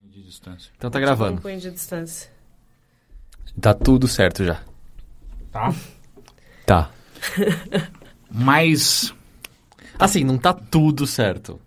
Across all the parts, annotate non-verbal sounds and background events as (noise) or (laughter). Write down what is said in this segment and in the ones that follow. de distância. Então tá gravando. Põe Tipo, um de distância. Tipo, Tá tudo certo já. Tá? Tá. Mas. Assim, não tá tudo certo.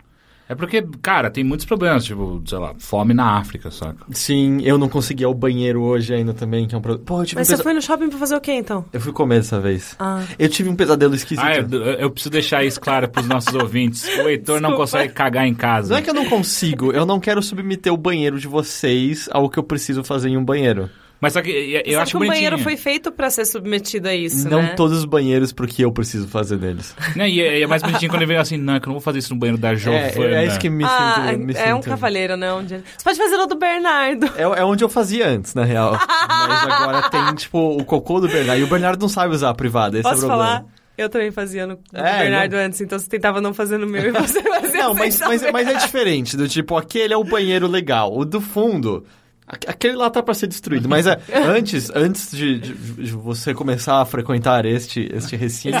É porque, cara, tem muitos problemas, tipo, sei lá, fome na África, saca? Sim, eu não consegui ir ao banheiro hoje ainda também, que é um problema. Pô, eu tive Mas um você pesadelo. foi no shopping pra fazer o quê, então? Eu fui comer dessa vez. Ah. Eu tive um pesadelo esquisito. Ah, eu, eu preciso deixar isso claro pros nossos ouvintes. O Heitor não Desculpa. consegue cagar em casa. Não é que eu não consigo, eu não quero submeter o banheiro de vocês ao que eu preciso fazer em um banheiro. Mas só que eu Sabe acho que o banheiro bonitinho. foi feito pra ser submetido a isso, não né? todos os banheiros porque eu preciso fazer (laughs) deles. (laughs) Não, e é, e é mais bonitinho quando ele vem assim, não, é que eu não vou fazer isso no banheiro da Giovana. É, é isso que me Ah, sinto. me é um sinto- cavaleiro, né? Onde... Você pode fazer o do Bernardo. É, é onde eu fazia antes, na (laughs) real. Mas agora tem, tipo, o cocô do Bernardo. E o Bernardo não sabe usar a privada, esse é o Posso problema. falar? Eu também fazia no do É, Bernardo não- antes, então você tentava não fazer no meu e você tá fazia (laughs) Não, sem mas, mas, (laughs) saber. mas é diferente. Do tipo, aquele é o banheiro legal. O do fundo. a- Aquele lá tá pra ser destruído, mas (laughs) é, antes, antes de, de- de você começar a frequentar este, este recinto,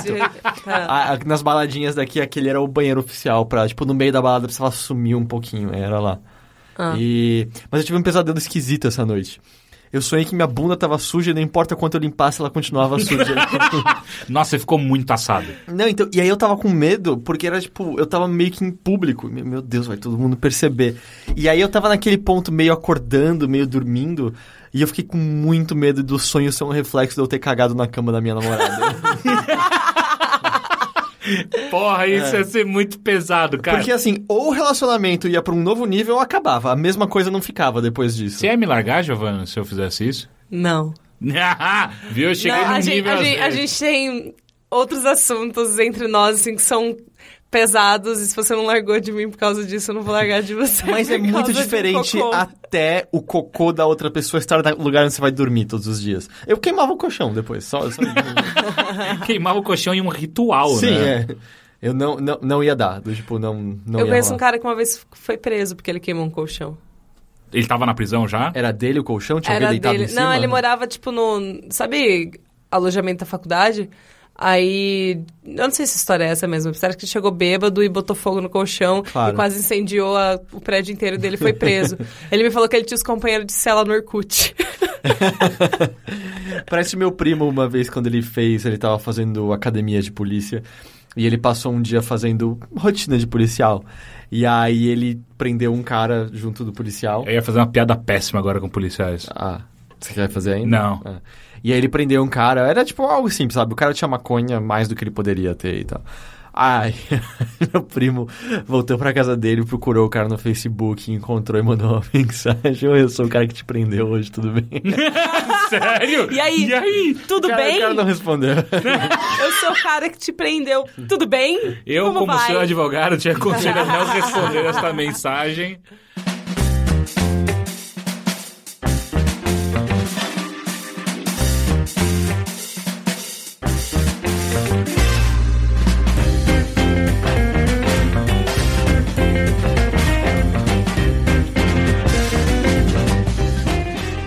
Tá. a- a- nas baladinhas daqui, aquele era o banheiro oficial pra, tipo, no meio da balada precisava sumir um pouquinho, era lá. Ah. E... Mas eu tive um pesadelo esquisito essa noite. Eu sonhei que minha bunda tava suja e não importa quanto eu limpasse, ela continuava suja. Nossa, você ficou muito assado. Não, então, e aí eu tava com medo, porque era tipo, eu tava meio que em público. Meu meu Deus, vai todo mundo perceber. E aí eu tava naquele ponto meio acordando, meio dormindo, e eu fiquei com muito medo do sonho ser um reflexo de eu ter cagado na cama da minha (laughs) namorada. Porra, isso ia ser muito pesado, cara. É. porque assim, ou o relacionamento ia pra um novo nível ou acabava. A mesma coisa não ficava depois disso. Você ia me largar, Giovana, se eu fizesse isso? (laughs) Não. Viu? Eu cheguei Não, no a, gente, nível... assim, a, gente, a gente tem outros assuntos entre nós, assim, que são pesados. E se você não largou de mim por causa disso, eu não vou largar de você. Mas é (laughs) por muito causa de um diferente cocô. até o cocô da outra pessoa estar no lugar onde você vai dormir todos os dias. Eu queimava o colchão depois, só. só... (laughs) Queimava o colchão em um ritual, Sim, né? é. Eu não, não, não ia dar. do Tipo, não, não Eu ia conheço um rolar. cara que uma vez foi preso porque ele queimou um colchão. Ele tava na prisão já? Era dele o colchão? Tinha Era alguém deitado dele. em cima? Não, ele morava, tipo, no. Sabe, alojamento da faculdade? Aí. Eu não sei se a história é essa mesmo. Será que ele chegou bêbado e botou fogo no colchão Claro. e quase incendiou a- o prédio inteiro dele e foi (laughs) preso. ele me falou que ele tinha os companheiros de cela no Orkut. Parece meu primo uma vez quando ele fez, ele tava fazendo academia de polícia. E ele passou um dia fazendo rotina de policial. E aí ele prendeu um cara junto do policial. Eu ia fazer uma piada péssima agora com policiais. Ah, você quer fazer ainda? Não. Ah. E aí ele prendeu um cara, era tipo algo simples, sabe? O cara tinha maconha mais do que ele poderia ter e tal. Ai, (laughs) meu primo voltou pra casa dele, procurou o cara no Facebook, encontrou e mandou uma (laughs) mensagem. "Oi, Eu sou o cara que te prendeu hoje, tudo bem? (laughs) Sério? E aí? E aí? (laughs) Tudo Cara, bem? O cara não respondeu. (laughs) Eu sou o cara que te prendeu. Tudo bem? Eu, como, vai? seu advogado, te aconselho a não responder (laughs) esta mensagem.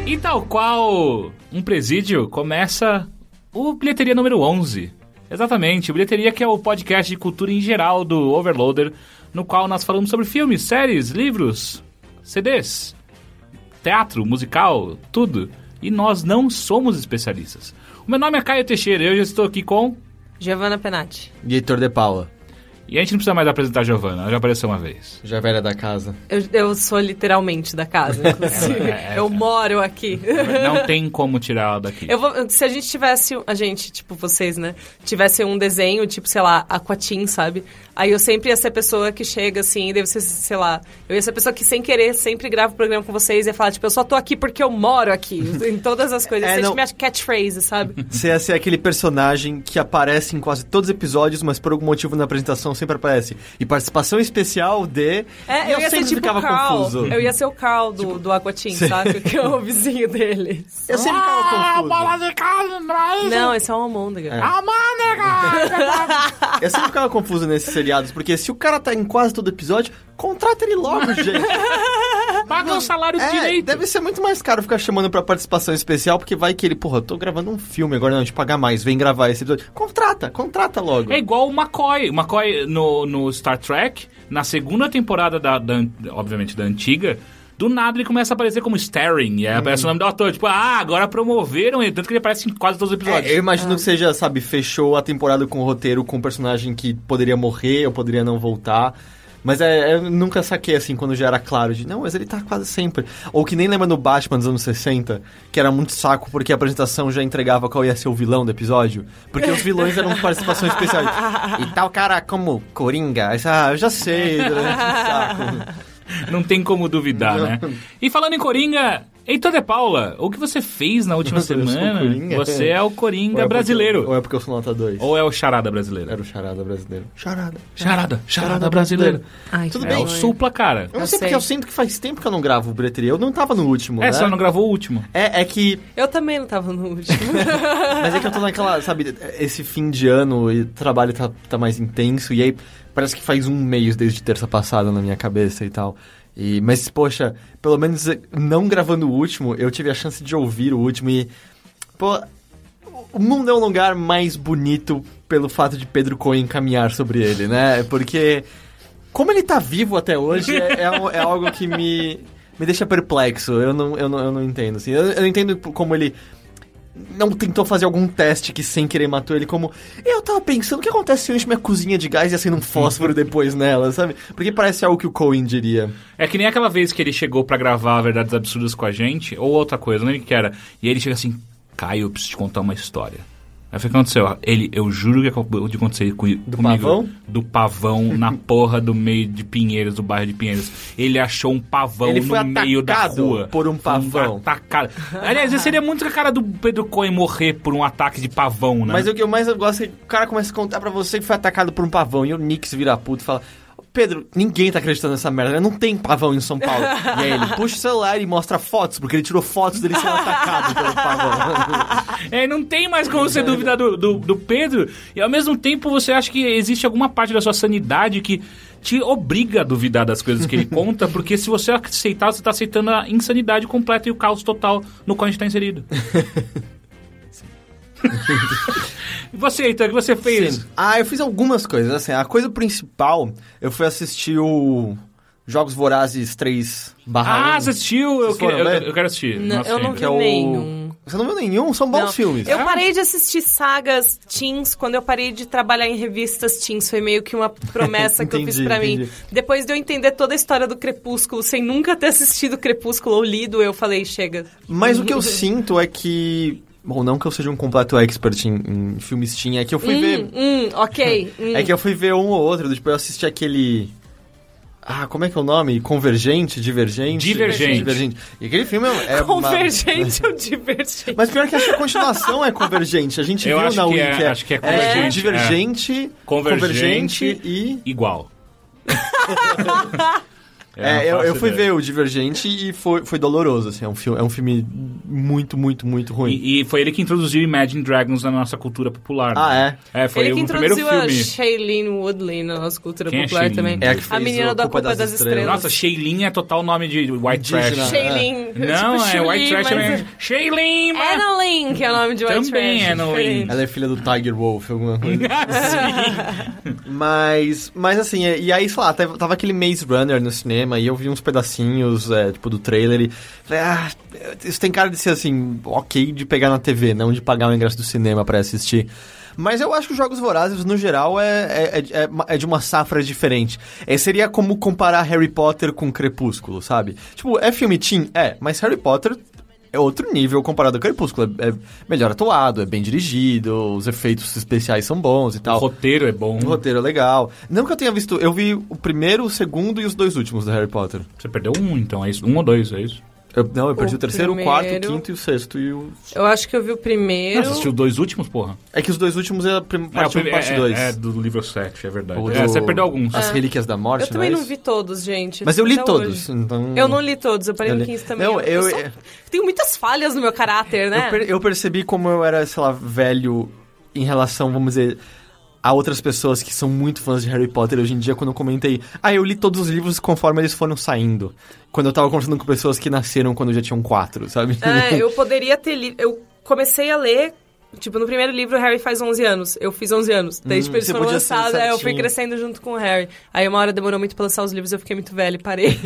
E tal qual um presídio começa o Bilheteria número 11. Exatamente, o Bilheteria que é o podcast de cultura em geral do Overloader, no qual nós falamos sobre filmes, séries, livros, CDs, teatro, musical, tudo. E nós não somos especialistas. O meu nome é Caio Teixeira, eu já estou aqui com... Giovanna Penati. E Heitor de Paula, E a gente não precisa mais apresentar a Giovana, ela já apareceu uma vez. já velha da casa. Eu, eu sou literalmente da (laughs) casa, inclusive. É, é, é. eu moro aqui. (laughs) Não tem como tirar ela daqui. Eu vou- se a gente tivesse, a gente, tipo, vocês, né? Tivesse um desenho, tipo, sei lá, Aquatim, sabe? Aí eu sempre ia ser a pessoa que chega assim, e deve ser, sei lá. Eu ia ser a pessoa que, sem querer, sempre grava o programa com vocês e ia falar, tipo, eu só tô aqui porque eu (laughs) moro aqui. Em todas as coisas. É, Essa é, não- tipo, minha catchphrase, sabe? Você ia ser aquele personagem que aparece em quase todos os episódios, mas por algum motivo na apresentação sempre aparece. E participação especial de... É, E eu, ia ser sempre tipo ficava o Carl. confuso. Tipo, Eu ia ser o Carl do, do Aquatim, sabe? Que é o vizinho dele. (laughs) Eu sempre Ah, ficava confuso. Ah, de carne, não Ah, Não, esse é uma almôndega. É. Amândega! (laughs) Eu sempre ficava confuso nesses seriados, porque se o cara tá em quase todo episódio, contrata (laughs) ele logo, gente. Paga É, o salário É, direito. deve ser muito mais caro ficar chamando pra participação especial, porque vai que ele, porra, eu tô gravando um filme agora, não, de pagar mais, vem gravar esse episódio. Contrata, contrata logo. É igual o McCoy. O McCoy no, no Star Trek, na segunda temporada da, da an- obviamente da antiga, Do nada ele começa a aparecer como Staring, e Uhum. aí aparece o nome do ator. Tipo, ah, agora promoveram ele, tanto que ele aparece em quase todos os episódios. É, eu imagino que seja, sabe, fechou a temporada com o roteiro com um personagem que poderia morrer ou poderia não voltar. Mas é, eu nunca saquei assim quando já era claro de não, mas ele tá quase sempre. Ou que nem lembra no Batman dos anos 60, que era muito saco porque a apresentação já entregava qual ia ser o vilão do episódio. Porque os vilões eram participações especiais. E tal cara como Coringa. Aí, você, ah, eu já sei, né? (laughs) saco. Não tem como duvidar, né? E falando em Coringa, Heitor de Paula, o que você fez na última Eu sou o semana? Coringa. Você é o Coringa Ou é porque- brasileiro. Ou é porque eu sou nota 2. Ou é o Charada brasileiro? Era o charada brasileiro. Charada. Charada, Charada brasileiro. Ai, Tudo que É bem. o vergonha. supla, cara. Eu não Eu sei, sei. porque eu sinto que faz tempo que eu não gravo bilheteria. Eu não tava no último, É, né? só não gravou o último. É, é que. Eu também não tava no último. (laughs) Mas é que eu tô naquela, sabe, esse fim de ano e o trabalho tá, tá mais intenso. E aí parece que faz um mês desde terça passada na minha cabeça e tal. E, mas, poxa, pelo menos eh, não gravando o último, eu tive a chance de ouvir o último e. Pô, o mundo é um lugar mais bonito pelo fato de Pedro Cohen caminhar sobre ele, né? Porque como ele tá vivo até hoje é, é um- é algo que me, me deixa perplexo. Eu não, eu não, eu não entendo, assim. Eu, eu não entendo como ele não tentou fazer algum teste que sem querer matou ele, como... Eu tava pensando, o que acontece se eu encher minha cozinha de gás e acendo um fósforo depois nela, sabe? Porque parece algo que o Cohen diria. É que nem aquela vez que ele chegou pra gravar Verdades Absurdas com a gente, ou outra coisa, não lembro o que era. E ele chega assim, Caio, eu preciso te contar uma história. Aí o que aconteceu? Ele, eu juro que acabou de acontecer com, do comigo. pavão? Do pavão (laughs) na porra do meio de Pinheiros, do bairro de Pinheiros. Ele achou um pavão Ele foi no meio da atacado rua. por um pavão. Atacado. Aliás, eu seria muito com a cara do Pedro Cohen morrer por um ataque de pavão, né? Mas o que eu mais gosto é que o cara começa a contar pra você que foi atacado por um pavão. E o Nix vira puto e fala... Pedro, ninguém tá acreditando nessa merda, né? Não tem pavão em (laughs) São Paulo. e aí ele puxa o celular e mostra fotos, porque ele tirou fotos dele sendo atacado (laughs) pelo pavão. É, não tem mais como você duvidar do, do, do Pedro. E ao mesmo tempo você acha que existe alguma parte da sua sanidade que te obriga a duvidar das coisas (laughs) que ele conta, porque se você aceitar, você tá aceitando a insanidade completa e o caos total no qual a gente tá (laughs) inserido. E você, Heitor, o que você fez? Sim. Ah, eu fiz algumas coisas, assim. A coisa principal, eu fui assistir o Jogos Vorazes 3 barra Ah, 1, você assistiu? Eu, Vocês que- foram eu- ver? eu quero assistir. Não, Nossa, eu não sim. que é o... Nenhum. Você não viu nenhum? São bons Não. filmes. Eu parei de assistir sagas teens quando eu parei de trabalhar em revistas teens. Foi meio que uma promessa que eu fiz (laughs) Entendi, pra mim. entendi. Depois de eu entender toda a história do Crepúsculo, sem nunca ter assistido Crepúsculo ou lido, eu falei, chega. Mas (laughs) o que eu sinto é que... Bom, não que eu seja um completo expert em, em filmes teen, é que eu fui ver... Hum, ok. hum. (laughs) É que eu fui ver um ou outro, tipo, eu assisti aquele. Ah, como é que é o nome? Convergente? Divergente? Divergente. Divergente. E aquele filme é. é uma- Convergente ou (laughs) divergente? Mas pior que essa continuação é convergente. A gente Eu viu acho na que Wiki. é- acho que é Convergente, é. divergente, Convergente. Convergente e. (laughs) Igual. É, eu, não eu faço fui ideia. ver o Divergente e foi, foi doloroso, assim. É um, filme, é um filme muito, muito, muito ruim. E, e foi ele que introduziu Imagine Dragons na nossa cultura popular. Ah, né? É, foi Ele que o primeiro introduziu a filme. Shailene Woodley na nossa cultura Quem é popular Shailene? também. É a que fez a menina o da Culpa Culpa das das, Estrelas. Estrelas. Nossa, Shailene é total nome de White Indígena. Trash. né? Shailene. Não, tipo, é White Trash mas... também. (laughs) Shailene! mas- Annalyn, que é o nome de White Também Trash. é Annalyn. Ela é filha do Tiger Wolf, alguma coisa. (laughs) Sim. (laughs) Mas, mas assim, é- e aí, sei lá, tava, tava aquele Maze Runner no cinema e eu vi uns pedacinhos, é, tipo, do trailer e falei, ah, isso tem cara de ser assim, ok de pegar na TV, não de pagar o ingresso do cinema pra assistir. Mas eu acho que os Jogos Vorazes, no geral, é, é, é- é ma- é de uma safra diferente. É, seria como comparar Harry Potter com Crepúsculo, sabe? Tipo, é filme teen? É, mas Harry Potter é outro nível comparado ao Crepúsculo. É, é melhor atuado, é bem dirigido, os efeitos especiais são bons e O tal. roteiro é bom. Um roteiro legal. Não que eu tenha visto. Eu vi o primeiro, o segundo e os dois últimos do Harry Potter. Você perdeu um, então, é isso? Um ou dois, é isso? Eu- não, eu perdi o, terceiro, o quarto, o primeiro. quinto e o sexto. E o... Eu acho que eu vi o Não, primeiro. você assistiu dois últimos, porra? É que os dois últimos é a prim- É, o parte 1 e primeiro- parte é, 2. é, do livro 7, é verdade. O É, do- você perdeu alguns. As Relíquias da Morte, Ah, Eu também é não isso? vi todos, gente. Mas eu li Até todos, hoje. então... Eu não li todos, eu parei Eu no li. 15 também. Não, eu, eu- sou- tenho muitas falhas no meu caráter, né? Eu, per- eu percebi como eu era, sei lá, velho em relação, vamos dizer, a outras pessoas que são muito fãs de Harry Potter hoje em dia, quando eu comentei, ah, eu li todos os livros conforme eles foram saindo. Quando eu tava conversando com Ah, pessoas que nasceram quando já tinham quatro, sabe? É, eu poderia ter lido. Eu comecei a ler Tipo, no primeiro livro o Harry faz 11 anos. Eu fiz 11 anos. Daí, tipo, eles você foram podia ser lançados. aí eu fui certinho. crescendo junto com o Harry. Aí uma hora demorou muito pra lançar os livros, eu fiquei muito velha e parei.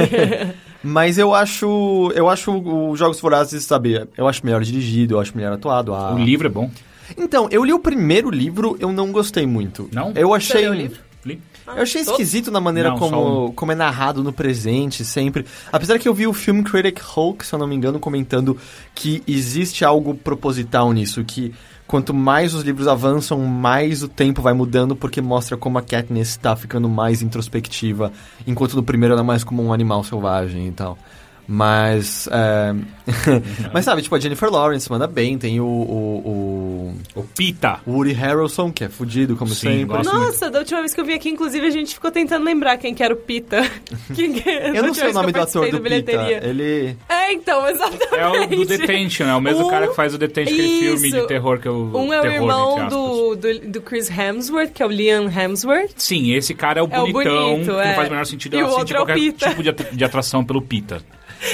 Mas eu acho. Eu acho os Jogos Vorazes, sabe? Eu acho melhor dirigido, eu acho melhor atuado. a- O livro é bom. Então, eu li o primeiro livro, eu não gostei muito. Não? Eu achei. leu o livro? Li. (laughs) Eu achei Todos? esquisito na maneira Não, um. como, como é narrado no presente, sempre. Apesar que eu vi o filme Critic Hulk, se eu não me engano, comentando que existe algo proposital nisso, que quanto mais os livros avançam, mais o tempo vai mudando, porque mostra como a Katniss está ficando mais introspectiva, enquanto no primeiro ela é mais como um animal selvagem e tal. Mas. é, (laughs) Mas sabe, tipo, a Jennifer Lawrence manda bem, tem o, o, O (laughs) Pita. o Woody Harrelson, que é fudido, como Sim, sempre. gosto. Nossa, da última vez que eu vim aqui, inclusive, a gente ficou tentando lembrar quem que era (laughs) o Pita. Quem que... da Eu não última sei o vez que nome eu do ator participei do da Pita. bilheteria. Ele. É, então, exatamente. É o do Detention, é o mesmo Um- cara que faz o Detention, aquele filme de Isso. terror que eu... Um é o terror, entre irmão aspas. do, do, do Chris Hemsworth, que é o Liam Hemsworth. Sim, esse cara é o É o bonitão, bonito, que não é. faz o menor sentido E ela o sentir outro é o qualquer Pita. tipo de at- de atração pelo Pita.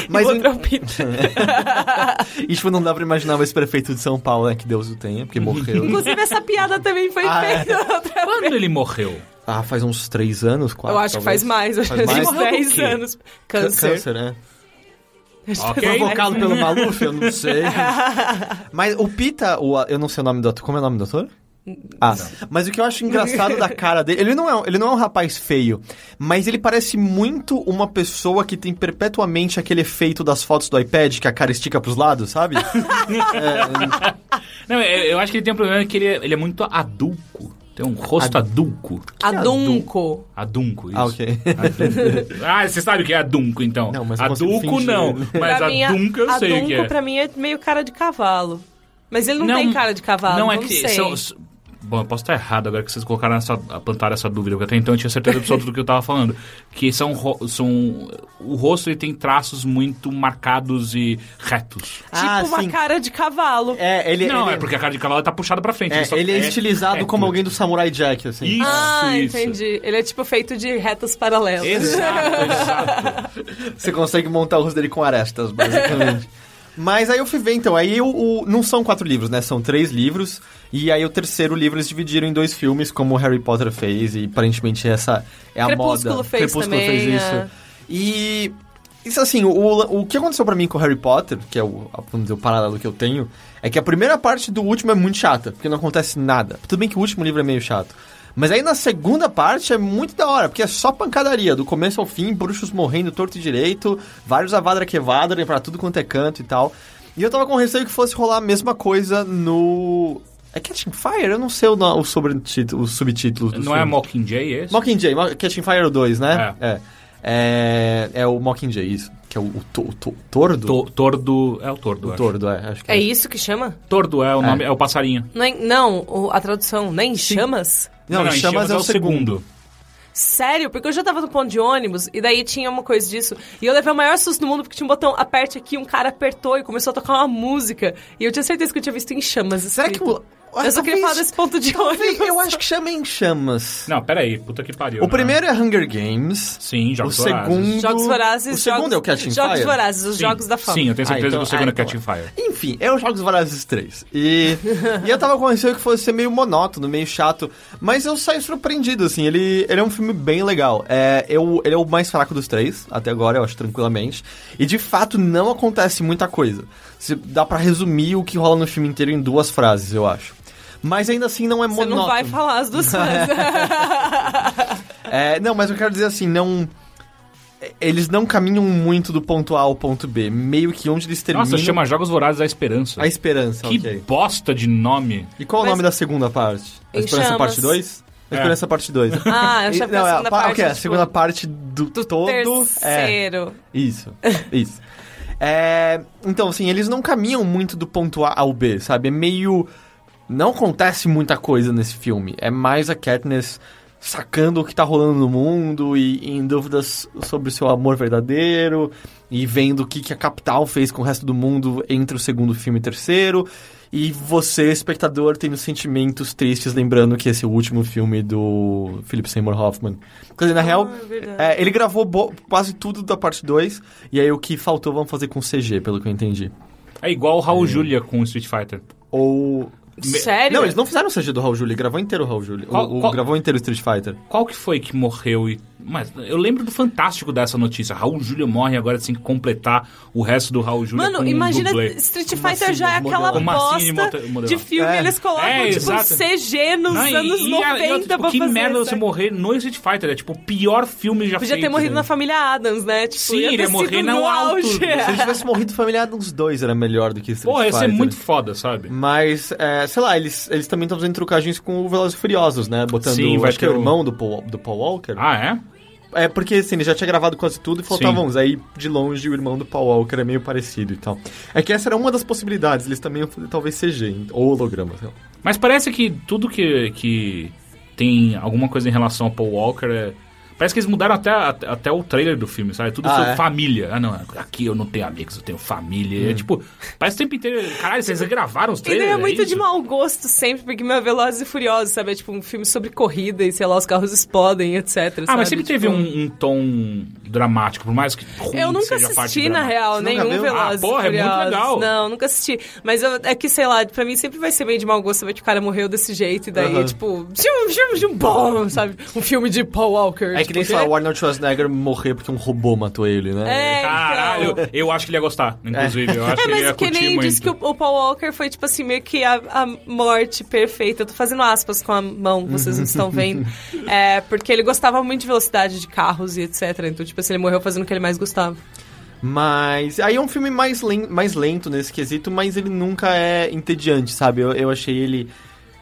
Mas Mas e o outro é o Pita. e, (laughs) tipo, não dá pra imaginar o ex-prefeito de São Paulo, né? Que Deus o tenha, porque morreu. Inclusive, essa piada também foi Ah, é. feita (laughs) outra Quando ele morreu? (laughs) ah, faz uns três anos, quase. Eu acho que faz mais, eu acho que Faz mais? faz Morreu do 10 quê? anos. Câncer. Câncer, né? Ok. Provocado pelo Maluf, eu não (laughs) sei. Mas o Pita, o, eu não sei o nome do ator. Como é o nome do ator? Ah, mas o que eu acho engraçado da cara dele, ele não, é, um- ele não é um rapaz feio, mas ele parece muito uma pessoa que tem perpetuamente aquele efeito das fotos do iPad que a cara estica pros lados, (laughs) sabe? Não, eu, eu acho que ele tem um problema que ele, é- ele é muito adulco. Tem um rosto adulco. Adunco. Adunco, isso. ah, ok. (laughs) Adunco. ah, você sabe o que é adunco, então. Não, mas eu consigo adulco fingir. não, mas Pra mim, adunco eu sei o adunco, que é. pra mim, é meio cara de cavalo. Mas ele não, tem cara de cavalo, Não, não, é não que... sei. são- s- bom, eu posso estar errado agora que vocês colocaram essa... plantaram essa dúvida, porque até então eu tinha certeza absoluta do que eu tava falando. Que são, ro- são... O rosto, ele tem traços muito marcados e retos. Tipo uma cara de cavalo. Ah, É, ele, não, é ele- porque a cara de cavalo tá puxada pra frente. é, só- ele é estilizado como reto. alguém do Samurai Jack, assim. Isso, ah, isso. entendi. Ele é tipo feito de retas (laughs) paralelas. Exato, exato. Você consegue montar o rosto dele com arestas, basicamente. Mas aí eu fui ver, então, aí o, o- não são quatro livros, né? São três livros. E aí o terceiro livro eles dividiram em dois filmes, como o Harry Potter fez, e aparentemente essa é a Crepúsculo moda. fez também, é. E. Isso assim, o, o que aconteceu pra mim com o Harry Potter, que é o, vamos dizer, o paralelo que eu tenho, é que a primeira parte do último é muito chata, porque não acontece nada. Tudo bem que o último livro é meio chato. Mas aí na segunda parte é muito da hora, porque é só pancadaria, do começo ao fim, bruxos morrendo torto e direito, vários avadra quevadra pra tudo quanto é canto e tal. E eu tava com receio que fosse rolar a mesma coisa no. É Catching Fire? Eu não sei o, no- o, sobretítulo, o subtítulo do Não é filme. Mockingjay esse? Mockingjay, Mo- Catching Fire 2, né? É. é. É, o Mockingjay, isso. Que é o, o, to- o to- tordo? To- tordo. É o tordo. o acho. tordo, é. Acho que É isso que chama? Tordo é o nome, é, o passarinho. Não, não, o- a tradução, nem chamas? Não, em chamas é o segundo. Sério, porque eu já tava no ponto de ônibus e daí tinha uma coisa disso. E eu levei o maior susto do mundo porque tinha um botão aperte aqui, um cara apertou e começou a tocar uma música. E eu tinha certeza que eu tinha visto em chamas. Será que escrito. o. Eu só queria falar desse ponto de ônibus. Eu acho que chama em chamas. Não, peraí, puta que pariu. o né? primeiro é Hunger Games. Sim, o Jogos Vorazes. segundo. Jogos Vorazes. O segundo jogos, é o Catching Jogos Fire. Vorazes, os Sim. Jogos da Fama. Sim, eu tenho Ah, certeza então- que o segundo ah, é então Catching Fire. Enfim, é os Jogos Vorazes 3. E, e eu tava com receio que fosse ser meio monótono, meio chato. Mas eu saí surpreendido, assim. Ele, ele é um filme bem legal. É, eu, ele é o mais fraco dos três, até agora, eu acho, tranquilamente. E de fato, não acontece muita coisa. Se- dá pra resumir o que rola no filme inteiro em duas frases, eu acho. Mas ainda assim, não é Você monótono. não vai falar as (laughs) duas coisas. É, não, mas eu quero dizer assim, não. Eles não caminham muito do ponto A ao ponto B. Meio que onde eles terminam. Nossa, chama Jogos Vorazes da Esperança. A esperança, que ok. bosta de nome. E qual Mas- o nome da segunda parte? A Em Esperança Chamas. Parte 2? A É. Esperança Parte 2. Ah, eu E- achei que não, a é pa- segunda parte. ok, a tipo, segunda parte do, do todo. É, terceiro. isso, isso. É, então, assim, eles não caminham muito do ponto A ao B, sabe? É meio. Não acontece muita coisa nesse filme. É mais a Katniss sacando o que tá rolando no mundo e, e em dúvidas sobre o seu amor verdadeiro e vendo o que, que a capital fez com o resto do mundo entre o segundo filme e o terceiro. E você, espectador, tendo sentimentos tristes, lembrando que esse é o último filme do Philip Seymour Hoffman. Quer dizer, na real, é verdade. é, ele gravou bo- quase tudo da parte 2, e aí o que faltou vamos fazer com CG, pelo que eu entendi. É igual o Raul Julia com Street Fighter. Ou. Sério? Não, eles não fizeram o CG do Raul Júlia, gravou inteiro o Raul Júlia. O- Qual- o- qual- Gravou inteiro o (laughs) Street Fighter. Qual que foi que morreu e. Mas eu lembro do fantástico dessa notícia. Raul Júlio morre agora tem que completar o resto do Raul Júlio. Mano, com um imagina dublê. assim, né? Street Uma Fighter já é cine aquela modelada. Uma cine bosta mote- modelada. de filme, É. eles colocam É, tipo exato. CG nos Não, e- anos e a- 90 e outra, tipo, pra Que fazer, merda você sabe? morrer no Street Fighter. É tipo o pior filme já Podia feito. ter morrido na família Adams, né? Tipo, né? Sim, ia ele ter ia morrer sido na no alto. auge. Se ele tivesse morrido familiar uns dois, era melhor do que Street Porra, ia Fighter. ser muito foda, sabe? Mas, é, sei lá, eles, eles também estão fazendo trucagens com o Velozes e Furiosos, né? Botando, Sim, vai acho que é ter o o- irmão do Paul, do Paul Walker. Ah, é? É porque, assim, ele já tinha gravado quase tudo e faltavam Sim. uns. Aí, de longe, o irmão do Paul Walker é meio parecido e tal. É que essa era uma das possibilidades. Eles também iam fazer, talvez, CG, ou holograma, sei lá. Mas parece que tudo que, que tem alguma coisa em relação ao Paul Walker é. Parece que eles mudaram até, até, até o trailer do filme, sabe? Tudo Ah, sobre é? Hum. família. Ah, não, aqui eu não tenho amigos, eu tenho família. É tipo, parece o tempo inteiro. Caralho, vocês gravaram os (laughs) E trailers? daí é muito de isso? mau gosto sempre, porque meu é Velozes e Furiosos, sabe? É tipo um filme sobre corrida e, sei lá, os carros explodem, etc. Ah, mas sempre teve um, um tom dramático, por mais que ruim Tipo, Eu nunca seja a parte assisti, na dramática. real, Você nunca nenhum viu? Velozes Ah, porra, é e muito Furiosos. legal. Não, nunca assisti. Mas eu- é que, sei lá, pra mim sempre vai ser meio de mau gosto saber que o cara morreu desse jeito. E daí, Aham. é tipo, de filme de um bom, sabe? Um filme de Paul Walker. É que tipo, nem, sei lá, né? o Arnold Schwarzenegger morrer porque um robô matou ele, né? É, então. Caralho, eu acho que ele ia gostar, inclusive. Eu acho É, que ele mas ia que curtir nem muito. disse que o, o Paul Walker foi, tipo assim, meio que a, a morte perfeita. Eu tô fazendo aspas com a mão, vocês Uhum. não estão vendo. É, porque ele gostava muito de velocidade de carros e etc. Então, tipo assim, ele morreu fazendo o que ele mais gostava. Mas... Aí é um filme mais, len- mais lento nesse quesito, mas ele nunca é entediante, sabe? Eu, eu achei ele...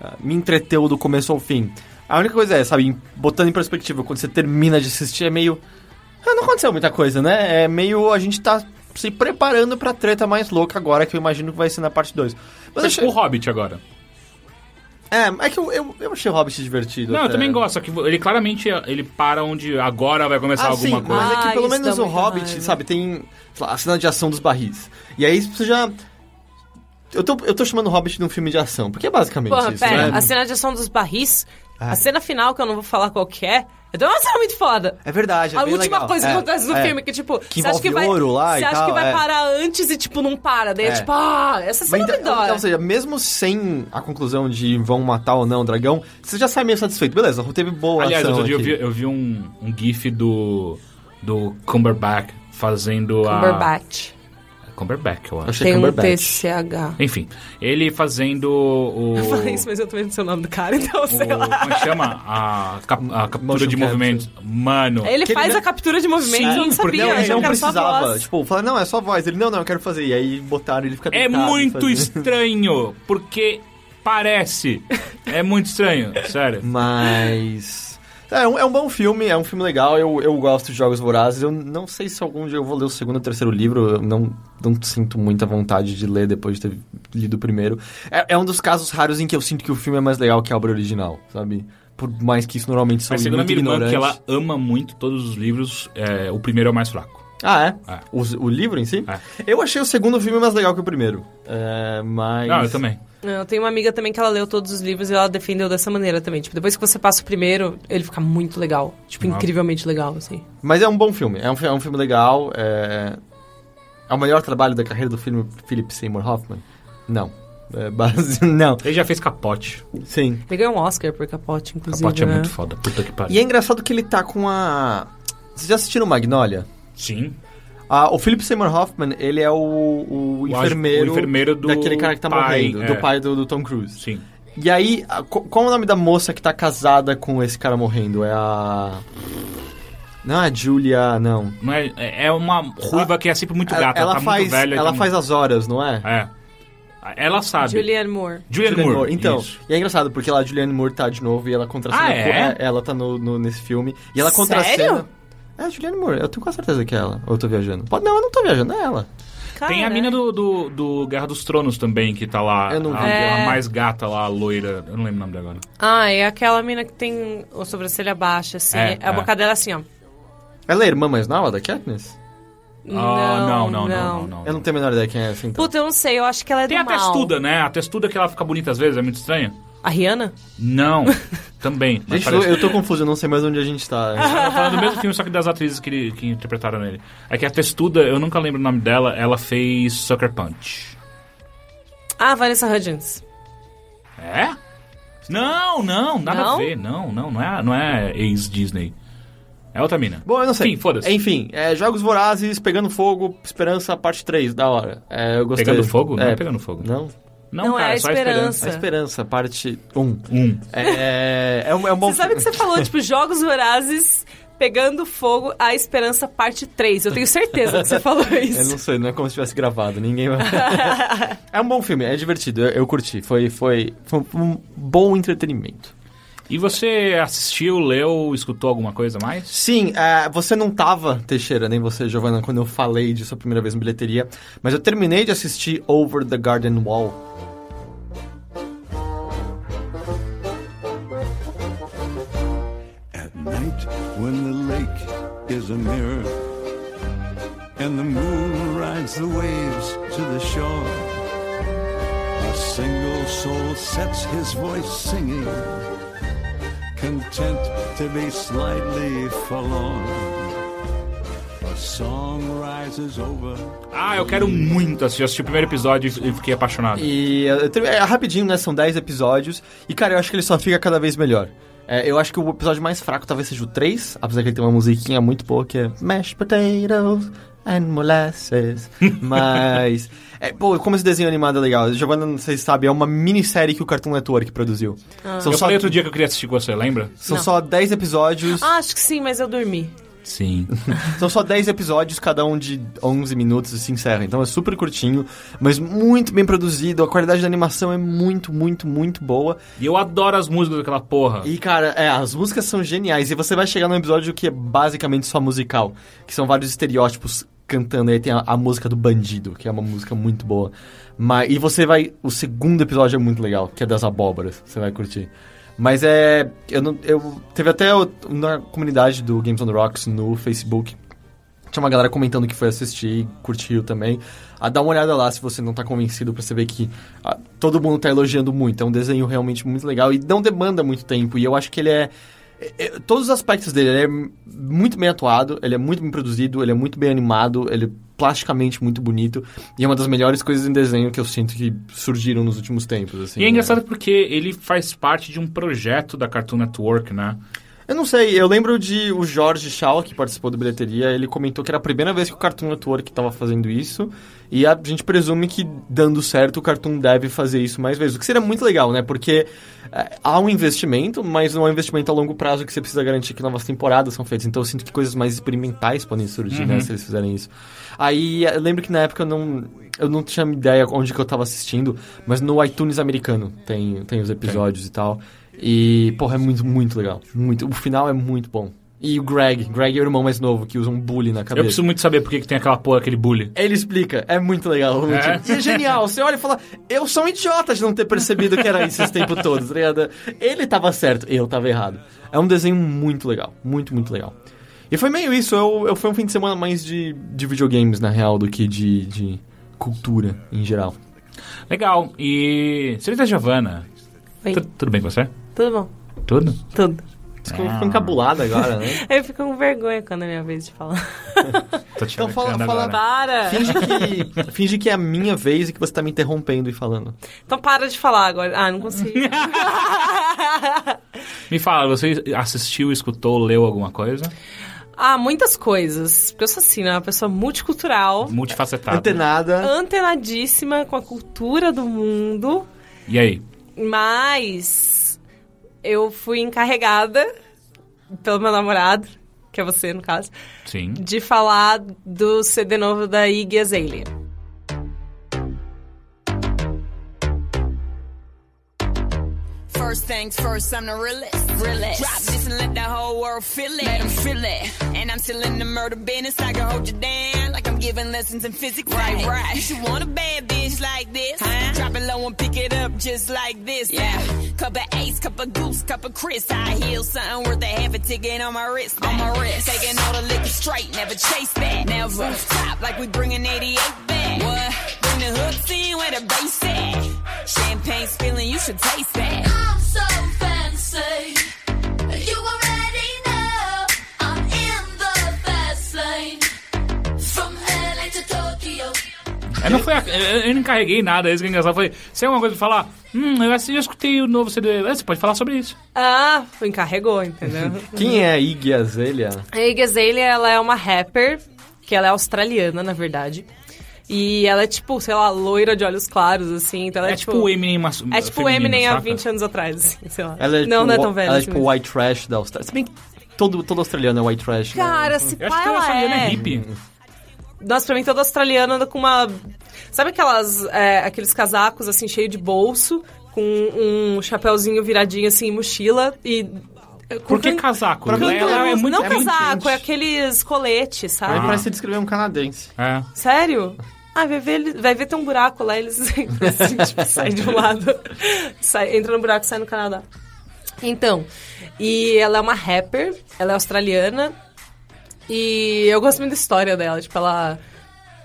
ah, Me entreteu do começo ao fim. A única coisa é, sabe, em- botando em perspectiva, quando você termina de assistir, é meio... Ah, não aconteceu muita coisa, né? É meio... A gente tá se preparando pra treta mais louca agora, que eu imagino que vai ser na parte 2. Mas eu É tipo o achei... Hobbit agora. É, é que eu, eu, eu achei o Hobbit divertido. Não, eu até. também gosto, só que ele claramente ele para onde agora vai começar Ah, alguma sim, coisa. Mas é que Ah, pelo isso menos dá o muita Hobbit, raiva. sabe, tem sei lá, a cena de ação dos barris. E aí você já. Eu tô, eu tô chamando o Hobbit de um filme de ação, porque é basicamente Porra, isso, pera, né? a cena de ação dos barris, Ah. a cena final, que eu não vou falar qual que é, é de uma cena muito foda. É verdade, é a bem última legal. coisa que É, acontece no é. filme, que tipo, Que você acha que envolve vai, ouro lá e você acha tal, que vai é. parar antes e tipo, não para. Daí é, É. tipo, ah, essa Mas cena me então- dói. Ou seja, mesmo sem a conclusão de vão matar ou não o dragão, você já sai meio satisfeito. Beleza, teve boa Aliás, ação outro dia eu aqui. vi, eu vi um, um gif do, do Cumberbatch fazendo a... Cumberbatch. Cumberbatch, eu acho. Achei Tem um Cumberbatch. TCH. Enfim, ele fazendo o... (laughs) Eu falei isso, mas eu também não sei o nome do cara, então o- sei lá. Como é que chama? A, cap- a captura Motion de capture. movimentos. Mano... Ele Que ele faz não- a captura de movimentos, Sim, eu não porque sabia. Não, ele eu não quero só precisava. voz. Tipo, falar, não, é só voz. Ele, não, não, eu quero fazer. E aí botaram ele fica É deitado muito fazendo. estranho, porque (laughs) parece. É muito estranho, sério. Mas. É um, é um bom filme, é um filme legal, eu, eu gosto de Jogos Vorazes. Eu não sei se algum dia eu vou ler o segundo ou terceiro livro, eu não, não sinto muita vontade de ler depois de ter lido o primeiro. É, é um dos casos raros em que eu sinto que o filme é mais legal que a obra original, sabe? Por mais que isso normalmente sou Mas segundo a é muito minha irmã, ignorante. que ela ama muito todos os livros, é, o primeiro é o mais fraco. Ah, é? É. O, o livro em si? É. Eu achei o segundo filme mais legal que o primeiro. É, mas. Não, eu também. Eu tenho uma amiga também que ela leu todos os livros e ela defendeu dessa maneira também. Tipo, depois que você passa o primeiro, ele fica muito legal. Tipo, Não. incrivelmente legal, assim. Mas é um bom filme, é um, fi- é um filme legal. É... é o melhor trabalho da carreira do filme Philip Seymour Hoffman? Não. É, (laughs) base... Não. Ele já fez capote. Sim. Ele ganhou um Oscar por Capote, inclusive, Capote é né? muito foda. Puta que pariu. E é engraçado que ele tá com a. Vocês já assistiram Magnolia? Sim. Ah, o Philip Seymour Hoffman, ele é o, o O aj- enfermeiro, o enfermeiro do daquele cara que tá pai, morrendo, é. do pai do, do Tom Cruise. Sim. E aí, a- co- qual é o nome da moça que tá casada com esse cara morrendo? É a. Não, é a Julia, não. Não é, é é uma ruiva que é sempre muito Ela- gata. ela tá faz, muito velha. ela tá faz as horas, não é? muito- É. Ela sabe. Julianne Moore. Julianne Julianne Moore. Então, isso. e é engraçado, porque lá a Julianne Moore tá de novo e ela contracena. Ah, é? com- Ela tá no, no- nesse filme. E ela Sério? contracena. É a Julianne Moore, eu tenho quase certeza que é ela. Ou eu tô viajando. Pode, não, eu não tô viajando, é ela. Tem a Cara, mina do, do, do Guerra dos Tronos também, que tá lá. Eu não a, vi. a É. mais gata lá, a loira. Eu não lembro o nome dela agora. Ah, é aquela mina que tem a sobrancelha baixa, assim. É, a é. boca dela é assim, ó. Ela é a irmã mais nova da Katniss? Ah, não, não, não, não, não. Eu não tenho a menor ideia quem é essa, então. Puta, eu não sei, eu acho que ela é Tem do a mal. testuda, né? A testuda que ela fica bonita às vezes, é muito estranho. A Rihanna? (laughs) Não, também. Mas Gente, eu, parece... eu tô confuso, eu não sei mais onde a gente tá. Ela fala do mesmo filme, só que das atrizes que, ele- que interpretaram ele. É que a testuda, eu nunca lembro o nome dela, ela fez Sucker Punch. Ah, Vanessa Hudgens. É? Não, não, nada a Não? ver. Não, não, não é, não é ex-Disney. É outra mina. Bom, eu não sei. Enfim, foda-se. Enfim, é, Jogos Vorazes, Pegando Fogo, Esperança, parte 3, da hora. É, eu gostei. Pegando fogo? Não É, é pegando fogo. Não, Não, Não, cara, é a só a esperança. é Tá. Esperança, parte 1. Um. É, é, um, é um bom... Você sabe que você falou, tipo, Jogos Vorazes, Pegando Fogo, A Esperança, parte 3. Eu tenho certeza que você falou (laughs) Eu não isso. sei, não é como se tivesse gravado, ninguém vai... é um bom filme, é divertido, eu, eu curti. Foi, foi, foi um bom entretenimento. E você assistiu, leu, escutou alguma coisa mais? Sim, é, você não tava, Teixeira, nem você, Giovana, quando eu falei disso a primeira vez na bilheteria, mas eu terminei de assistir Over the Garden Wall. At night, when the lake is a mirror, and the moon rides the waves to the shore, a single soul sets his voice singing, content to be slightly forlorn. A song rises over. Ah, eu quero muito assistir. Eu assisti o primeiro episódio e e fiquei apaixonado. E eu termi- é rapidinho, né? São 10 episódios. E, cara, eu acho que ele só fica cada vez melhor. É, eu acho que o episódio mais fraco talvez seja o 3, apesar que ele tem uma musiquinha muito boa que é Mashed Potatoes and (laughs) Molasses. Mas. É, pô, como esse desenho animado é legal. Giovanna, não sei se sabe, é uma minissérie que o Cartoon Network produziu. São, Eu só, falei outro dia que eu queria assistir com você, lembra? são Ah. Não. só 10 episódios. Ah, acho que sim, mas eu dormi. Sim. São só 10 episódios, cada um de 11 minutos e se encerra. Então é super curtinho, mas muito bem produzido. A qualidade da animação é muito, muito, muito boa. E eu adoro as músicas daquela porra. E, cara, é, as músicas são geniais. E você vai chegar num episódio que é basicamente só musical. Que são vários estereótipos cantando. Aí tem a, a música do Bandido, que é uma música muito boa. Mas, e você vai... O segundo episódio é muito legal, que é das abóboras. Você vai curtir. Mas é... Eu não... Eu, teve até o- na comunidade do Games on the Rocks no Facebook... Tinha uma galera comentando que foi assistir e curtiu também. Ah, dá uma olhada lá se você não tá convencido pra você ver que ah, todo mundo tá elogiando muito. É um desenho realmente muito legal e não demanda muito tempo. E eu acho que ele é. é- é- Todos os aspectos dele, ele é m- muito bem atuado, ele é muito bem produzido, ele é muito bem animado, ele é plasticamente muito bonito. E é uma das melhores coisas em desenho que eu sinto que surgiram nos últimos tempos. Assim, E é né? engraçado porque ele faz parte de um projeto da Cartoon Network, né? Eu não sei, eu lembro de o Jorge Shaw, que participou do Bilheteria, ele comentou que era a primeira vez que o Cartoon Network estava fazendo isso, e a gente presume que, dando certo, o Cartoon deve fazer isso mais vezes, o que seria muito legal, né? Porque eh, há um investimento, mas não é um investimento a longo prazo que você precisa garantir que novas temporadas são feitas, então eu sinto que coisas mais experimentais podem surgir, né, se eles fizerem isso. Aí, é, eu lembro que na época eu não... Eu não tinha ideia onde que eu tava assistindo, mas no iTunes americano tem, tem os episódios e tal. E, porra, é muito, muito legal. Muito, o final é muito bom. E o Greg, Greg é o irmão mais novo que usa um bully na Eu cabeça. preciso muito saber por que que tem aquela porra, aquele bully. Ele explica, é muito legal. o É? motivo. E é genial, você olha e fala, eu sou um idiota de não ter percebido que era isso esse tempo todo, tá ligado? Ele tava certo, eu tava errado. É um desenho muito legal, muito, muito legal. E foi meio isso, eu, eu fui um fim de semana mais de, de videogames, na real, do que de, de cultura em geral. Legal. E. Senhorita Giovana. Oi. tu- Tudo bem com você? Tudo bom? Tudo? Tudo. Acho que Ah. eu fico encabulado agora, (laughs) né? Eu fico com vergonha quando é minha vez de falar. Tô te Então fala- atacando fala- agora. Para! Finge que, finge que é a minha vez e que você tá me interrompendo e falando. Então para de falar agora. Ah, não (laughs) consigo. Me fala, você assistiu, escutou, leu alguma coisa? ah, muitas coisas. Porque eu sou assim, né? Uma pessoa Uhum. multicultural, Multifacetada. Antenada. antenadíssima com a cultura do mundo. E aí? Mas eu fui encarregada pelo meu namorado, que é você no caso, Sim. de falar do CD novo da Iggy Azalea. First things first, I'm the realest. realest. Drop this and let the whole world feel it. Let 'em feel it. And I'm still in the murder business. I can hold you down like I'm giving lessons in physics. Right, right. You should want a bad bitch like this. Drop it low and pick it up just like this. Yeah. Cup of ace, cup of goose, cup of Chris. I heal something worth a half a ticket on my wrist. On my wrist. Taking all the liquor straight, never chase that. Never. Top like we bringing 88 back. What? Bring the hooks in where the bass at. Champagne spilling, you should taste that. I'm so fancy. You already know I'm in the fast lane. From LA to Tokyo. Eu É, não, foi a- eu, eu não encarreguei nada, isso que é engraçado. Eu falei, se é uma coisa pra falar, hum, eu, assi- eu escutei o novo CD. Ah, Você pode falar sobre isso. Ah, (laughs) encarregou, entendeu? Quem é a Iggy Azalea? A Iggy Azalea, ela é uma rapper, que ela é australiana, na verdade. E ela é tipo, sei lá, loira de olhos claros, assim. Então ela é, É tipo o Eminem mas, É tipo o Eminem há 20 anos atrás, assim, sei lá. Ela é não, tipo, não é wa- tão velha Ela é assim tipo mesmo. white trash da Austrália. Se bem que todo, todo australiano é white trash. né? Cara, se Eu pá, acho que o ela australiano é é. hippie. Hum. Nossa, pra mim todo australiano anda com uma. Sabe aquelas. é, aqueles casacos assim, cheio de bolso, com um chapéuzinho viradinho assim, mochila e. é, Por que casaco? Pra mim, Ela é muito não é muito casaco, quente. é aqueles coletes, Ele sabe? parece descrever um canadense. É. Sério? Ah, vai ver, ele- vai ver tem um buraco lá, eles (laughs) assim, tipo, saem de um lado, sai, entra no buraco e sai no Canadá. Então, e ela é uma rapper, ela é australiana, e eu gosto muito da história dela, tipo, ela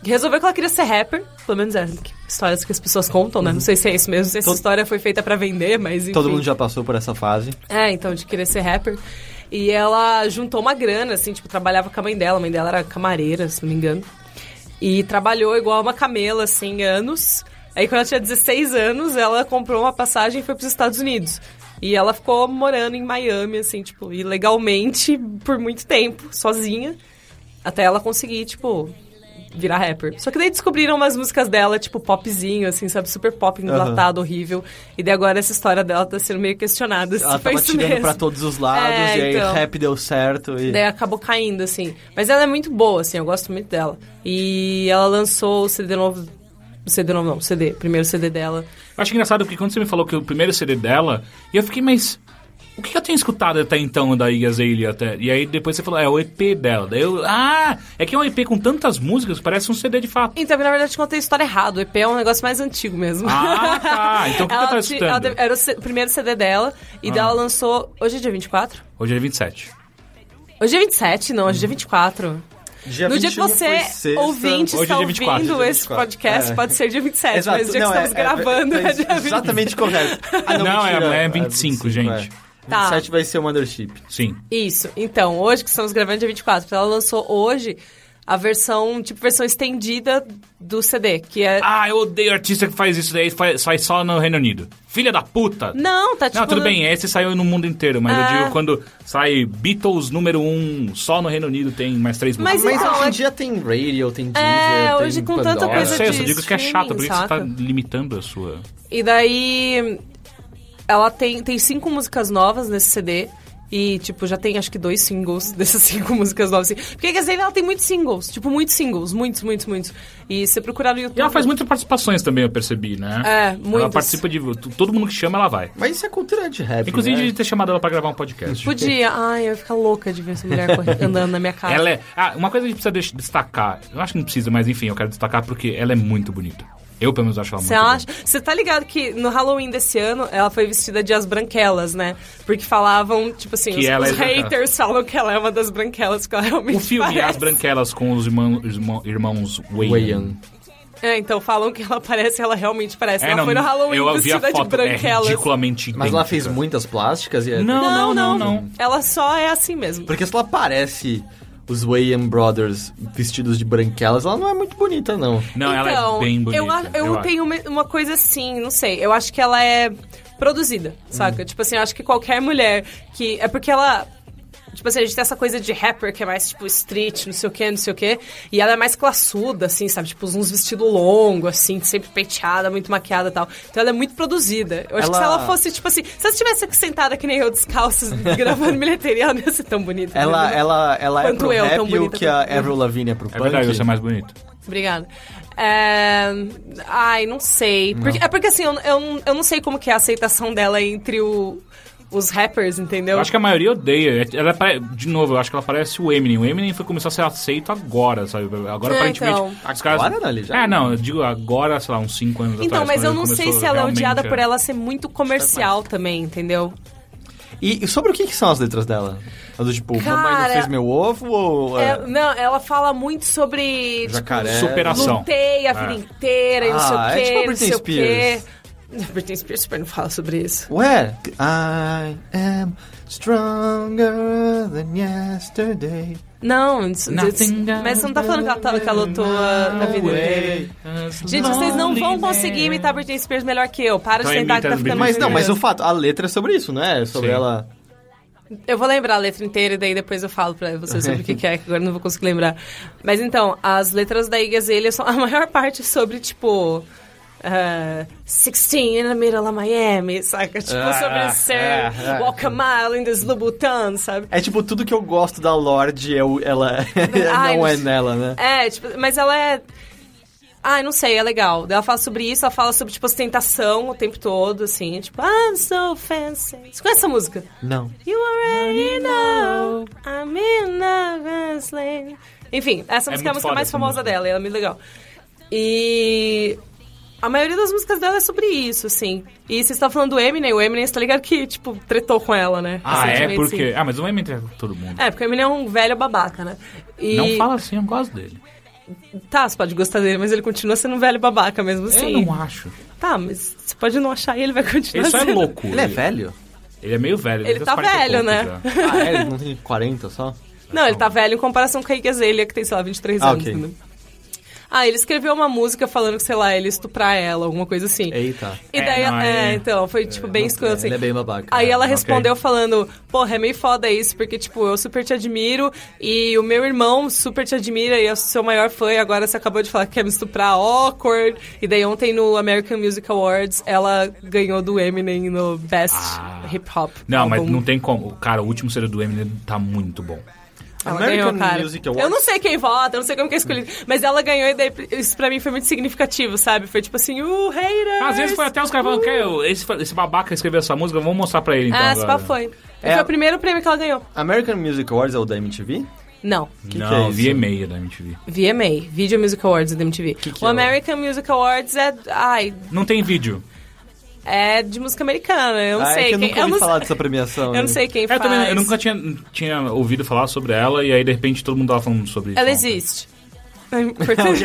resolveu que ela queria ser rapper, pelo menos é que- histórias que as pessoas contam, né? Não sei se é isso mesmo, se essa Todo- história foi feita pra vender, mas enfim. Todo mundo já passou por essa fase. É, então, de querer ser rapper. E ela juntou uma grana, assim, tipo, trabalhava com a mãe dela. A mãe dela era camareira, se não me engano. E trabalhou igual uma camela, assim, anos. Aí, quando ela tinha 16 anos, ela comprou uma passagem e foi pros Estados Unidos. E ela ficou morando em Miami, assim, tipo, ilegalmente por muito tempo, sozinha. Até ela conseguir, tipo, virar rapper. Só que daí descobriram umas músicas dela, tipo, popzinho, assim, sabe? Super pop, enlatado, horrível. E daí agora essa história dela tá sendo meio questionada, se Ela foi tava isso tirando mesmo. pra todos os lados, É, e aí então. rap deu certo. E... Daí acabou caindo, assim. Mas ela é muito boa, assim, eu gosto muito dela. E ela lançou o CD novo... O CD novo não, o CD, o primeiro CD dela. Eu acho engraçado porque quando você me falou que o primeiro CD dela, e eu fiquei, mas. O que eu tenho escutado até então da Iggy Azalea até? E aí depois você falou, é o EP dela. Daí eu, ah, é que é um EP com tantas músicas, parece um CD de fato. Então, na verdade, eu te contei a história errada. O EP é um negócio mais antigo mesmo. Ah, (laughs) tá. Então o que que eu tava Ela te- escutando? Ah. ela deve- Era o C- primeiro CD dela, e daí ela lançou... Hoje é dia 24? Hoje é 27. Hoje é 27, não, hoje é dia 24. no dia um que 21 foi você, sexta. ouvinte, Uhum. Hoje é está dia 24, ouvindo hoje é dia esse 24. podcast, É. pode ser dia 27, mas o dia não, que é- estamos é- gravando é, é dia 27. Exatamente correto. Ah, Não, é- mentira, é 25, gente. é. Tá. 27 vai ser o Mothership. Sim. Isso, então, hoje que estamos gravando dia 24, então ela lançou hoje a versão, tipo, versão estendida do CD, que é... Ah, eu odeio artista que faz isso daí, faz, sai só no Reino Unido. Filha da puta! Não, tá tipo... Não, tudo bem, esse saiu no mundo inteiro, mas Ah. eu digo quando sai Beatles número 1, um, só no Reino Unido tem mais três Mas músicas. Mas Então, hoje em é- dia tem radio, tem Deezer, É, hoje tem com tanta Pandora. Eu coisa sei, eu só de digo que é chato, por isso que você tá saca? limitando a sua. E daí. Ela tem, tem cinco músicas novas nesse CD. E, tipo, já tem acho que dois singles (laughs) dessas cinco músicas novas. assim. Porque a Gazelle, ela tem muitos singles. Tipo, muitos singles. Muitos, muitos, muitos. E se você procurar no YouTube... E ela faz muitas participações também, eu percebi, né? É, Ela muitas. participa de. Todo mundo que chama, ela vai. Mas isso é cultura de rap, Inclusive É. né? de ter chamado ela pra gravar um podcast. Podia. Ai, eu ia ficar louca de ver essa (laughs) mulher corre- andando na minha casa. Ela é. Ah, uma coisa que a gente precisa deix- destacar. Eu acho que não precisa, mas enfim, eu quero destacar porque ela é muito bonita. Eu, pelo menos, acho ela Você muito acha? Você tá ligado que no Halloween desse ano ela foi vestida de as branquelas, né? Porque falavam, tipo assim, Que os, ela os é branca. haters falam que ela é uma das branquelas, que ela realmente bonita. O filme parece. As Branquelas com os irmão- irmão- irmãos Wayan. Wayan. É, então falam que ela parece, ela realmente parece. ela É, não, foi no Halloween eu vi a vestida de foto, é branquelas. ridiculamente Mas ela fez idêntica. muitas plásticas e... é- Não, Não, não, não. Ela só é assim mesmo. Porque se ela parece os Wayan Brothers vestidos de branquelas, ela não é muito bonita, não. Não, então, ela é bem bonita. Eu, a- eu, acho. tenho uma, uma coisa assim, não sei. Eu acho que ela é produzida, Hum. saca? Tipo assim, eu acho que qualquer mulher que. É porque ela. Tipo assim, a gente tem essa coisa de rapper que é mais tipo street, não sei o quê, não sei o quê. E ela é mais classuda, assim, sabe? Tipo, uns vestidos longos, assim, sempre penteada, muito maquiada e tal. Então ela é muito produzida. Eu acho que se Ela- ela fosse, tipo assim, se ela estivesse aqui sentada que nem eu descalça, (laughs) gravando bilheteria, ela não ia ser tão bonita. né? Ela, entendeu? ela, ela é Quanto pro eu, tão rap o bonita que a quanto eu. Avril Lavigne é pro É punk. verdade, você é mais bonita. Obrigada. É, Ai, não sei. Porque- é porque assim, eu, eu, não- eu não sei como que é a aceitação dela entre o- os rappers, entendeu? Eu acho que a maioria odeia. É, Ela pare- De novo, eu acho que ela parece o Eminem. O Eminem foi começar a ser aceito agora, sabe? Agora, É, aparentemente. então. os caras- Agora, Nelly, já? É, não, eu digo agora, sei lá, uns 5 anos Então, atrás. mas quando eu ele não sei começou se ela é odiada realmente, por é. ela ser muito comercial também, entendeu? E, e sobre o que, que são as letras dela? As do tipo, mamãe não Cara, fez meu ovo ou... É, é, não, ela fala muito sobre. tipo, Jacaré. superação. Lutei a vida inteira e não sei o Ah, é quê, tipo a não Britney sei o quê. Spears. (laughs) Britney Spears super não fala sobre isso. Ué, I am stronger than yesterday. Não, isso, isso- Nothing mas você não tá falando que ela tá calotou na vida dele. Gente, vocês não vão né? conseguir imitar Britney Spears melhor que eu. Para Então de tentar que imita tá ficando Mas Britney não, mas o eu... fato, a letra é sobre isso, não é? Sobre Sim. ela. eu vou lembrar a letra inteira e daí depois eu falo pra vocês sobre o que, que é, que agora eu não vou conseguir lembrar. Mas então, as letras da Iggy Azalea são a (laughs) maior parte sobre, tipo... Uh, 16 in the middle of Miami, saca? Tipo, Ah, sobre ser ah, ah. walk a mile in this Louboutin, sabe? É tipo, tudo que eu gosto da Lorde, eu, ela (laughs) Ai, não é não- nela, né? É, tipo, mas ela é. Ai, não sei, é legal. Ela fala sobre isso, ela fala sobre, tipo, ostentação o tempo todo, assim, tipo, I'm so fancy. Você conhece essa música? Não. You already know I'm in love with Slane. Enfim, É essa música é muito a música foda mais essa famosa música. dela, e ela é muito legal. E a maioria das músicas dela é sobre isso, assim. E vocês estão falando do Eminem, o Eminem, você tá ligado que, tipo, tretou com ela, né? Ah, é? Recentemente, Por sim. quê? Ah, mas o Eminem é todo mundo. É, porque o Eminem é um velho babaca, né? E- Não fala assim, eu gosto dele. Tá, você pode gostar dele, mas ele continua sendo um velho babaca mesmo Eu assim. não acho. Tá, mas você pode não achar e (laughs) ele vai continuar Ele só é sendo. louco. velho? Ele é meio velho. Ele tem uns tá 40 e velho, né? poucos já. Ah, é? Ele não tem 40 só? Não, ele tá velho em comparação com a Iguazelia, que tem, sei lá, 23 Ah, anos. ok. entendeu? Ah, ele escreveu uma música falando que, sei lá, ele ia estuprar ela, alguma coisa assim. Eita. E É, daí, não, é, é- então, foi, tipo, bem escuro, assim. Ele é bem babaca. Aí ela ok. respondeu falando, porra, é meio foda isso, porque, tipo, eu super te admiro e o meu irmão super te admira e é o seu maior fã e agora você acabou de falar que quer me estuprar, awkward. E daí ontem no American Music Awards ela ganhou do Eminem no Best Ah. Hip Hop. Não, mas Album. não tem como. Cara, o último CD do Eminem tá muito bom. Ela American ganhou, cara. Music Awards. Eu não sei quem vota, eu não sei como que é escolhido, mas ela ganhou e daí isso pra mim foi muito significativo, sabe? Foi tipo assim, uh, haters! Às vezes foi até os caras falando, "Quer- esse, esse babaca escreveu essa música, vamos mostrar pra ele então. Ah, se agora. pá foi. É. Foi o primeiro prêmio que ela ganhou. American Music Awards é o da MTV? Não. que não, é isso? VMA da MTV. VMA, Video Music Awards da MTV. que o é o- American Music Awards é, ai, Não tem vídeo. é de música americana. Eu não Ah, sei é que eu quem. nunca eu ouvi não falar sei, dessa premiação. eu né? não sei quem É, Eu, faz. também, eu nunca tinha, tinha ouvido falar sobre ela e aí de repente todo mundo tava falando sobre Ela isso. existe. (laughs) É importante-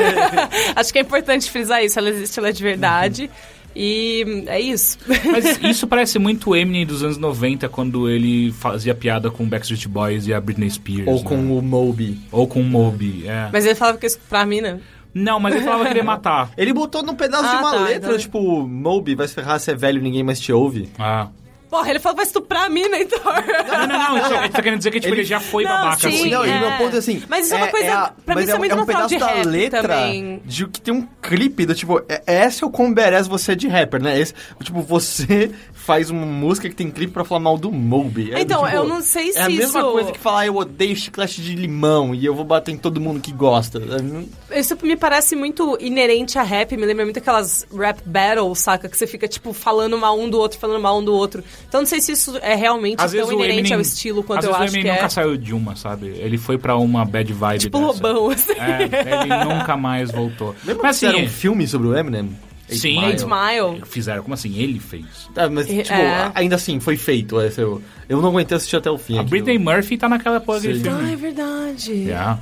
Acho que é importante frisar isso. Ela existe, ela é de verdade. E hum, é isso. Mas isso parece muito o Eminem dos anos 90, quando ele fazia piada com Backstreet Boys e a Britney Spears. Ou com né? o Moby. Ou com Moby, é. (laughs) Mas ele falava que isso pra mim, né? Não, mas ele falava que ele ia (laughs) matar. Ele botou num pedaço de Ah, uma tá, letra, então- tipo, Moby, vai se ferrar, você é velho, ninguém mais te ouve. Ah. Porra, ele falou que vai estuprar a mina, (laughs) então. Não, não, não, então, ele tá querendo dizer que tipo, ele, Ele- já foi Não, babaca. sim, assim. não, e é. meu ponto é assim. Mas isso é uma coisa- pra mim mas isso é muito um natural pedaço de da rap letra também. de que tem um clipe do tipo, é, essa é o quão badass você é de rapper, né? Esse- tipo, você (laughs) faz uma música que tem clipe pra falar mal do Moby. É, Então, tipo, eu não sei se É a mesma isso- coisa que falar, eu odeio chiclete de limão e eu vou bater em todo mundo que gosta. É, não- Isso me parece muito inerente a rap, me lembra muito aquelas rap battles, saca? Que você fica, tipo, falando mal um do outro, falando mal um do outro. Então não sei se isso é realmente Às tão vezes o inerente Eminem, ao estilo quanto às eu vezes acho o que Eminem é. nunca saiu de uma, sabe? Ele foi pra uma bad vibe Tipo dessa. lobão, assim. É, ele nunca mais voltou. Lembra Mas que fizeram assim, um filme sobre o Eminem? Eight Sim. Mile? Eight Eight Mile. fizeram, como assim? Ele fez. Tá, mas, tipo, É. ainda assim, foi feito. esse Eu, eu não aguentei assistir até o fim. A aquilo. Britney Murphy tá naquela porra daquele Sim. Ah, é filme. verdade. Yeah.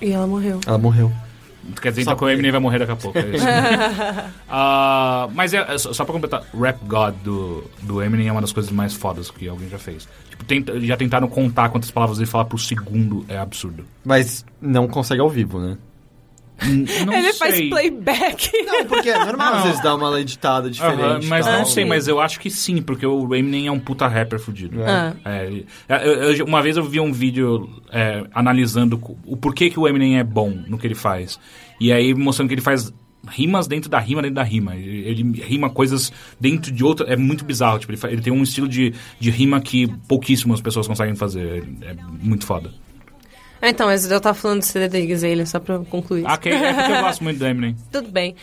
E ela morreu. Ela morreu. Quer dizer, Só então que o porque- Eminem vai morrer daqui a pouco. é (laughs) isso. Ah, mas é, é só só pra completar, Rap God do, do Eminem é uma das coisas mais fodas que alguém já fez. Tipo, tenta- já tentaram contar quantas palavras ele fala pro segundo, é absurdo. Mas não consegue ao vivo, né? N- não Ele faz sei. playback. Não, porque é normal às Não. vezes dar uma editada Aham, diferente. mas tal. não sei, Sim. mas eu acho que sim, porque o Eminem é um puta rapper fudido. Ah. É, ele- é, eu- eu- uma vez eu vi um vídeo é, analisando co- o porquê que o Eminem é bom no que ele faz. E aí mostrando que ele faz rimas dentro da rima, dentro da rima. Ele, ele rima coisas dentro de outra. É muito bizarro. Tipo, ele, fa- ele tem um estilo de, de rima que pouquíssimas pessoas conseguem fazer. É, é muito foda. (laughs) Ah, então, mas eu tava falando do CD da Iggy só pra eu concluir. Ah, que, é porque eu gosto muito do Eminem. Tudo bem.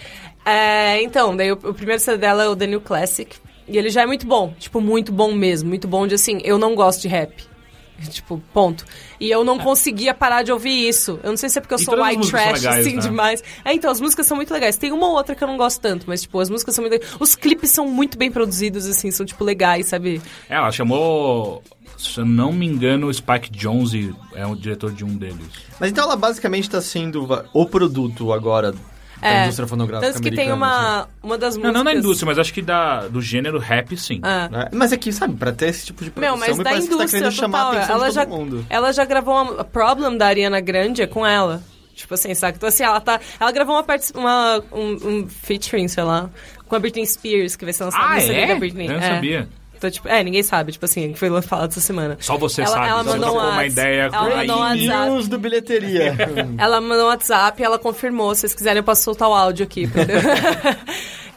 É, então, daí o, o primeiro CD dela é o The New Classic. E ele já é muito bom. Tipo, muito bom mesmo. Muito bom de assim, eu não gosto de rap. (laughs) Tipo, ponto. E eu não conseguia parar de ouvir isso. Eu não sei se é porque eu É. E sou todas as white músicas são trash, legais, assim, né? demais. É, então, as músicas são muito legais. Tem uma ou outra que eu não gosto tanto, mas, tipo, as músicas são muito legais. Os clipes são muito bem produzidos, assim, são, tipo, legais, sabe? É, Ela chamou. Se eu não me engano, o Spike Jonze é o diretor de um deles. Mas então ela basicamente tá sendo va- o produto agora É, Da indústria fonográfica É, Tanto que tem americana, uma, uma das assim. Não, músicas... não da indústria, mas acho que da, do gênero rap, sim. Ah. né? Mas é que, sabe, pra ter esse tipo de produção, Meu, mas me da parece que tá indústria querendo chamar a total. atenção Ela de já, todo (laughs) mundo. ela já gravou uma a Problem da Ariana Grande é com ela. Tipo assim, saca? Então assim, ela tá. Ela gravou uma, partici- uma um, um featuring, sei lá, com a Britney Spears, que vai ser lançada Ah, no CD é? da Britney. Eu não É. sabia. Então, tipo, é, ninguém sabe, tipo assim, que foi falado essa semana. Só você ela, sabe, Ela só mandou você um trocou uma whats- ideia com Ela a mandou um Breaking WhatsApp. News do bilheteria. Ela mandou um WhatsApp e ela confirmou. Se vocês quiserem, eu posso soltar o áudio aqui, entendeu?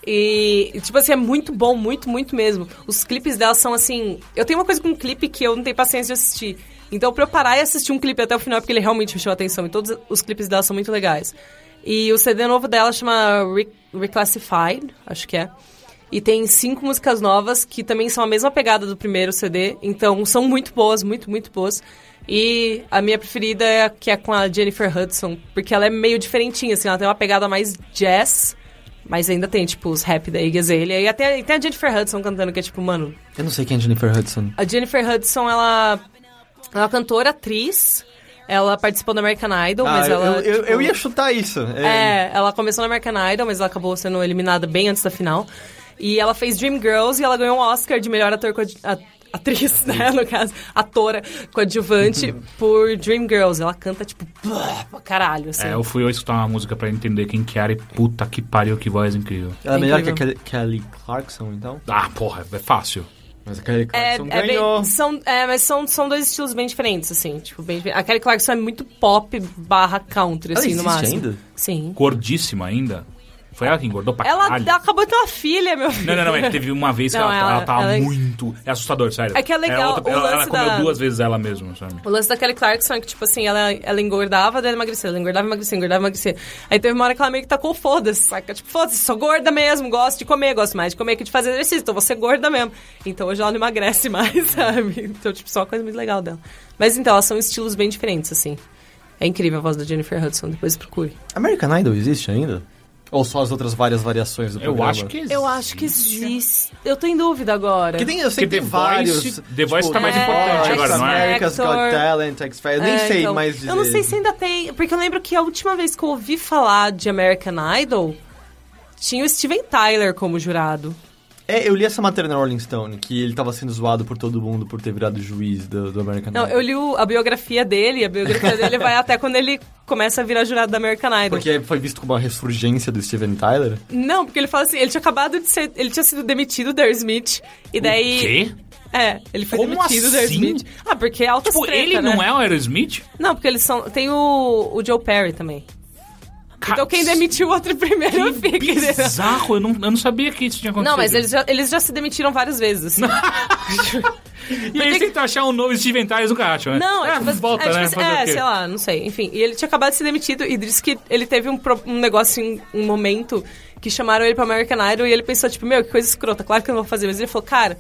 e, tipo assim, é muito bom, muito, muito mesmo. Os clipes dela são assim. Eu tenho uma coisa com um clipe que eu não tenho paciência de assistir. Então, pra eu parar e assistir um clipe até o final, porque ele realmente me chamou a atenção. E todos os clipes dela são muito legais. E o CD novo dela chama Re- Reclassified, acho que é. E tem cinco músicas novas que também são a mesma pegada do primeiro CD, então são muito boas, muito, muito boas. E a minha preferida é a que é com a Jennifer Hudson, porque ela é meio diferentinha, assim, ela tem uma pegada mais jazz, mas ainda tem, tipo, os rap da Iggy Azalea. E até e tem a Jennifer Hudson cantando, que é tipo, mano, (laughs) Eu não sei quem é Jennifer Hudson. a Jennifer Hudson, ela, ela é uma cantora, atriz, ela participou do American Idol, mas eu, ela... Ah, eu, eu- tipo, eu ia chutar isso. é, ela começou na American Idol, mas ela acabou sendo eliminada bem antes da final. E ela fez Dreamgirls e ela ganhou um Oscar de melhor ator coad- a- atriz, (laughs) né, no caso, atora (laughs) coadjuvante por Dreamgirls. Ela canta tipo, blá, pra caralho, assim. É, eu fui eu escutar uma música pra entender quem que era e puta que pariu, que voz incrível. Ela é É melhor que a incrível. Kelly, Kelly Clarkson, então? Ah, porra, é fácil. Mas a Kelly É, Clarkson é bem- ganhou. são, é, mas são, são dois estilos bem diferentes, assim. Tipo, bem, diferentes. a Kelly Clarkson é muito pop barra country, Ela assim, no existe máximo. ainda? Sim. Gordíssima ainda. Foi ela que engordou pra Ela, caralho. ela acabou de ter uma filha, meu filho. Não, não, não, é que teve uma vez que Não, ela, ela, ela- tava ela- muito... É assustador, sério. É que é Era legal outra- o ela, ela lance comeu da- duas vezes ela mesma, sabe? O lance da Kelly Clarkson é que, tipo assim, ela, ela engordava, daí ela emagrecia, ela engordava, emagrecia, engordava, emagrecia. Aí teve uma hora que ela meio que tacou foda-se, saca? Tipo, foda-se, sou gorda mesmo, gosto de comer, gosto mais de comer que de fazer exercício, então vou ser gorda mesmo. Então hoje ela não emagrece (laughs) mais, sabe? Então, tipo, só uma coisa muito legal dela. Mas então, elas são estilos bem diferentes, assim. É incrível a voz da Jennifer Hudson, depois procure. American Idol existe ainda? Ou só as outras várias variações do Eu programa? acho que existe. Eu acho que existe. Eu tô em dúvida agora. Que tem, eu sei Porque que tem The Voice- vários. tipo, The Voice tá mais The importante Voice, agora, não é? America's Got Actor. Talent, X Factor, nem É, sei então, mais dizer. Eu não sei se ainda tem, porque eu lembro que a última vez que eu ouvi falar de American Idol tinha o Steven Tyler como jurado. É, eu li essa matéria na Rolling Stone, que ele tava sendo zoado por todo mundo por ter virado juiz do, do American Não, Idol. eu li o- a biografia dele, (laughs) a biografia dele vai até quando ele começa a virar jurado da American Idol. Porque foi visto como uma ressurgência do Steven Tyler. Não, porque ele fala assim, ele tinha acabado de ser, ele tinha sido demitido da Aerosmith e daí Quê? É, ele foi Como demitido da assim? Aerosmith. Ah, porque é alta Tipo, ele não é o Aerosmith? Não, porque eles são, tem o, o Joe Perry também. Então quem Cara, demitiu o outro (laughs) primeiro Ah, Que fica. entendeu? bizarro, eu não, eu não sabia que isso tinha acontecido. Não, mas eles já, eles já se demitiram várias vezes. assim. E eles tentam achar um novo Steven Tyler do Cacho, né? Não, é, é, tipo, assim, volta, é, tipo né? assim, Fazer o é, quê? sei lá, não sei. Enfim, e ele tinha acabado de ser demitido e disse que ele teve um, pro- um negócio em um momento que chamaram ele pra American Idol e ele pensou, tipo, meu, que coisa escrota, claro que eu não vou fazer. Mas ele falou, cara,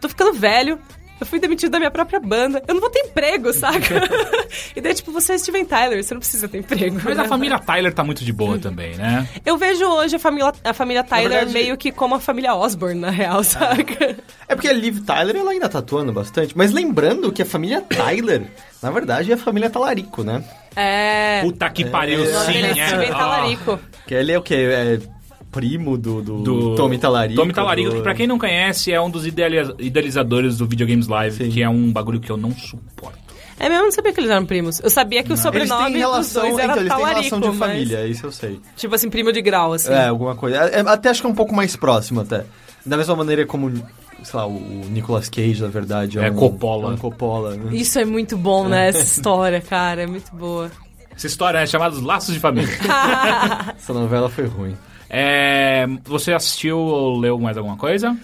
tô ficando velho. Eu fui demitido da minha própria banda. Eu não vou ter emprego, saca? (laughs) e daí, tipo, você é Steven Tyler, você não precisa ter emprego. Mas a né? família Tyler tá muito de boa também, né? Eu vejo hoje a família, a família Tyler verdade- meio que como a família Osborne, na real, saca? É porque a Liv Tyler, ela ainda tá atuando bastante. Mas lembrando que a família Tyler, na verdade, é a família Talarico, né? É. Puta que pariu, é. Ah. sim, ele é é. Steven Ah. Talarico. Que ele é o quê? É primo do, do, Tommy Talarico. Tommy Talarico, do- que pra quem não conhece, é um dos idealiza- idealizadores do Videogames Live, Sim. que é um bagulho que eu não suporto. É mesmo, eu não sabia que eles eram primos. Eu sabia que o Eles sobrenome têm relação, dos dois era então, eles têm Talarico, relação de mas- família, isso eu sei. Tipo assim, primo de grau, assim. É, alguma coisa. É, é, até acho que é um pouco mais próximo, até. Da mesma maneira como, sei lá, o o Nicolas Cage, na verdade. É, um, Coppola. É um Coppola, né? Isso é muito (laughs) bom, né? Essa história, cara, é muito boa. Essa história é chamada Os Laços de (laughs) Família. Essa novela foi ruim. É, você assistiu ou leu mais alguma coisa?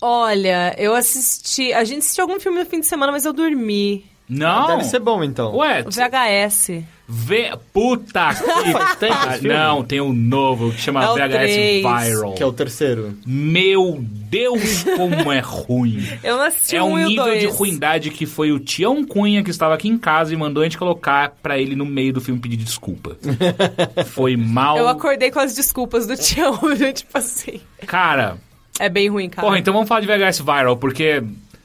Olha, eu assisti. A gente assistiu algum filme no fim de semana, mas eu dormi. Não. Deve ser bom, então. Ué, O VHS. V... Puta (laughs) que... Tem esse Ah, filme? não, tem um novo que chama É o VHS três. Viral. Que é o terceiro. Meu Deus, como é ruim. Eu não assisti É um, um e o nível dois. de ruindade que foi o Tião Cunha que estava aqui em casa e mandou a gente colocar pra ele no meio do filme pedir (laughs) desculpa. foi mal. Eu acordei com as desculpas do (laughs) Tião, tipo assim. Cara, É bem ruim, cara. porra, então vamos falar de VHS Viral, porque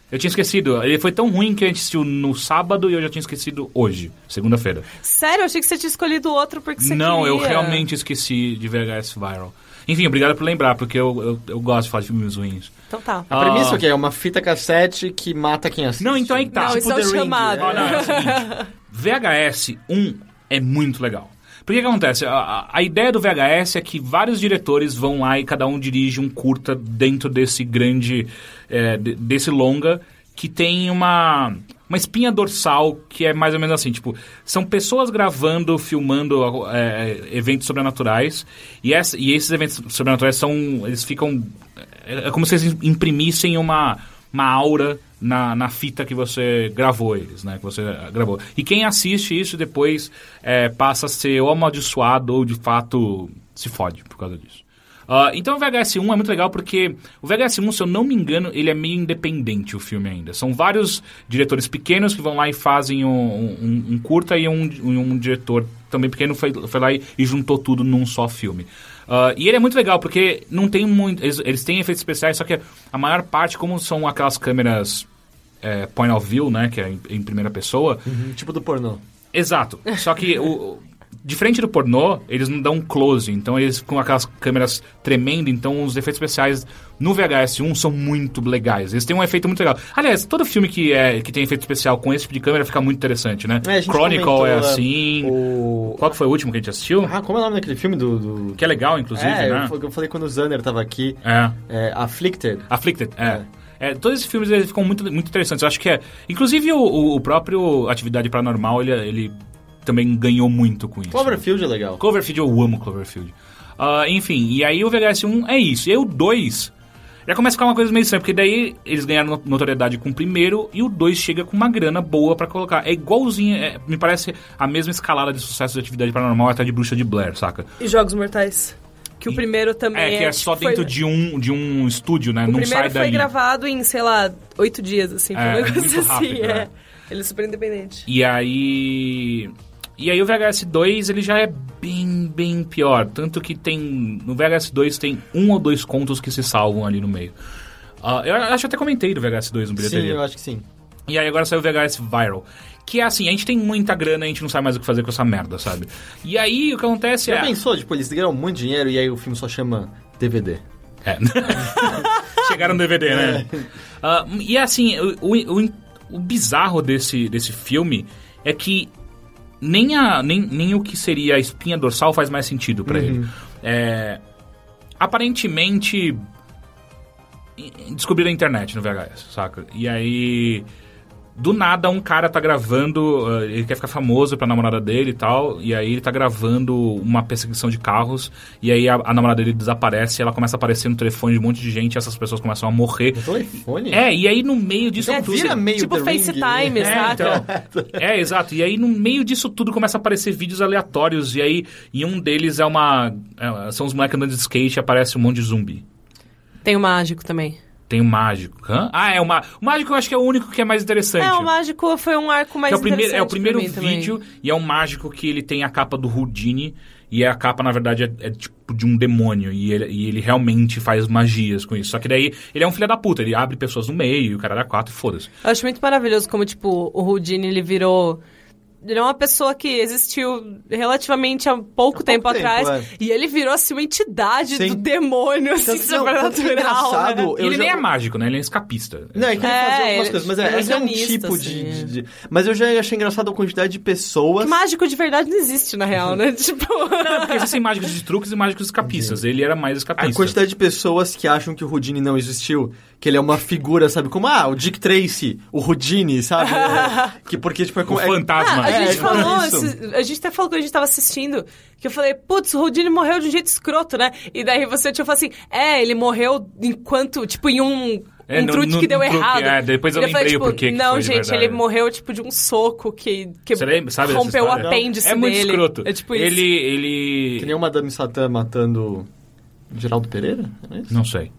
Eu tinha esquecido. Ele foi tão ruim que a gente assistiu no sábado e eu já tinha esquecido hoje, segunda-feira. Sério, eu achei que você tinha escolhido outro porque você Não, eu queria. realmente esqueci de VHS Viral. Enfim, obrigado por lembrar, porque eu, eu, eu gosto de falar de filmes ruins. Então tá. Ah. A premissa é o quê? É uma fita cassete que mata quem assiste. Não, então aí que tá. Não, Tipo isso é o The Ring. chamado. Ó, não, é o seguinte, VHS 1 é muito legal. Porque o que acontece? A- A, a ideia do VHS é que vários diretores vão lá e cada um dirige um curta dentro desse grande. é, de- desse longa que tem uma. Uma espinha dorsal que é mais ou menos assim, tipo, são pessoas gravando, filmando é, eventos sobrenaturais, e, essa- e esses eventos sobrenaturais são. Eles ficam. É é como se eles imprimissem uma, uma aura na, na fita que você gravou eles, né? Que você ah, gravou. E quem assiste isso depois eh, passa a ser ou amaldiçoado ou de fato se fode por causa disso. Ah, então o VHS 1 é muito legal porque o VHS 1, se eu não me engano, ele é meio independente o filme ainda. São vários diretores pequenos que vão lá e fazem um, um- um curta e um, um diretor também pequeno foi, foi lá e, e juntou tudo num só filme. Ah, e ele é muito legal porque não tem muito. Eles, eles têm efeitos especiais, só que a maior parte, como são aquelas câmeras eh, point of view, né? Que é em, em primeira pessoa, Tipo do pornô. Exato. Só que o. o- Diferente do pornô, eles não dão close, então eles ficam com aquelas câmeras tremendo, então os efeitos especiais no VHS 1 são muito legais. Eles têm um efeito muito legal. Aliás, todo filme que, é, que tem efeito especial com esse tipo de câmera fica muito interessante, né? É, a gente Chronicle comentou, é é, assim. o- Qual que foi o último que a gente assistiu? Ah, como é o nome daquele filme do... do- Que é legal, inclusive, É, eu né? fa- eu falei quando o Zander tava aqui. É. É, Afflicted. Afflicted, é. É, todos esses filmes eles ficam muito, muito interessantes. Eu acho que é. Inclusive o, o- o próprio Atividade Paranormal, ele, ele também ganhou muito com isso. né? Cloverfield é legal. Cloverfield, eu amo Cloverfield. Ah, enfim, e aí o VHS 1 é isso. E aí o 2 já começa a ficar uma coisa meio estranha, porque daí eles ganharam no- notoriedade com o primeiro e o 2 chega com uma grana boa pra colocar. É igualzinho, é, me parece a mesma escalada de sucesso de atividade paranormal até de bruxa de Blair, saca? E Jogos Mortais. Que o primeiro também É, que é só tipo, foi- dentro de, um, de um estúdio, né? O Não primeiro sai foi daí. gravado em, sei lá, oito dias, assim. Foi É, um negócio muito assim. rápido, é. é. Ele é super independente. E aí. E aí o VHS 2 ele já é bem, bem pior. Tanto que tem. No VHS 2 tem um ou dois contos que se salvam ali no meio. Ah, eu acho que até comentei do VHS 2 no Sim, bilheteria. eu acho que sim. E aí agora saiu o VHS Viral. Que é assim, a gente tem muita grana, a gente não sabe mais o que fazer com essa merda, sabe? E aí o que acontece Já é. pensou, tipo, eles ganharam muito dinheiro e aí o filme só chama DVD. É. (laughs) Chegaram no DVD, né? Ah, e assim, o, o, o- o bizarro desse, desse filme é que nem, a, nem, nem o que seria a espinha dorsal faz mais sentido pra ele. É, aparentemente, e- descobriram a internet no VHS, saca? E aí, do nada, um cara tá gravando, eh, ele quer ficar famoso pra namorada dele e tal, e aí ele tá gravando uma perseguição de carros, e aí a, a namorada dele desaparece, ela começa a aparecer no telefone de um monte de gente, e essas pessoas começam a morrer. Telefone? É, e aí no meio disso É, tudo... vira meio tipo The Ring, FaceTime, É, saca? então. É, exato. E aí, no meio disso tudo, começa a aparecer vídeos aleatórios. E aí, e um deles é uma. é, são os moleques andando de skate e aparece um monte de zumbi. Tem o Mágico também. Tem o mágico. Hã? Ah, é o, ma- o mágico eu acho que é o único que é mais interessante. É, o Mágico foi um arco mais Que é o primeiro, interessante é o primeiro pra mim vídeo Também. e é um mágico que ele tem a capa do Houdini. E a capa, na verdade, é, é tipo de um demônio. E ele, e ele realmente faz magias com isso. Só que daí ele é um filho da puta. Ele abre pessoas no meio, o cara dá quatro e foda-se. Eu acho muito maravilhoso como, tipo, o Houdini, ele virou... Ele é uma pessoa que existiu relativamente há pouco tempo tempo, atrás. é. E ele virou, assim, uma entidade Sim. do demônio, assim, Então, Tanto- não, tanto que é (laughs) sobrenatural. engraçado, né? eu ele já- nem é mágico, né? Ele é escapista. Não, é que ele fazia É, algumas ele- coisas, mas é, ele é esse é um pianista, tipo de, assim, de- de- Mas eu já achei engraçado a quantidade de pessoas... Que mágico de verdade não existe, na real, né? (laughs) tipo... É, Porque existem mágicos de truques e mágicos escapistas. Ele era mais A escapista. quantidade de pessoas que acham que o Houdini não existiu, que ele é uma figura, sabe? Como, ah, o Dick Tracy, o Houdini, sabe? (laughs) É, que porque, tipo, é O como... é- fantasma. Ah, A É, gente tipo falou, isso. esse- a gente até falou quando a gente tava assistindo, que eu falei, putz, o Rodine morreu de um jeito escroto, né? E daí você tinha falado assim, é, ele morreu enquanto, tipo, em um. É, um no- truque no- que deu no truque, errado. é, depois eu Ele falou, lembrei o tipo, porquê que Não, foi de gente, verdade." ele morreu, tipo, de um soco que, que É, Você lembra, sabe dessa rompeu o história? apêndice É muito dele. escroto. É tipo ele, isso. Ele... Que nem o Madame Satã matando Geraldo Pereira? Não é isso? (laughs) Não sei.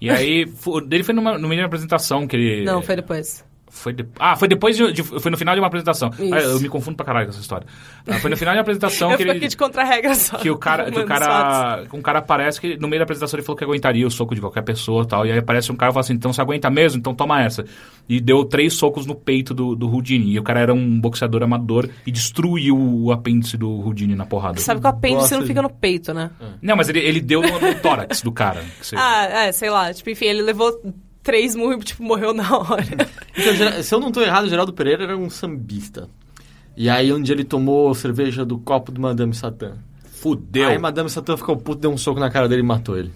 E aí, fo- ele foi numa, no meio de uma apresentação que ele... Não, foi depois. Foi de- Ah, foi depois de, de- Foi no final de uma apresentação. Ah, eu me confundo pra caralho com essa história. Ah, foi no final de uma apresentação (laughs) eu que fico ele. aqui de contra-regra só. Que o cara. Que o arrumando os fatos. cara um cara aparece que no meio da apresentação ele falou que aguentaria o soco de qualquer pessoa e tal. E aí aparece um cara e fala assim: então você aguenta mesmo? Então toma essa. E deu três socos no peito do, do Houdini. E o cara era um boxeador amador e destruiu o apêndice do Houdini na porrada. Sabe que o apêndice Gosta não de- fica no peito, né? Não, mas ele, ele deu no, no tórax do cara. (laughs) que você- Ah, é, sei lá. Tipo, enfim, ele levou três murros e, tipo, morreu na hora. (laughs) Então, Gera- se eu não tô errado, o Geraldo Pereira era um sambista. E aí, um dia ele tomou cerveja do copo do Madame Satã. Fudeu. Aí, Madame Satã ficou puto, deu um soco na cara dele e matou ele.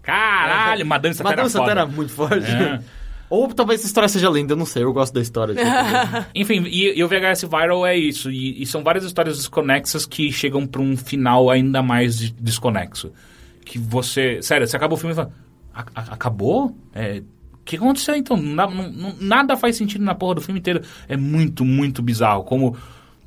Ah, Caralho, Madame Satã Madame era Satã foda. era muito forte. É. (laughs) Ou talvez essa história seja lenda, eu não sei, eu gosto da história. Tipo, Enfim, e, e o VHS Viral é isso. E, e são várias histórias desconexas que chegam pra um final ainda mais de- desconexo. Que você. Sério, você acaba o filme e fala. "A- a- acabou? É, O que aconteceu então? Na- não- não- nada faz sentido na porra do filme inteiro. É muito, muito bizarro. Como,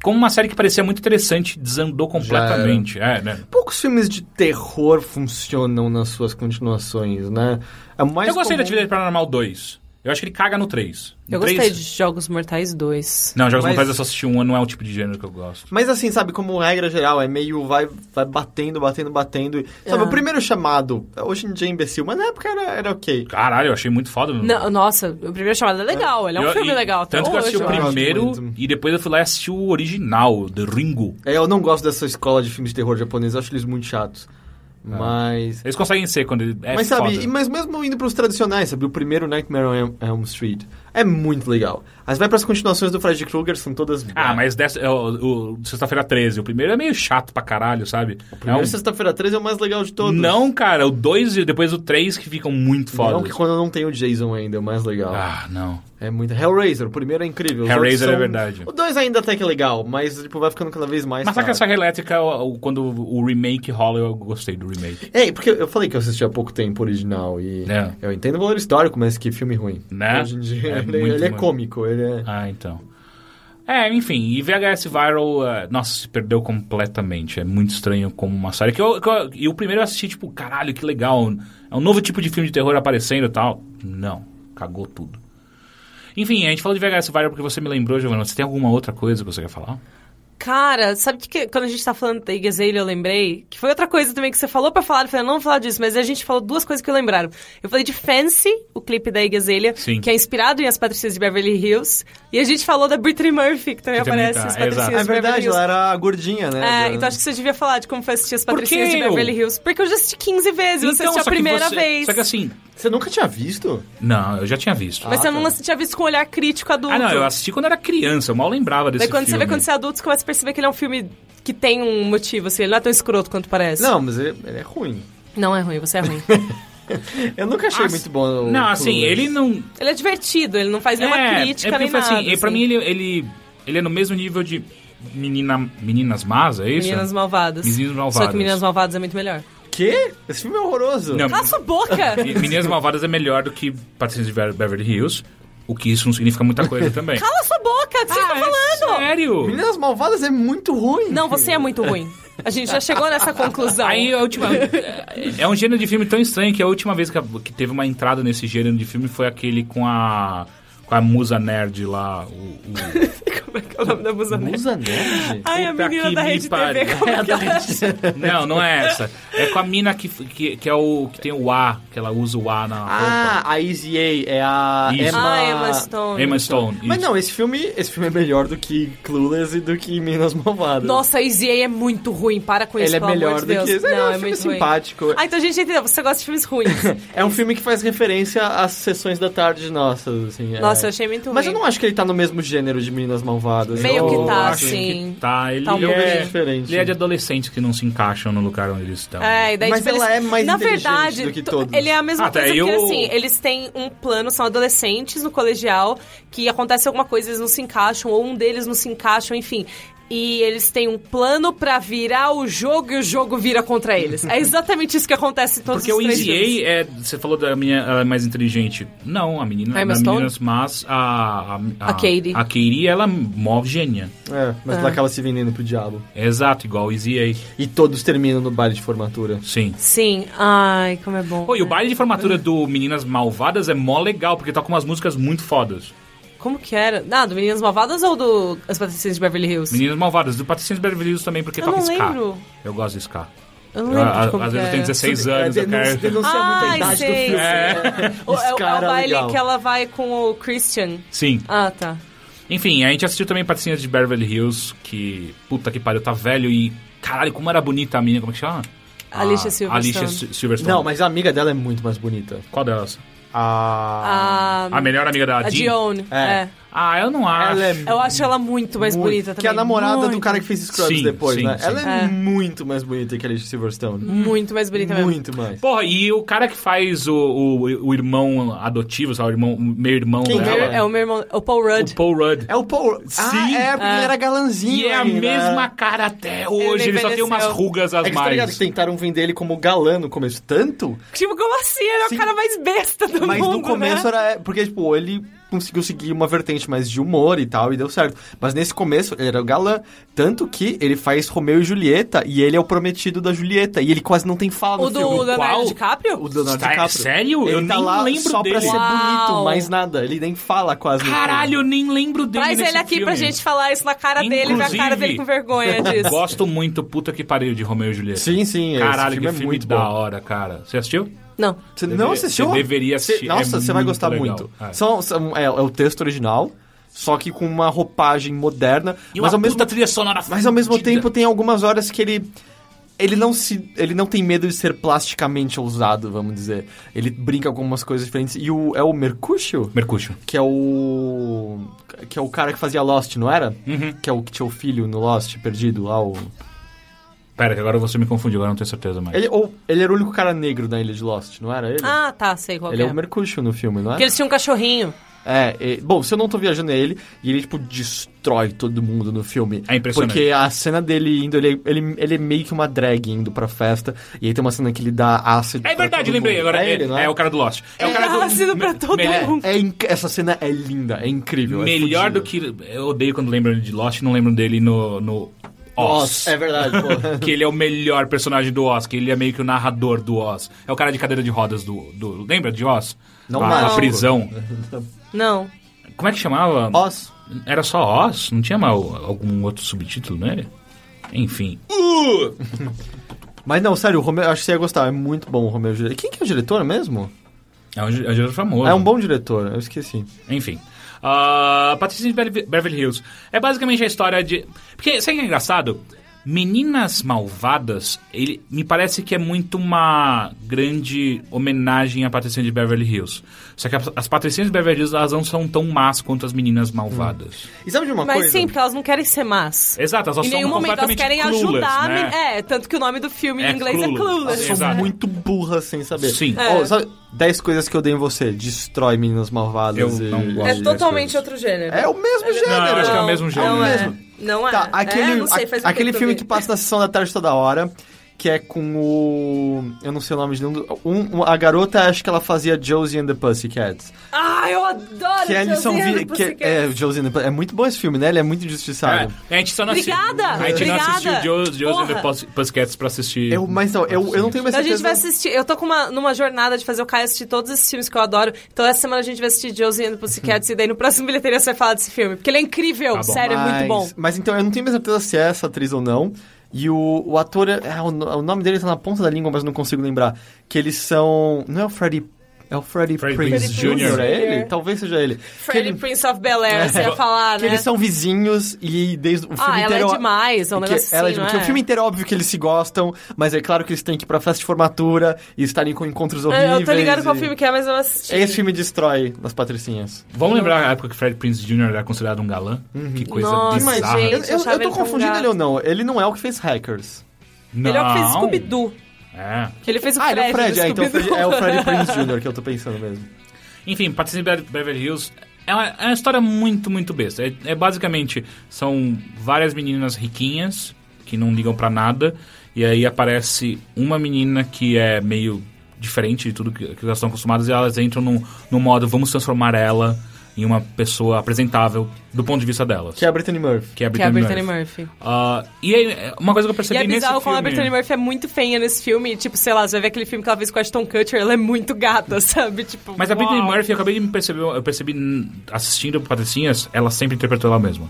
como uma série que parecia muito interessante desandou completamente. É, né? Poucos filmes de terror funcionam nas suas continuações, né? É mais Eu gostei da comum- Atividade Paranormal 2. Eu acho que ele caga no 3. Eu gostei de Jogos Mortais 2. Não, Jogos Mas- Mortais eu só assisti um, não é o tipo de gênero que eu gosto. Mas assim, sabe, como regra geral, é meio vai, vai batendo, batendo, batendo. e- Sabe, o primeiro chamado, hoje em dia é imbecil, mas na época era, era ok. Caralho, eu achei muito foda. Não, nossa, o primeiro chamado é legal, ele é um Eu- filme e- legal. até Tanto que eu hoje, assisti o eu acho. primeiro Gosto muito. e depois eu fui lá e assisti o original, The Ringo. É, Eu não gosto dessa escola de filmes de terror japonês, eu acho eles muito chatos. Mas. Eles conseguem ser quando ele é mas sabe, foda. e- mas mesmo indo pros tradicionais, sabe? O primeiro Nightmare on Elm- Elm Street é muito legal. As vai pras continuações do Freddy Krueger, são todas. Ah, mas dessa, é o, o Sexta-feira 13, o primeiro é meio chato pra caralho, sabe? O primeiro É um- Sexta-feira 13 é o mais legal de todos. Não, cara, o 2 e depois o 3 que ficam muito Não, fodas. que quando não tem o Jason ainda, é o mais legal. Ah, não. É muito. Hellraiser, o primeiro é incrível. os Hellraiser é outros verdade. O dois ainda até que é legal, mas tá. tipo, vai ficando cada vez mais. Massacre da chato. Serra Elétrica, o- o- quando o remake rola, eu gostei do remake. É, porque eu falei que eu assisti há pouco tempo o original e. É. Eu entendo o valor histórico, mas que filme ruim. Né? Hoje em dia, É ele, muito ele é ruim. cômico, ele é. Ah, então. É, enfim, e VHS Viral, eh, nossa, se perdeu completamente. É muito estranho como uma série. Que eu, que eu- e o primeiro eu assisti, tipo, caralho, que legal. É um novo tipo de filme de terror aparecendo e tal. Não, cagou tudo. Enfim, a gente falou de VHS Viral porque você me lembrou, Giovana. Você tem alguma outra coisa que você quer falar? Cara, sabe que, que quando a gente tá falando da Igazale, eu lembrei? Que foi outra coisa também que você falou pra falar, eu falei, não vou falar disso, mas a gente falou duas coisas que eu lembraram. Eu falei de Fancy, o clipe da Igazale, Sim. que é inspirado em As Patricinhas de Beverly Hills, e a gente falou da Britney Murphy, que também Que também aparece tá, em As é, Patricinhas exato. É de Beverly verdade, Hills. ela era gordinha, né? É, então acho que você devia falar de como foi assistir As Por Patricinhas que de Beverly eu? Hills. Porque eu já assisti 15 vezes, você Então, só assistiu a que primeira você- vez. Só que assim, Você nunca tinha visto? não, eu já tinha visto. Mas você Ah, não tá. assistia visto com um olhar crítico adulto. Ah, não, eu assisti quando era criança, eu mal lembrava desse Daí quando você filme. vê quando você é adulto, você começa a perceber que ele é um filme que tem um motivo, assim, ele não é tão escroto quanto parece. Não, mas ele, ele é ruim. Não é ruim, você é ruim. Eu nunca achei Ah, muito bom. é o Não, assim, Clueless. ele não... (laughs) ele é divertido, ele não faz nenhuma É crítica, porque nem foi nada. assim, Assim, Pra mim, ele, ele, ele é no mesmo nível de menina, Meninas Más, é isso? Meninas Malvadas. Meninas Só Malvadas. que Meninas Malvadas é muito (laughs) melhor. Quê? Esse filme é horroroso. Não, Cala sua boca! (laughs) E Meninas Malvadas é melhor do que Patrícia de Bever- Beverly Hills, o que isso não significa muita (laughs) coisa também. é Cala sua boca! O que você Ah, tá falando? Sério? Meninas Malvadas é muito ruim. (laughs) Não, você é muito ruim. A gente já chegou nessa conclusão. Aí a última. é um gênero de filme tão estranho que a última vez que, a- que teve uma entrada nesse gênero de filme foi aquele com a. com a musa nerd lá. O, o- (laughs) (laughs) Como é que é o nome da musa nerd? Musa Nerd? Ai, a Puta menina que da me Rede pariu. TV. Como é que ela... Não, não é essa. É com a mina que, que, que é o. que tem o A, que ela usa o A na roupa. (laughs) Ah, a Easy A é a Isso. Emma... Ah, Emma Stone. Emma Stone. Mas isso. não, esse filme, esse filme é melhor do que Clueless e do que Meninas Malvadas. Nossa, a EZA é muito ruim. Para com isso, ele é pelo melhor amor de do Deus. que esse. Ele Não, é um é filme muito ruim. simpático. Ah, então a gente entendeu. Você gosta de filmes ruins. (laughs) É um filme que faz referência às sessões da tarde nossas, assim. é. Nossa, eu achei muito ruim. Mas eu não acho que ele tá no mesmo gênero de Meninas Malvadas. Meio Eu que tá, acho. assim. que tá. Ele, Tá um pouco é, diferente. ele é de adolescentes que não se encaixam no lugar onde eles estão. É, e daí, Mas tipo, ela eles- é mais Na inteligente verdade, do que to- todos. ele é a mesma Até coisa, eu- porque assim, eles têm um plano, são adolescentes no colegial, que acontece alguma coisa, eles não se encaixam, ou um deles não se encaiam, enfim. E eles têm um plano pra virar o jogo e o jogo vira contra eles. É exatamente isso que acontece em todos Porque os o três filmes. EZA é. Você falou da minha ela é mais inteligente. Não, a menina A é Emma das Stone? meninas, mas a. A Katie. A Katie, ela é mó gênia. É, Ah. mas ela acaba se vendendo pro diabo. Exato, igual o EZA. E todos terminam no baile de formatura. Sim. Sim, ai, como é bom. Pô, e o baile de formatura do Meninas Malvadas é mó legal, porque toca umas músicas muito fodas. Como que era? Ah, do Meninas Malvadas ou do As Patricinhas de Beverly Hills? Meninos Malvados, do Patricínios Beverly Hills também, porque Eu toca não ska. lembro. Eu gosto de ska. Eu não Eu, lembro a- de como Ah, às que vezes é. eu tenho era. 16 é, anos, eu denun- quero... denuncia muito a Ai, idade do sei, filme. É. O, é, o- é o Cara baile legal. que ela vai com o Christian. Sim. Ah, tá. Enfim, a gente assistiu também Patricinhas de Beverly Hills, que puta que pariu, tá velho e caralho, como era bonita a menina, como é que chama? Ah, Alicia A- Silverstone. Alicia Sil- Silverstone. Não, mas a amiga dela é muito mais bonita. Qual delas? A. Ah, A, A melhor amiga da a Jean? Dionne. Ah, É. É. Ah, eu não acho. Ela é Eu acho ela muito mais muito- bonita também. Que é a namorada muito, do cara que fez Scrubs Sim, depois, sim, né? sim. Ela é, É. muito mais bonita que a Alicia Silverstone. Hum. Muito mais bonita mesmo. Muito mais. Porra, e o cara que faz o, o, o irmão adotivo, sabe, o irmão, o meio-irmão Quem dela, é? É o meu irmão, o Paul Rudd. o Paul Rudd. É o Paul. Ah, Sim. é, porque ele era E galanzinho. né? é a ainda. mesma cara até hoje, ele, só tem envelheceu. umas rugas É as que, tá ligado mais. que tentaram vender ele como galã no começo tanto, Tipo, como assim? Ele é o Sim. cara mais besta do mas mundo, no começo né? era. Porque, tipo, ele conseguiu seguir uma vertente mais de humor e tal, e deu certo. Mas nesse começo ele era o galã. Tanto que ele faz Romeu e Julieta, e ele é o prometido da Julieta, e ele quase não tem fala O no filme. do Leonardo Qual? DiCaprio? O Leonardo Tá- DiCaprio. sério? Ele Eu tá nem lá lembro só pra dele. ser bonito, Uau. mais nada. Ele nem fala quase. no filme. Caralho, eu nem lembro dele Traz nesse ele aqui pra filme. gente falar isso na cara dele, ver a cara Inclusive- dele (laughs) com vergonha disso. Gosto muito, puta que pariu, de Romeu e Julieta. Sim, sim, esse Caralho, filme que é filme muito da bom. hora, cara. Você assistiu? Não. Você não assistiu? você deveria Você- assistir, é nossa, você vai muito gostar legal. muito. É. São, são- é, é o texto original, só que com uma roupagem moderna. E mas, uma ao mesmo, puta trilha sonora mas ao mesmo fudida. tempo tem algumas horas que ele. Ele não, se, ele não tem medo de ser plasticamente ousado, vamos dizer. Ele brinca com algumas coisas diferentes. E o, é o Mercúcio? Mercúcio. Que é o. Que é o cara que fazia Lost, não era? Uhum. Que é o que tinha o filho no Lost, perdido lá. O... Pera, que agora você me confundiu, agora eu não tenho certeza mais. Ele, ou, ele era o único cara negro na ilha de Lost, não era ele? Ah, tá, sei qual ele é que o Mercúcio no filme, não é? Porque eles tinham um cachorrinho. É, e- bom, se eu não tô viajando é ele, e ele, tipo, destrói todo mundo no filme. É impressionante. Porque a cena dele indo, ele, ele, ele é meio que uma drag indo pra festa, e aí tem uma cena que ele dá ácido É pra verdade, todo lembrei mundo. agora. É, ele, não é? o cara do Lost. É, o cara Ele dá ácido pra todo me- mundo. É inc- Essa cena é linda, é incrível. é Melhor do fodida. que. Eu odeio quando lembro de Lost e não lembro dele no. no Oz. Nossa, é verdade, pô. Que ele é o melhor personagem do Oz, que ele é meio que o narrador do Oz. É o cara de cadeira de rodas do. do- lembra de Oz? Não a, mais. a prisão. Não. Como é que chamava? (laughs) Oz. Era só Oz? Não tinha mal, algum outro subtítulo, né? Enfim. Uh! Mas não, sério, o Romeu, eu acho que você ia gostar. É muito bom o Romeu e Julieta. Quem que é o diretor mesmo? É um, é um diretor famoso. É um bom diretor, eu esqueci. Enfim. Ah, Patricinha de Beverly- Beverly Hills. É basicamente a história de. Porque, sabe o que é engraçado? Meninas Malvadas, ele me parece que é muito uma grande homenagem à Patricinha de Beverly Hills. Só que as, as Patricinhas de Beverly Hills elas não são tão más quanto as Meninas Malvadas. E sabe de uma Mas coisa? sim, porque elas não querem ser más. Exato, elas Em são nenhum momento elas completamente querem clueless, ajudar. né? men- É, tanto que o nome do filme É em inglês Clueless. é Elas Clueless. são Exato. muito burras sem saber. Sim. É. Ó, sabe, 10 coisas que eu dei em você. Destrói meninas malvadas. Eu e- não gosto. É As totalmente coisas. outro gênero. É o mesmo gênero. eu acho que é o mesmo gênero. Não é. mesmo. Não é. Tá, aquele, É, não sei, a- faz um aquele tempo filme eu que vi. passa na sessão da tarde toda hora, que é com o... Eu não sei o nome de nenhum... do- Um, um- a garota, acho que ela fazia Josie and the Pussycats. Ah, eu adoro Que é, eles são... Josie and vi- the que é, Pussycats. é, Josie and the Pussycats. É muito bom esse filme, né? Ele é muito injustiçado. É, a gente só não assi- Obrigada, A gente não obrigada. assistiu Joe's Joe's and the Porra. Pus- Pussycats pra assistir. Eu, mas não, eu, eu não tenho mais Então a certeza... gente vai assistir. Eu tô com uma, numa jornada de fazer o Caio assistir todos esses filmes que eu adoro. Então essa semana a gente vai assistir Josie and the Pussycats e daí no próximo (laughs) bilheteria você vai falar desse filme. Porque ele é incrível, Tá bom. sério, é muito bom. Mas- Mas então, eu não tenho mais certeza se é essa atriz ou não. E o, o ator, é, é, o, no- o nome dele tá na ponta da língua, mas eu não consigo lembrar. Que eles são. Não é o Freddie. É o Freddie, Freddie Prince, Prinze Jr. Jr. É ele? Talvez seja ele. que Freddie ele- Prince of Bel Air, você ia falar, que né? eles são vizinhos e desde o filme Ah, ela inteiro. é demais, é um que negócio ela é assim, demais. não Porque é? O filme inteiro é óbvio que eles se gostam, mas é claro que eles têm que ir pra festa de formatura e estarem com encontros horríveis. Eu tô ligado qual e- filme que é, mas eu não assisti. é Esse filme destrói as patricinhas. Vamos lembrar a época que Fred Prince Jr. era considerado um galã? Que coisa Uhum. Nossa, bizarra. gente. Eu, eu eu- eu achava tô ele tão confundindo gato. ele ou não. Ele não é o que fez hackers. Não. Ele é o que fez Scooby-Doo. É. Que ele fez o Ah, Fred. ele é o Fred, do é, então o Fred- Scooby-Doo. é o Fred (laughs) Prince Jr. que eu tô pensando mesmo. Enfim, Patricinha de Be- Beverly Hills é uma, é uma história muito, muito besta. É, é basicamente, são várias meninas riquinhas que não ligam pra nada. E aí aparece uma menina que é meio diferente de tudo que, que elas estão acostumadas. E elas entram num, num modo, vamos transformar ela em uma pessoa apresentável do ponto de vista delas. Que é a Brittany Murphy. Que é a Que é a Brittany, Brittany Murphy. Ah, e aí, uma coisa que eu E percebi é nesse bizarro filme... como a Brittany Murphy é muito feinha nesse filme. Tipo, sei lá, você vai ver aquele filme que ela fez com a Ashton Kutcher, ela é muito gata, (laughs) sabe? Tipo, Mas a uau. Brittany Murphy, eu acabei de me perceber, eu percebi hum, assistindo Patricinhas, ela sempre interpretou ela mesma.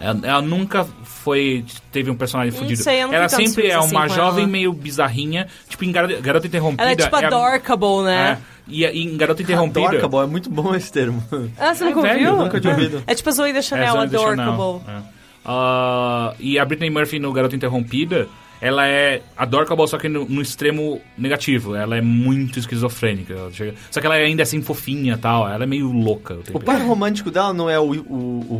Ela, ela nunca foi. teve um personagem Não fudido. sei, eu não ela vi tantos sempre é filmes uma assim com jovem ela. meio bizarrinha, tipo em Garota, Garota Interrompida. Ela é tipo a- adorkable, é, né? e, e em Garota Interrompida. Adorkable, é muito bom esse termo. Ah, você nunca velho, ouviu? Nunca tinha ouvido. É tipo a Zoe da É, Chanel, Zoe de Chanel, adorkable. é. Ah, e a Britney Murphy no Garota Interrompida, ela é adorkable, só que no, no extremo negativo. Ela é muito esquizofrênica. ela chega- Só que ela é ainda assim fofinha e tal. Ela é meio louca. o tempo O par romântico dela não é o, o,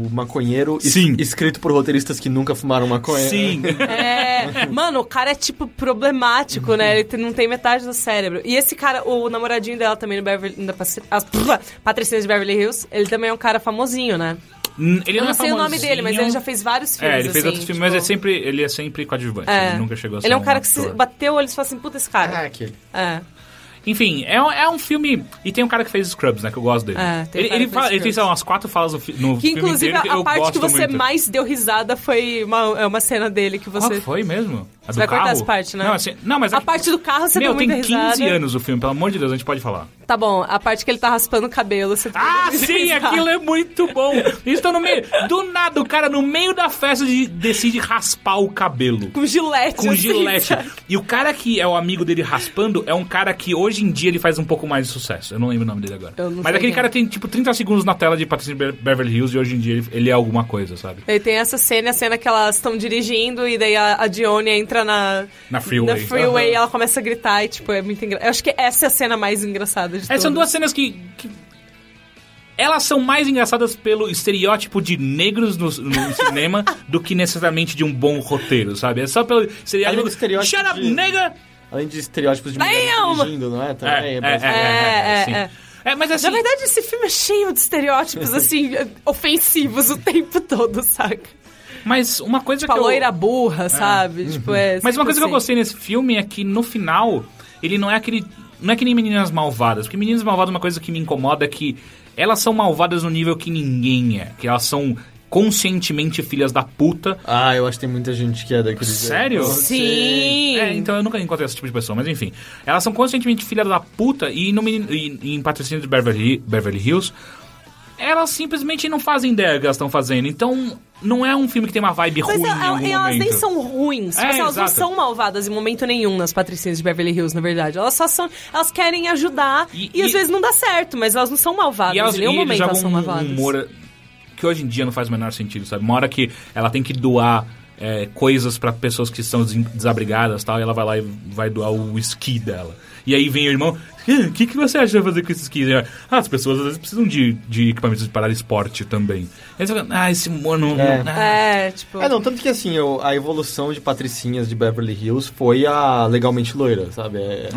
o maconheiro es- Sim. escrito por roteiristas que nunca fumaram maconha? Sim. É, mano, o cara é tipo problemático, né? Ele te- não tem metade do cérebro. E esse cara, o namoradinho dela também no Beverly, na Paci- as- (laughs) Patricinha de Beverly Hills, ele também é um cara famosinho, né? Hum, Ele Eu não não é sei o nome famosinho. dele, mas ele já fez vários filmes. É, ele fez assim, outros filmes, mas tipo- é sempre, ele é sempre coadjuvante. É. Ele nunca chegou a ser Ele é um cara que se ator. bateu o olho e falou assim: puta, esse cara. (laughs) Ah, aquele. É. Enfim, é, um- é um filme... E tem um cara que fez Scrubs, né? Que eu gosto dele. É, tem um ele, ele, cara que fez fala- ele tem, Scrubs. sei lá, umas quatro falas no, fi- no Que filme inclusive inteiro que a eu parte que gosto você muito. mais deu risada foi uma, é uma cena dele que Qual você. foi mesmo? A do vai cortar carro? essa parte, né? Não, assim, não mas A parte do carro você Meu, deu muita tem 15 risada. anos o filme, pelo amor de Deus, a gente pode (laughs) falar. Tá bom, a parte que ele tá raspando o cabelo, você deu Ah, muita sim, risada. aquilo é muito bom. Eles estão no meio. Do nada, o cara, no meio da festa, de- decide raspar o cabelo. Com gilete. com assim, gilete. sabe? E o cara que é o amigo dele raspando é um cara que hoje em dia ele faz um pouco mais de sucesso. Eu não lembro o nome dele agora. Eu não Mas sei aquele quem cara é. tem tipo 30 segundos na tela de Patrícia Be- Beverly Hills e hoje em dia ele, ele é alguma coisa, sabe? Daí tem essa cena, a cena que elas estão dirigindo e daí a, a Dione entra na, Na freeway. na freeway, Aham. e ela começa a gritar e, tipo, é muito engraçado. Eu acho que essa é a cena mais engraçada de Essas É, são duas todas. cenas que. que- Elas são mais engraçadas pelo estereótipo de negros no, no (laughs) cinema do que necessariamente de um bom roteiro, sabe? É só pelo Além estereótipo. do estereótipo Shut up, de- nega! Além de estereótipos de mulheres Damn! dirigindo, não é? Também, brasileiro. é, É, sim. é, é. É, mas assim. Na verdade, esse filme é cheio de (laughs) estereótipos, assim, ofensivos o tempo todo, saca? Mas uma coisa Tipo, a que. eu- loira burra, sabe? Tipo, é, Mas uma coisa que eu assim. gostei nesse filme é que no final ele não é aquele. Não é que nem meninas malvadas, porque meninas malvadas uma coisa que me incomoda é que elas são malvadas no nível que ninguém é, que elas são conscientemente filhas da puta. Ah, eu acho que tem muita gente que é daquele jeito. Sério? Sim! É, então eu nunca encontrei esse tipo de pessoa, mas enfim. Elas são conscientemente filhas da puta e, no menino, e- e em Patrocínio de Beverly, Beverly Hills, elas simplesmente não fazem ideia do que elas estão fazendo. Então não é um filme que tem uma vibe Mas ruim em el- el- algum é, elas nem momento. são ruins. Tipo É, assim, elas não exato. são malvadas em momento nenhum nas patricinhas de Beverly Hills, na verdade. Elas só são. Elas querem ajudar E- e, e- às vezes não dá certo, mas elas não são malvadas. E elas, em e nenhum eles momento jogam elas são um malvadas. humor que hoje em dia não faz o menor sentido, sabe? Uma hora que ela tem que doar é, coisas pra pessoas que estão des- desabrigadas e tal, e ela vai lá e vai doar o esqui dela. E aí vem o irmão, o que, que você acha de fazer com esses esquis? E ela, Ah, as pessoas às vezes precisam de, de equipamentos para esporte também. Aí você fala, ah, esse humor não... É. não- ah." É, tipo. É, não, tanto que assim, eu- a evolução de Patricinhas de Beverly Hills foi a legalmente loira, sabe? É,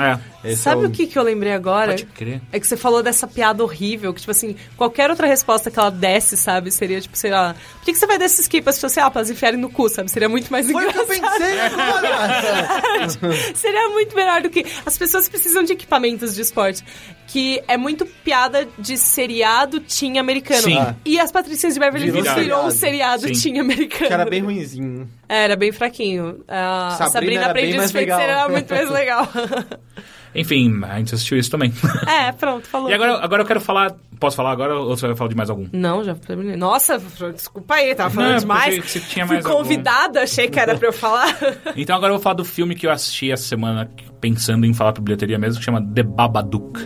É, esse Sabe é o que, que eu lembrei agora? Pode crer. É que você falou dessa piada horrível, que, tipo assim, qualquer outra resposta que ela desse, sabe, seria, tipo, sei lá, por que, que você vai desses skip as pessoas, sei lá, pra elas enfiarem no cu, sabe? Seria muito mais Foi o que engraçado. eu pensei agora! (laughs) Seria muito melhor do que. As pessoas precisam de equipamentos de esporte. Que é muito piada de seriado teen americano. Sim. E as Patricinhas de Beverly Hills Virou virou um seriado. seriado Sim. teen americano. que era bem ruinzinho. É, era bem fraquinho. A Sabrina Sabrina, era bem Aprendiz mais legal. Feiticeira era muito mais legal. (laughs) Enfim, a gente assistiu isso também. (laughs) é, pronto, falou. e agora, agora eu quero falar... Posso falar agora ou você vai falar de mais algum? Não, já terminei. Nossa, desculpa aí, tava falando Não, eu pensei demais. que você tinha Fui mais algum. convidada, achei que era pra eu falar. Então agora eu vou falar do filme que eu assisti essa semana, pensando em falar pra bilheteria mesmo, que chama The Babadook.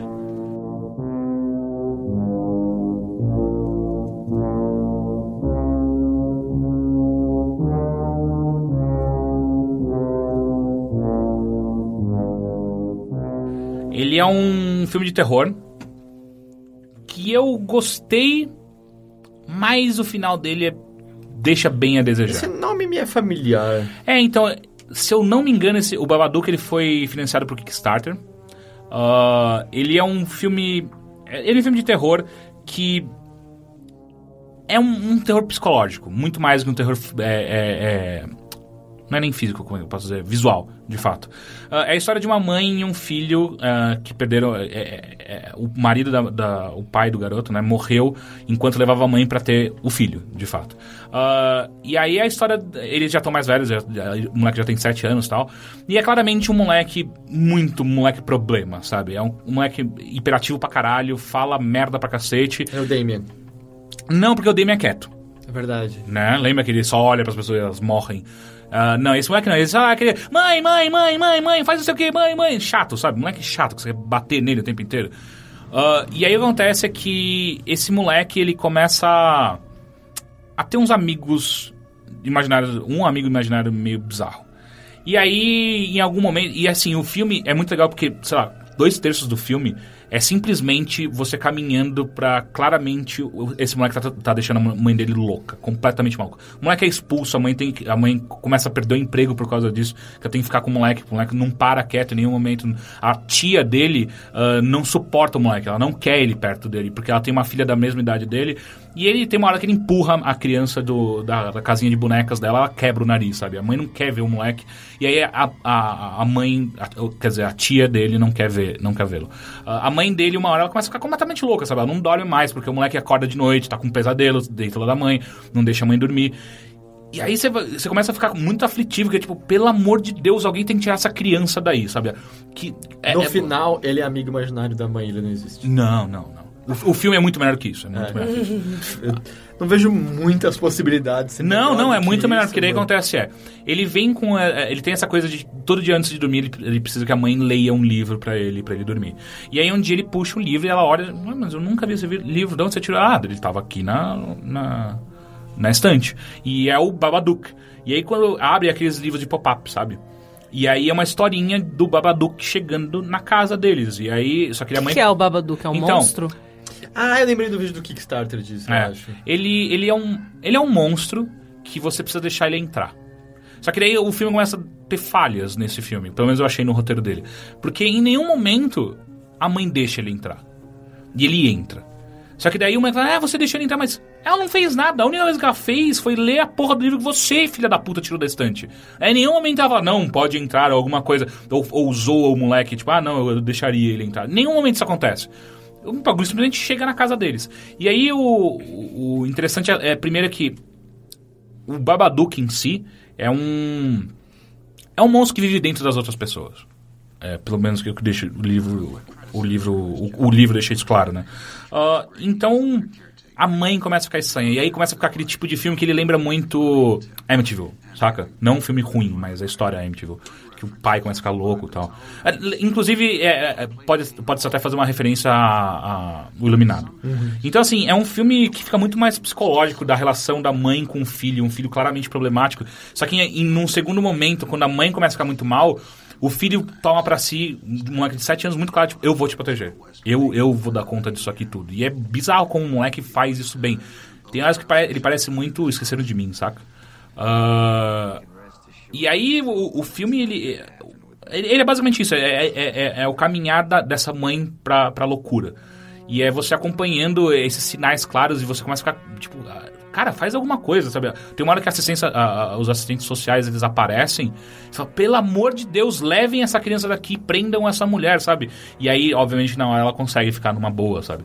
Ele é um filme de terror que eu gostei, mas o final dele é- deixa bem a desejar. Esse nome me é familiar. É, então, se eu não me engano, esse, o Babadook ele foi financiado por Kickstarter. Ah, ele é um filme. Ele é um filme de terror que. É um, um terror psicológico, muito mais que um terror é, é, é, Não é nem físico, como eu posso dizer, visual, de fato. Ah, é a história de uma mãe e um filho ah, que perderam. é, é, é, o marido da, da- o pai do garoto, né, morreu enquanto levava a mãe pra ter o filho, de fato. Ah, e aí a história. Eles já estão mais velhos, já- já- o moleque já tem 7 anos e tal. E é claramente um moleque, muito um moleque problema, sabe? É um, um moleque hiperativo pra caralho, fala merda pra cacete. É o Damien. Não porque o Damien é quieto É verdade. né? Lembra que ele só olha pras pessoas e elas morrem. Ah, não, esse moleque não. Ele só ah, aquele. Mãe, mãe, mãe, mãe, mãe, faz não sei o que, mãe, mãe. Chato, sabe? Moleque chato, que você quer bater nele o tempo inteiro. Ah, e aí o que acontece é que esse moleque ele começa a, a ter uns amigos imaginários, um amigo imaginário meio bizarro. E aí, em algum momento. E assim, o filme é muito legal porque, sei lá, dois terços do filme é simplesmente você caminhando pra claramente. o- Esse moleque tá, tá deixando a mãe dele louca, completamente maluca. O moleque é expulso, a mãe, tem, que- a mãe começa a perder o emprego por causa disso, que eu tenho que ficar com o moleque. O moleque não para quieto em nenhum momento. A tia dele ah, não suporta o moleque, ela não quer ele perto dele, porque ela tem uma filha da mesma idade dele. E ele tem uma hora que ele empurra a criança do, da, da casinha de bonecas dela, ela quebra o nariz, sabe? A mãe não quer ver o moleque. E aí a, a, a mãe, a- quer dizer, a tia dele não quer ver, não quer vê-lo. Ah, A mãe dele, uma hora, ela começa a ficar completamente louca, sabe? Ela não dorme mais, porque o moleque acorda de noite, tá com pesadelos dentro lá da mãe, não deixa a mãe dormir. E aí você, vai- você começa a ficar muito aflitivo, que é tipo, pelo amor de Deus, alguém tem que tirar essa criança daí, sabe? Que, é- no é- final, ele é amigo imaginário da mãe, ele não existe. Não, não, não. O, o filme é muito melhor que isso, é muito melhor que isso. Eu não vejo muitas possibilidades. ser Não, melhor não, do é que muito melhor, isso, porque daí mano. acontece é. Ele vem com. é, é, Ele tem essa coisa de todo dia antes de dormir, ele, ele precisa que a mãe leia um livro pra ele, para ele dormir. E aí um dia ele puxa o livro e ela olha, "Ah, mas eu nunca vi esse vi- livro, de onde você tirou? Ah, ele tava aqui na. na, na estante. E é o Babadook. E aí quando abre aqueles livros de pop-up, sabe? E aí é uma historinha do Babadook chegando na casa deles. E aí. Só que a O mãe. (laughs) que é o Babadook? É um Então, monstro? Ah, eu lembrei do vídeo do Kickstarter disso, eu É. acho. Ele, ele, é um, ele é um monstro que você precisa deixar ele entrar. Só que daí o filme começa a ter falhas nesse filme. Pelo menos eu achei no roteiro dele. Porque em nenhum momento a mãe deixa ele entrar. E ele entra. Só que daí o moleque fala, ah, você deixou ele entrar, mas ela não fez nada. A única coisa que ela fez foi ler a porra do livro que você, filha da puta, tirou da estante. Aí em nenhum momento ela fala, não, pode entrar, ou alguma coisa. Ou, ou zoa o moleque, tipo, ah, não, eu deixaria ele entrar. Em nenhum momento isso acontece. O bagulho simplesmente chega na casa deles. E aí o, o o interessante é, é, primeiro, que o Babadook em si é um. É um monstro que vive dentro das outras pessoas. É, pelo menos que eu deixo o livro. O livro, o, o livro deixa isso claro, né? Ah, então a mãe começa a ficar estranha. E aí começa a ficar aquele tipo de filme que ele lembra muito Amityville, saca? Não um filme ruim, mas a história é Amityville. Que o pai começa a ficar louco e tal. É, l- Inclusive, é, é, pode, pode até fazer uma referência a, a O Iluminado. Então, assim, é um filme que fica muito mais psicológico da relação da mãe com o filho, um filho claramente problemático. Só que em, em um segundo momento, quando a mãe começa a ficar muito mal, o filho toma pra si, um moleque de 7 anos, muito claro, tipo, eu vou te proteger. Eu, eu vou dar conta disso aqui tudo. E é bizarro como um moleque faz isso bem. Tem horas que pare- ele parece muito esqueceram de mim, saca? Ah, e aí o, o filme, ele, ele. ele é basicamente isso, é, é, é- é o caminhar da- dessa mãe pra, pra loucura. E é você acompanhando esses sinais claros e você começa a ficar, tipo, ah, cara, faz alguma coisa, sabe? Tem uma hora que a assistência, a- a- os assistentes sociais eles aparecem, você fala, pelo amor de Deus, levem essa criança daqui, prendam essa mulher, sabe? E aí, obviamente, na hora ela consegue ficar numa boa, sabe?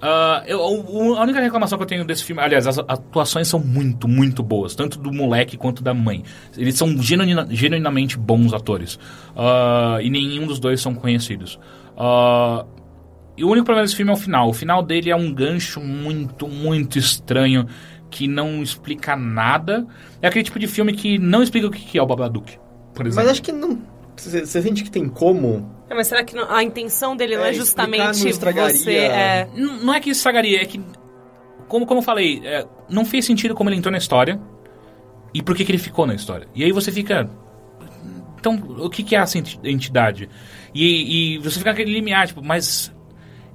Ah, eu- o- a única reclamação que eu tenho desse filme, aliás, as atuações são muito, muito boas, tanto do moleque quanto da mãe. Eles são genuina- genuinamente bons atores. Ah, e nenhum dos dois são conhecidos. Ah, e o único problema desse filme é o final. O final dele é um gancho muito, muito estranho que não explica nada. É aquele tipo de filme que não explica o que que é o Babadook, por exemplo. Mas acho que não. Você você sente que tem como? Não, É, mas será que não- a intenção dele não É, é, explicar não justamente estragaria. você... É, N- não é que estragaria, é que. Como, como eu falei, é, não fez sentido como ele entrou na história e por que, que ele ficou na história. E aí você fica. Então, o que, que é essa enti- entidade? E, e você fica naquele limiar, tipo, mas.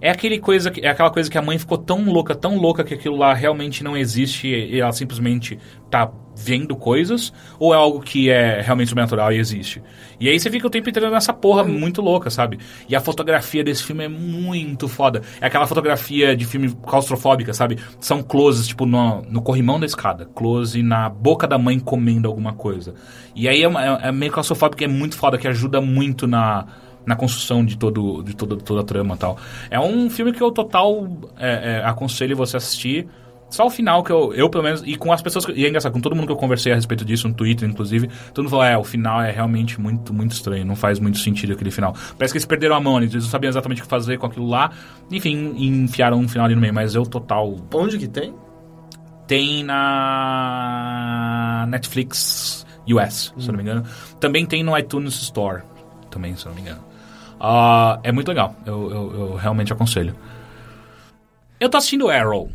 É aquele coisa que, é aquela coisa que a mãe ficou tão louca, tão louca que aquilo lá realmente não existe e ela simplesmente tá vendo coisas, ou é algo que é realmente sobrenatural e existe? E aí você fica o tempo inteiro nessa porra muito louca, sabe? E a fotografia desse filme é muito foda. É aquela fotografia de filme claustrofóbica, sabe? São closes, tipo, no, no corrimão da escada. Close na boca da mãe comendo alguma coisa. E aí é, uma- é- é meio claustrofóbica, é muito foda, que ajuda muito na, na construção de, todo, de todo, toda a trama e tal. É um filme que eu total é, é, aconselho você assistir. Só o final que eu, eu, pelo menos, e com as pessoas, que- e é engraçado, com todo mundo que eu conversei a respeito disso, no Twitter, inclusive, todo mundo falou, é, o final é realmente muito, muito estranho, não faz muito sentido aquele final. Parece que eles perderam a mão, eles não sabiam exatamente o que fazer com aquilo lá, enfim, e enfiaram um final ali no meio, mas eu total... Onde que tem? Tem na Netflix US, se eu não me engano. Também tem no iTunes Store, também, se eu não me engano. Ah, é muito legal, eu, eu- eu realmente aconselho. Eu tô assistindo Arrow.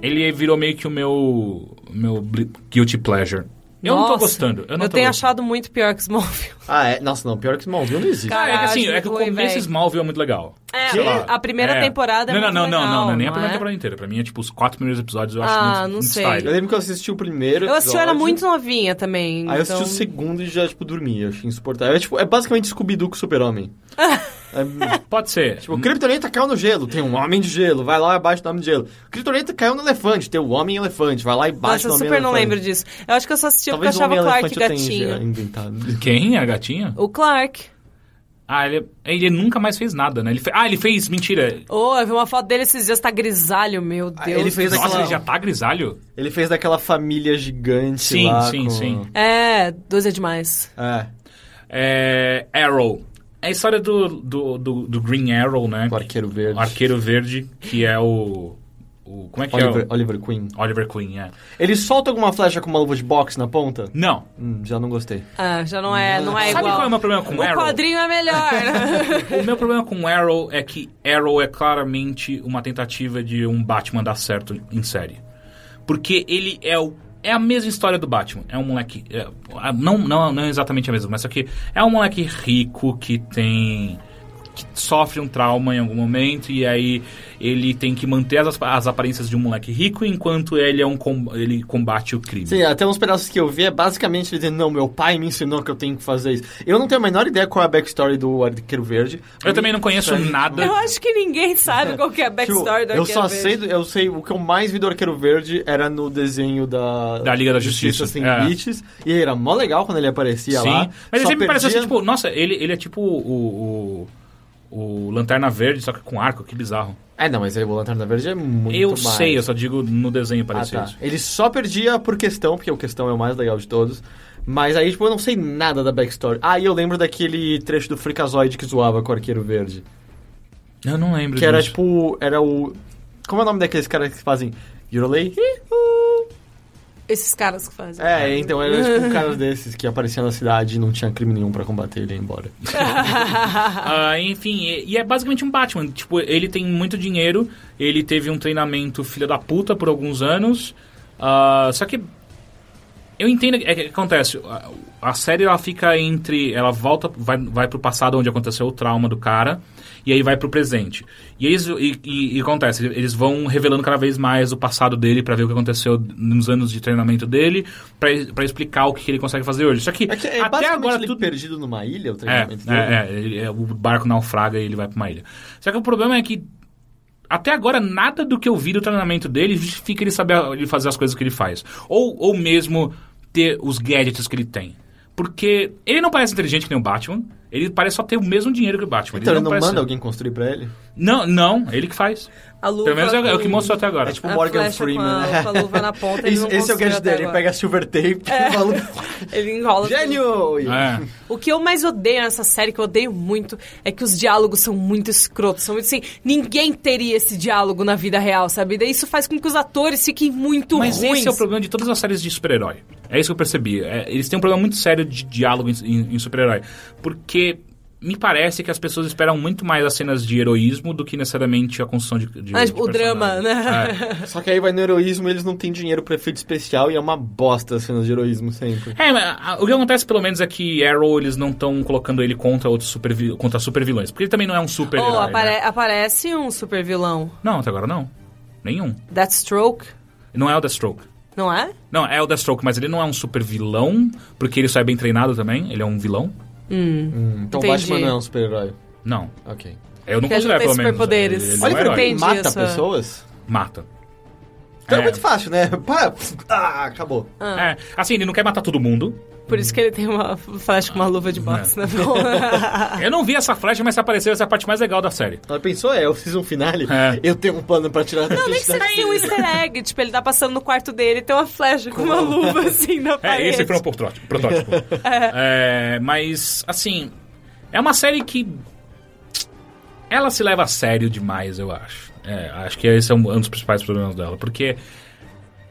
Ele virou meio que o meu meu bli- guilty pleasure. Eu não tô Nossa, gostando. Eu não eu tô tenho gostando. achado muito pior (laughs) que Smallville. Ah, é. Nossa, não. Pior que Smallville não existe. Cara, É que assim, acho é que o ruim, começo véi. Smallville é muito legal. É, Sei lá. a primeira É. temporada é não, muito não, não, legal, não, não, nem a não primeira é? temporada inteira. Pra mim é tipo os quatro primeiros episódios eu acho Ah, muito, não muito sei. style. Eu lembro que eu assisti o é primeiro. Eu assisti, eu era episódio, muito novinha também. Aí Ah, eu então... assisti o segundo e já, tipo, dormi. Eu achei insuportável. É, tipo, é basicamente Scooby-Doo com o (laughs) Super-Homem. é, Pode ser. tipo, Kryptonita caiu no gelo. Tem um homem de gelo. Vai lá e bate o nome de gelo. Kryptonita caiu no elefante. Tem o homem elefante. Vai lá e bate é o Nossa, eu nome super não elefante. lembro disso. Eu acho que eu só assistia Talvez porque eu o homem achava Clark elefante eu tenha gatinho. inventado. Quem? A gatinha? O Clark. Ah, ele, ele nunca mais fez nada, né? Ele fe- Ah, ele fez. Mentira. Oh, eu vi uma foto dele esses dias, tá grisalho, meu Deus. Ah, ele do fez céu. Nossa, aquela- ele já tá grisalho? Ele fez daquela família gigante Sim, lá sim, com- sim. É, dois é demais. É. É, Arrow. É a história do, do, do, do Green Arrow, né? O Arqueiro Verde. O Arqueiro Verde, que é o. o como é que Oliver, é? O, Oliver Queen. Oliver Queen, é. Ele solta alguma flecha com uma luva de boxe na ponta? Não. Hum, já não gostei. Ah, já não é, não é Sabe igual. qual é o meu problema com o Arrow? quadrinho (laughs) é melhor. O meu problema com Arrow é que Arrow é claramente uma tentativa de um Batman dar certo em série. Porque ele é o. É a mesma história do Batman. É um moleque. é, ah, não, não, não é exatamente a mesma, mas só que é um moleque rico que tem. que sofre um trauma em algum momento e aí ele tem que manter as, as aparências de um moleque rico enquanto ele é um com- ele combate o crime. Sim, até uns pedaços que eu vi é basicamente ele dizendo, não, meu pai me ensinou que eu tenho que fazer isso. Eu não tenho a menor ideia qual é a backstory do Arqueiro Verde. Eu também não conheço Isso aí, nada. eu acho que ninguém sabe qual que é a tipo, backstory do eu Arqueiro só Verde. sei, do- eu sei, o que eu mais vi do Arqueiro Verde era no desenho da... Da Liga da Justiça, Sem é. Limites, e era mó legal quando ele aparecia Sim. lá. Mas ele só sempre me pareceu assim, perdia- tipo, nossa, ele, ele é tipo o, o, o Lanterna Verde, só que com arco, que bizarro. É, não, mas ele, o Lanterna Verde é muito eu mais. sei, eu só digo no desenho Ah, parecia tá. isso. Ele só perdia por questão, porque o questão é o mais legal de todos. Mas aí, tipo, eu não sei nada da backstory. Ah, e eu lembro daquele trecho do Freakazoid que zoava com o Arqueiro Verde. Eu não lembro Que era, disso. tipo, era o... Como é o nome daqueles caras que fazem... Yurolei? Esses caras que fazem. É, então era tipo um cara desses que aparecia na cidade e não tinha crime nenhum pra combater ele ia embora. Ah, enfim, e, e é basicamente um Batman. Tipo, ele tem muito dinheiro, ele teve um treinamento filha da puta por alguns anos. ah, só que. Eu entendo que- é que acontece. A, a série ela fica entre. Ela volta, vai, vai pro passado onde aconteceu o trauma do cara, e aí vai pro presente. E, eles, e, e- e acontece, eles vão revelando cada vez mais o passado dele pra ver o que aconteceu nos anos de treinamento dele, pra pra explicar o que, que ele consegue fazer hoje. Só que, É que é até basicamente agora ele tudo perdido numa ilha, o é, treinamento dele. é, é, ele- é, o barco naufraga e ele vai pra uma ilha. Só que o problema é que até agora nada do que eu vi do treinamento dele justifica ele saber ele fazer as coisas que ele faz. Ou, ou mesmo ter os gadgets que ele tem. Porque ele não parece inteligente que nem o Batman. Ele parece só ter o mesmo dinheiro que o Batman. Então ele não parece- manda alguém construir pra ele? Não, não, ele que faz. A luva Pelo menos é, o- é o que com- mostrou até agora. É tipo A Morgan flecha com Freeman, a- né? com a (laughs) luva na ponta, ele esse não esse é o conseguiu gadget até dele, ele agora. É. pega silver tape (laughs) e fala... (laughs) Ele enrola. tudo. Gênio! (laughs) É. O que eu mais odeio nessa série, que eu odeio muito, é que os diálogos são muito escrotos. São muito assim, ninguém teria esse diálogo na vida real, sabe? Daí isso faz com que os atores fiquem muito Mas ruins. esse é o problema de todas as séries de super-herói. É isso que eu percebi. É, eles têm um problema muito sério de diálogo em, em- em super-herói. Porque me parece que as pessoas esperam muito mais as cenas de heroísmo do que necessariamente a construção de, de- Ah, de o drama, personagem. né? É. Só que aí vai no heroísmo eles não têm dinheiro pra efeito especial e é uma bosta as cenas de heroísmo sempre. É, mas a- o que acontece pelo menos é que Arrow eles não estão colocando ele contra outros super contra super vilões, porque ele também não é um super Ou herói. Oh, apare- né? aparece um super vilão. Não, até agora não. Nenhum. Deathstroke, Não é o Deathstroke. não é? Não, é o Deathstroke, mas ele não é um super vilão, porque ele só é bem treinado também, ele é um vilão? Então o Entendi. Batman não é um super-herói. Não. Ok. Eu não Porque ele considero, não tem pelo menos. superpoderes. Ele, ele é Olha um pra herói. quem Entendi mata essa- pessoas. Mata. Então é. É. muito fácil, né? Para. Ah, acabou. É, assim, ele não quer matar todo mundo. Por Hum. isso que ele tem uma flecha com uma luva de boxe né? na mão. (laughs) Ah. Eu não vi essa flecha, mas se apareceu essa é a parte mais legal da série. Ela pensou, é, eu fiz um finale, É. eu tenho um plano pra tirar Não, nem que seja assim, um easter (laughs) egg. Tipo, ele tá passando no quarto dele e tem uma flecha com uma luva assim na É, parede. esse foi um protótipo. protótipo. (laughs) É, mas, assim, é uma série que. Ela se leva a sério demais, eu acho. É, acho que esse é um, um dos principais problemas dela. Porque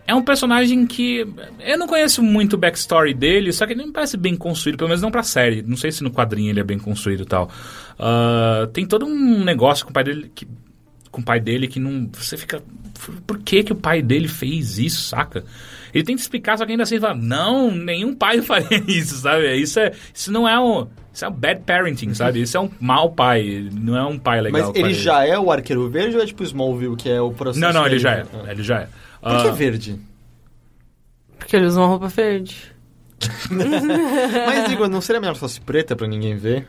é um personagem que. Eu não conheço muito o backstory dele, só que ele me parece bem construído, pelo menos não pra série. Não sei se no quadrinho ele é bem construído e tal. Ah, tem todo um negócio com o pai dele que. Com o pai dele que não. Você fica. Por que, que o pai dele fez isso, saca? Ele tenta explicar, só que ainda assim ele fala: Não, nenhum pai (laughs) faria isso, sabe? Isso, é, isso não é um. Isso é um bad parenting, sabe? Isso é um mau pai. Não é um pai Mas legal. ele pai. já é o arqueiro verde ou é tipo Smallville, que é o processo? Não, não, ele dele? já é. Ah. Ele já é. Por que Ah, verde? Porque ele usa uma roupa verde. Mas, Igor, não seria melhor se fosse preta pra ninguém ver?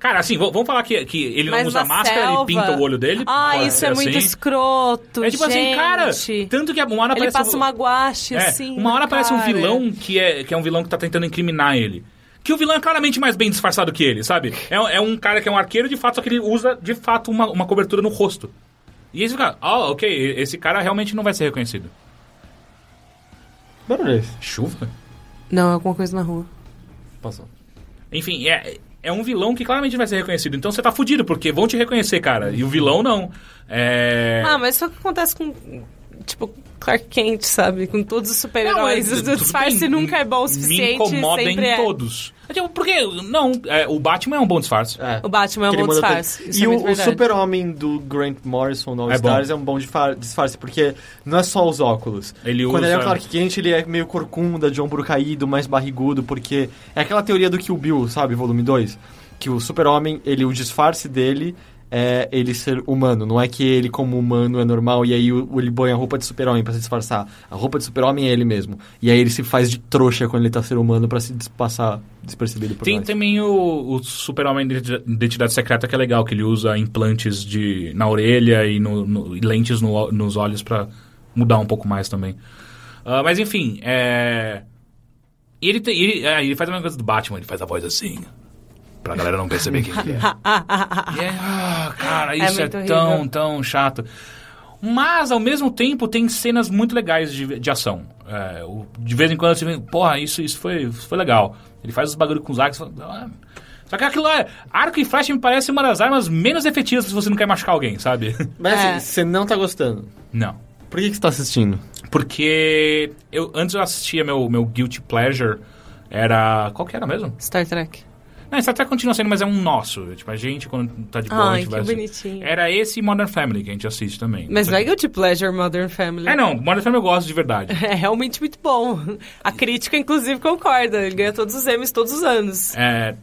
Cara, assim, v- vamos falar que, que ele não Mas usa na máscara, selva... ele pinta o olho dele. Ah, pode isso ser é muito assim. escroto, É tipo assim, cara, gente. tanto que uma hora Ele aparece passa um- uma guache, é, assim. uma hora na aparece um cara. vilão que é, que é um vilão que tá tentando incriminar ele. Que o vilão é claramente mais bem disfarçado que ele, sabe? É, um- é um cara que é um arqueiro, de fato, só que ele usa, de fato, uma, uma cobertura no rosto. E aí você fica, ó, ok, esse cara realmente não vai ser reconhecido. Barulho é esse? Chuva? Não, é alguma coisa na rua. Passou. Enfim, é, é um vilão que claramente não vai ser reconhecido. Então você tá fudido, porque vão te reconhecer, cara. E o vilão não. É... Ah, mas isso é o que acontece com, tipo, Clark Kent, sabe? Com todos os super-heróis. Não, é- (laughs) O tudo disfarce bem, nunca é bom o Me suficiente. incomoda sempre em é. todos. É tipo, porque, não, é, o Batman é um bom disfarce. É. O Batman é um Que ele bom manda disfarce, tanto. isso E é o, muito o verdade. super-homem do Grant Morrison no All É bom. Stars é, um bom difa- disfarce, porque não é só os óculos. Ele Quando ele é o usa- Clark Kent, ele é meio corcunda, de ombro caído, mais barrigudo, porque é aquela teoria do Kill Bill, sabe, volume 2, que o super-homem, ele o disfarce dele é ele ser humano, não é que ele como humano é normal e aí o- ele põe a roupa de super-homem pra se disfarçar. A roupa de super-homem é ele mesmo. E aí ele se faz de trouxa quando ele tá ser humano pra se des- passar despercebido por Tem nós. também o, o super-homem de identidade secreta que é legal, que ele usa implantes de, na orelha e, no- no- e lentes no ó- nos olhos pra mudar um pouco mais também. Ah, mas enfim, é... E ele, tem- ele, é, ele faz a mesma coisa do Batman, ele faz a voz assim, pra galera não perceber quem (laughs) ele é. E é, ah, cara, isso é, muito horrível. tão, tão chato. Mas, ao mesmo tempo, tem cenas muito legais de, de ação. É, o- de vez em quando você vê, porra, isso, isso foi, isso foi legal. Ele faz os bagulho com os arcos. fala, "Ah". Só que aquilo lá, é, arco e flecha me parece uma das armas menos efetivas se você não quer machucar alguém, sabe? (laughs) Mas assim, É. você não tá gostando. Não. Por que, que você tá assistindo? Porque eu, antes eu assistia meu, meu Guilty Pleasure, era... Qual que era mesmo? Star Trek. Não, isso até continua sendo, mas é um nosso. Tipo, a gente, quando tá de boa, a Ai, gente que vai... assistir. bonitinho. Era esse e Modern Family que a gente assiste também. Mas Só não é que- Guilty Pleasure Modern Family. É, não. Modern Family eu gosto de (laughs) verdade. É realmente muito bom. A crítica, inclusive, concorda. Ele ganha todos os M's todos os anos. É,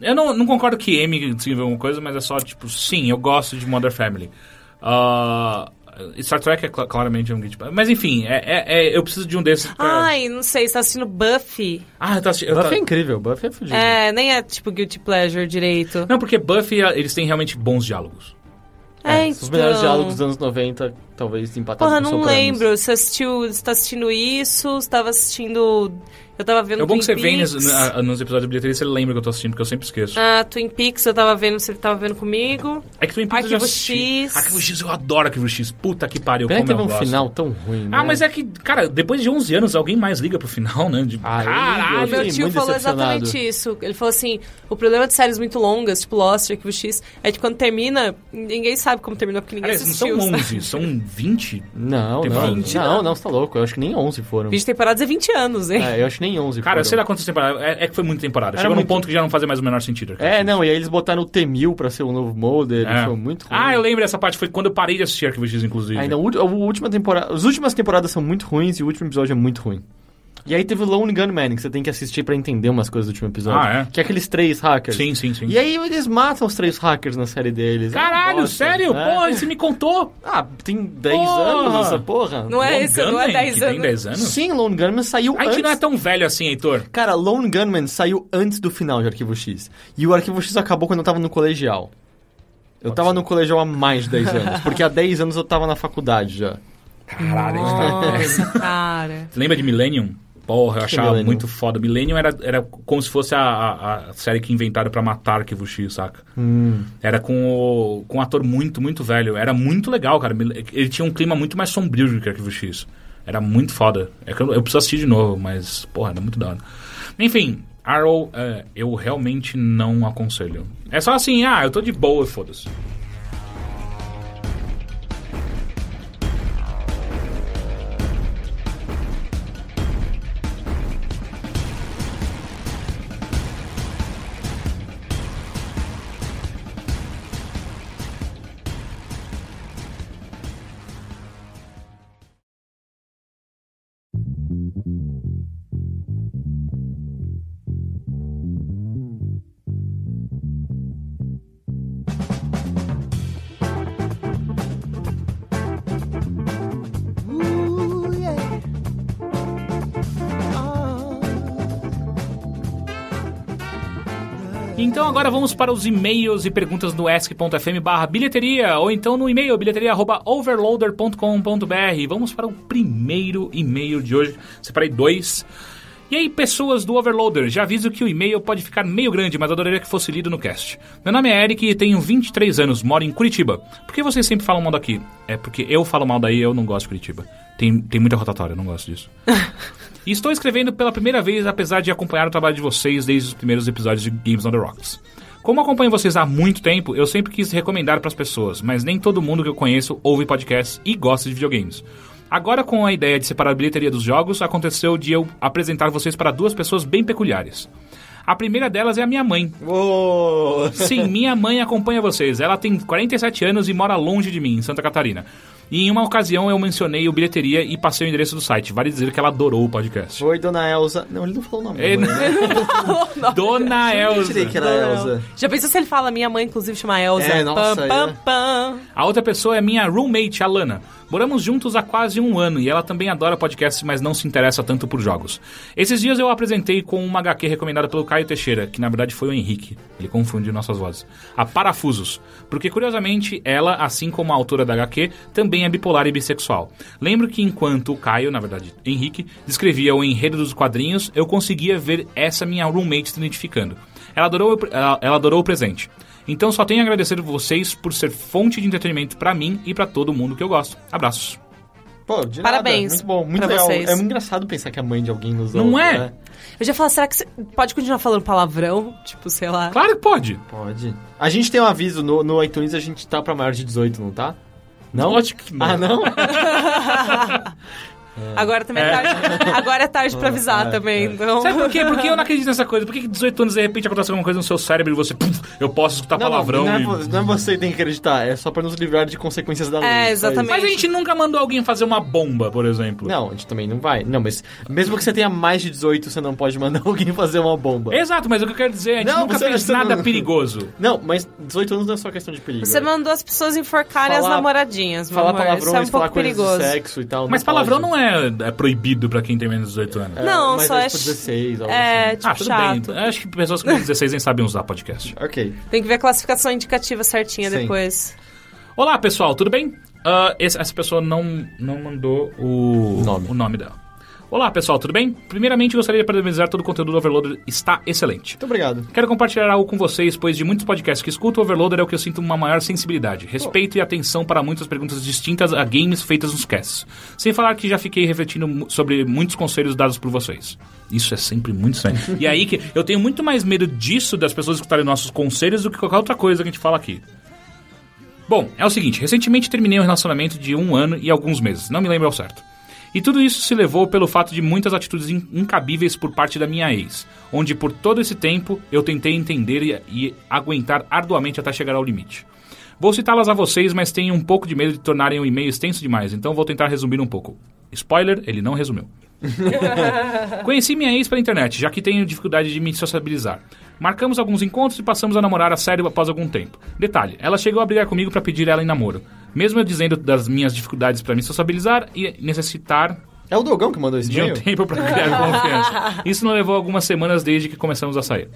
eu não, não concordo que M desenvolveu alguma coisa, mas é só, tipo, sim, eu gosto de Modern Family. Ah, Star Trek é cla- claramente um guilty pleasure. Mas, enfim, é, é- é- eu preciso de um desses pra... Ai, não sei, você tá assistindo Buffy. Ah, eu tô assistindo... eu tô- Buffy é incrível, Buffy é fudido. É, nem é tipo Guilty Pleasure direito. Não, porque Buffy, eles têm realmente bons diálogos. É, Os melhores então. diálogos um dos anos 90, talvez empatados Porra, com não Sopranos. lembro. Você assistiu. Você tá assistindo isso? Você tava assistindo. Eu tava vendo É bom Twin que você vê Peaks. nos, na- nos episódios de bilheteria você lembra que eu tô assistindo, porque eu sempre esqueço. Ah, Twin Peaks, eu tava vendo, você tava vendo comigo. É que tu Peaks eu já Arquivo assisti. X. Arquivo X, eu adoro Arquivo X. Puta que pariu, Pena que como eu teve um gosto. final tão ruim, né? Ah, mas é que, cara, depois de 11 anos, alguém mais liga pro final, né? De, Ah, eu caralho! fiquei Meu tio muito falou decepcionado. exatamente isso. Ele falou assim: o problema de séries muito longas, tipo Lost, Arquivo X, é que quando termina, ninguém sabe como como terminou, porque ninguém Aliás, não assistiu. são sabe? 11, são 20. Não, Teve não. 20, Não, não, você tá louco. Eu acho que nem 11 foram. 20 temporadas é 20 anos, hein? (laughs) É, eu acho que nem 11 Cara, foram. sei lá quantas temporadas. É, é que foi muita temporada. Era Chegou num muito. ponto que já não fazia mais o menor sentido. Arcade É, X. não, e aí eles botaram o T-1000 pra ser o novo Mulder. É. e Foi muito ruim. Ah, eu lembro dessa parte. Foi quando eu parei de assistir Arquivo X, inclusive. Ainda, é um o, a última temporada, as últimas temporadas são muito ruins e o último episódio é muito ruim. E aí teve o Lone Gunman, que você tem que assistir pra entender umas coisas do último episódio. Ah, é? Que é aqueles três hackers. Sim, sim, sim. E aí eles matam os três hackers na série deles. É uma Caralho, bosta, sério? né? Pô, você me contou? Ah, tem 10 Porra! anos essa porra? Não é Lone esse, não é Gunman, 10 que Tem anos. 10 anos? Sim, Lone Gunman saiu A gente antes... não é tão velho assim, Heitor. Cara, Lone Gunman saiu antes do final de Arquivo X. E o Arquivo X acabou quando eu tava no colegial. Eu tava no colegial há mais de 10 anos. porque há 10 anos eu tava na faculdade já. Caralho, a gente tá- Nossa, cara. Você lembra de Millennium? Porra, eu achava Millennium? muito foda. Millennium era, era como se fosse a, a- a série que inventaram pra matar Arquivo X, saca? Era com, o- com um ator muito, muito velho. Era muito legal, cara. Mil- Ele tinha um clima muito mais sombrio do que Arquivo X. Era muito foda. É que eu, eu preciso assistir de novo, mas, porra, era muito da hora. Enfim, Arrow, é, eu realmente não aconselho. É só assim, ah, eu tô de boa, foda-se. Então agora vamos para os e-mails e perguntas no ask.fm barra bilheteria ou então no e-mail bilheteria.overloader.com.br Vamos para o primeiro e-mail de hoje, separei dois. E aí, pessoas do Overloader, já aviso que o e-mail pode ficar meio grande, mas adoraria que fosse lido no cast. Meu nome é Eric e tenho 23 anos, moro em Curitiba. Por que vocês sempre falam mal daqui? É porque eu falo mal daí, eu não gosto de Curitiba. Tem, tem muita rotatória, eu não gosto disso. E estou escrevendo pela primeira vez, apesar de acompanhar o trabalho de vocês desde os primeiros episódios de Games on the Rocks. Como acompanho vocês há muito tempo, eu sempre quis recomendar para as pessoas, mas nem todo mundo que eu conheço ouve podcasts e gosta de videogames. Agora, com a ideia de separar a bilheteria dos jogos, aconteceu de eu apresentar vocês para duas pessoas bem peculiares. A primeira delas é a minha mãe, Uou! Sim, minha mãe acompanha vocês. Ela tem 47 anos e mora longe de mim, em Santa Catarina. E em uma ocasião eu mencionei o bilheteria e passei o endereço do site. Vale dizer que ela adorou o podcast. Oi, dona Elsa. Não, ele não falou o nome. É, da mãe, né? Dona Eu tirei que é Elza. era Elsa. Já pensou se ele fala, minha mãe, inclusive, chama Elsa? É, nossa, pam, é. pam, pam. A outra pessoa é minha roommate, a Lana. Moramos juntos há quase um ano e ela também adora podcasts, mas não se interessa tanto por jogos. Esses dias eu apresentei com uma HQ recomendada pelo Caio Teixeira, que na verdade foi o Henrique. Ele confundiu nossas vozes. A Parafusos. Porque curiosamente, ela, assim como a autora da HQ, também é bipolar e bissexual. Lembro que enquanto o Caio, na verdade Henrique, descrevia o enredo dos quadrinhos, eu conseguia ver essa minha roommate se identificando. Ela adorou, o pre- ela- ela adorou o presente. Então só tenho a agradecer vocês por ser fonte de entretenimento pra mim e pra todo mundo que eu gosto. Abraços. Pô, de Parabéns Nada. Muito bom, muito pra legal. vocês. É muito engraçado pensar que a mãe de alguém nos Não ouve, é? né? Eu já falo, será que você pode continuar falando palavrão? Tipo, sei lá. Claro que pode. Pode. A gente tem um aviso, no, no iTunes a gente tá pra maior de 18, não tá? Não? Lógico que não. É um Ah, não? Agora também é tarde. Agora é tarde pra avisar É, também, então... Sabe por quê? Porque eu não acredito nessa coisa. Por que que 18 anos de repente acontece alguma coisa no seu cérebro e você, pum, eu posso escutar Não, palavrão? Não, e- não, é, vo- não é você que tem que acreditar, é só pra nos livrar de consequências da lei. só isso. É, exatamente. Mas a gente nunca mandou alguém fazer uma bomba, por exemplo. Não, a gente também não vai. Não, mas mesmo que você tenha mais de 18, você não pode mandar (laughs) alguém fazer uma bomba. Exato, mas o que eu quero dizer é que a gente Não, nunca você- fez você não- (laughs) nada perigoso. Não, mas 18 anos não é só questão de perigo. Você né? mandou as pessoas enforcarem Falar- as namoradinhas, meu Falar amor. Isso é um palavrões, falar pouco coisas de perigoso. sexo e tal. Mas palavrão pode. não é, é proibido pra quem tem menos de 18 anos. É, Não, mas só dois é por ch- 16, algo É, tipo, Ah, tudo chato. bem. Eu Acho que pessoas com menos de 16 nem sabem usar podcast. assim. Ok. Tem que ver a classificação indicativa certinha Sim. depois. Olá, pessoal, tudo bem? Ah, esse- essa pessoa não, não mandou o Nome. o nome dela. Olá, pessoal, tudo bem? Primeiramente, gostaria de parabenizar todo o conteúdo do Overloader, está excelente. Muito obrigado. Quero compartilhar algo com vocês, pois de muitos podcasts que escuto, o Overloader é o que eu sinto uma maior sensibilidade, respeito e atenção para muitas perguntas distintas a games feitas nos casts. Sem falar que já fiquei refletindo mu- sobre muitos conselhos dados por vocês. Isso é sempre muito sério. e aí que eu tenho muito mais medo disso, das pessoas escutarem nossos conselhos, do que qualquer outra coisa que a gente fala aqui. Bom, é o seguinte, recentemente terminei um relacionamento de um ano e alguns meses, não me lembro ao certo. E tudo isso se levou pelo fato de muitas atitudes in- incabíveis por parte da minha ex, onde por todo esse tempo eu tentei entender e, e aguentar arduamente até chegar ao limite. Vou citá-las a vocês, mas tenho um pouco de medo de tornarem o e-mail extenso demais, então vou tentar resumir um pouco. Spoiler, ele não resumiu. Conheci minha ex pela internet, já que tenho dificuldade de me sociabilizar. Marcamos alguns encontros e passamos a namorar a sério após algum tempo. Detalhe, ela chegou a brigar comigo pra pedir ela em namoro. Mesmo eu dizendo das minhas dificuldades pra me sociabilizar e necessitar É o Dogão que mandou esse de um e-mail? tempo pra criar confiança. Isso não levou algumas semanas desde que começamos a sair.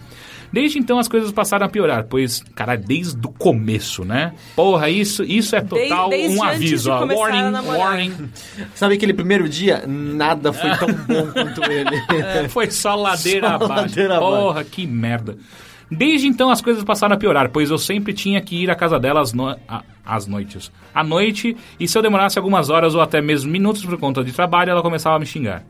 Desde então as coisas passaram a piorar, pois, cara, desde o começo, né? Porra, isso, isso é total desde um antes de aviso, ó. começar a Warning, namorar. warning. Sabe aquele primeiro dia? Nada foi tão bom (laughs) quanto ele. É. Foi só ladeira (laughs) Só abaixo. ladeira abaixo. Porra, que merda. Desde então as coisas passaram a piorar, pois eu sempre tinha que ir à casa dela às, no- a- às noites. À noite, e se eu demorasse algumas horas ou até mesmo minutos por conta de trabalho, ela começava a me (laughs) xingar.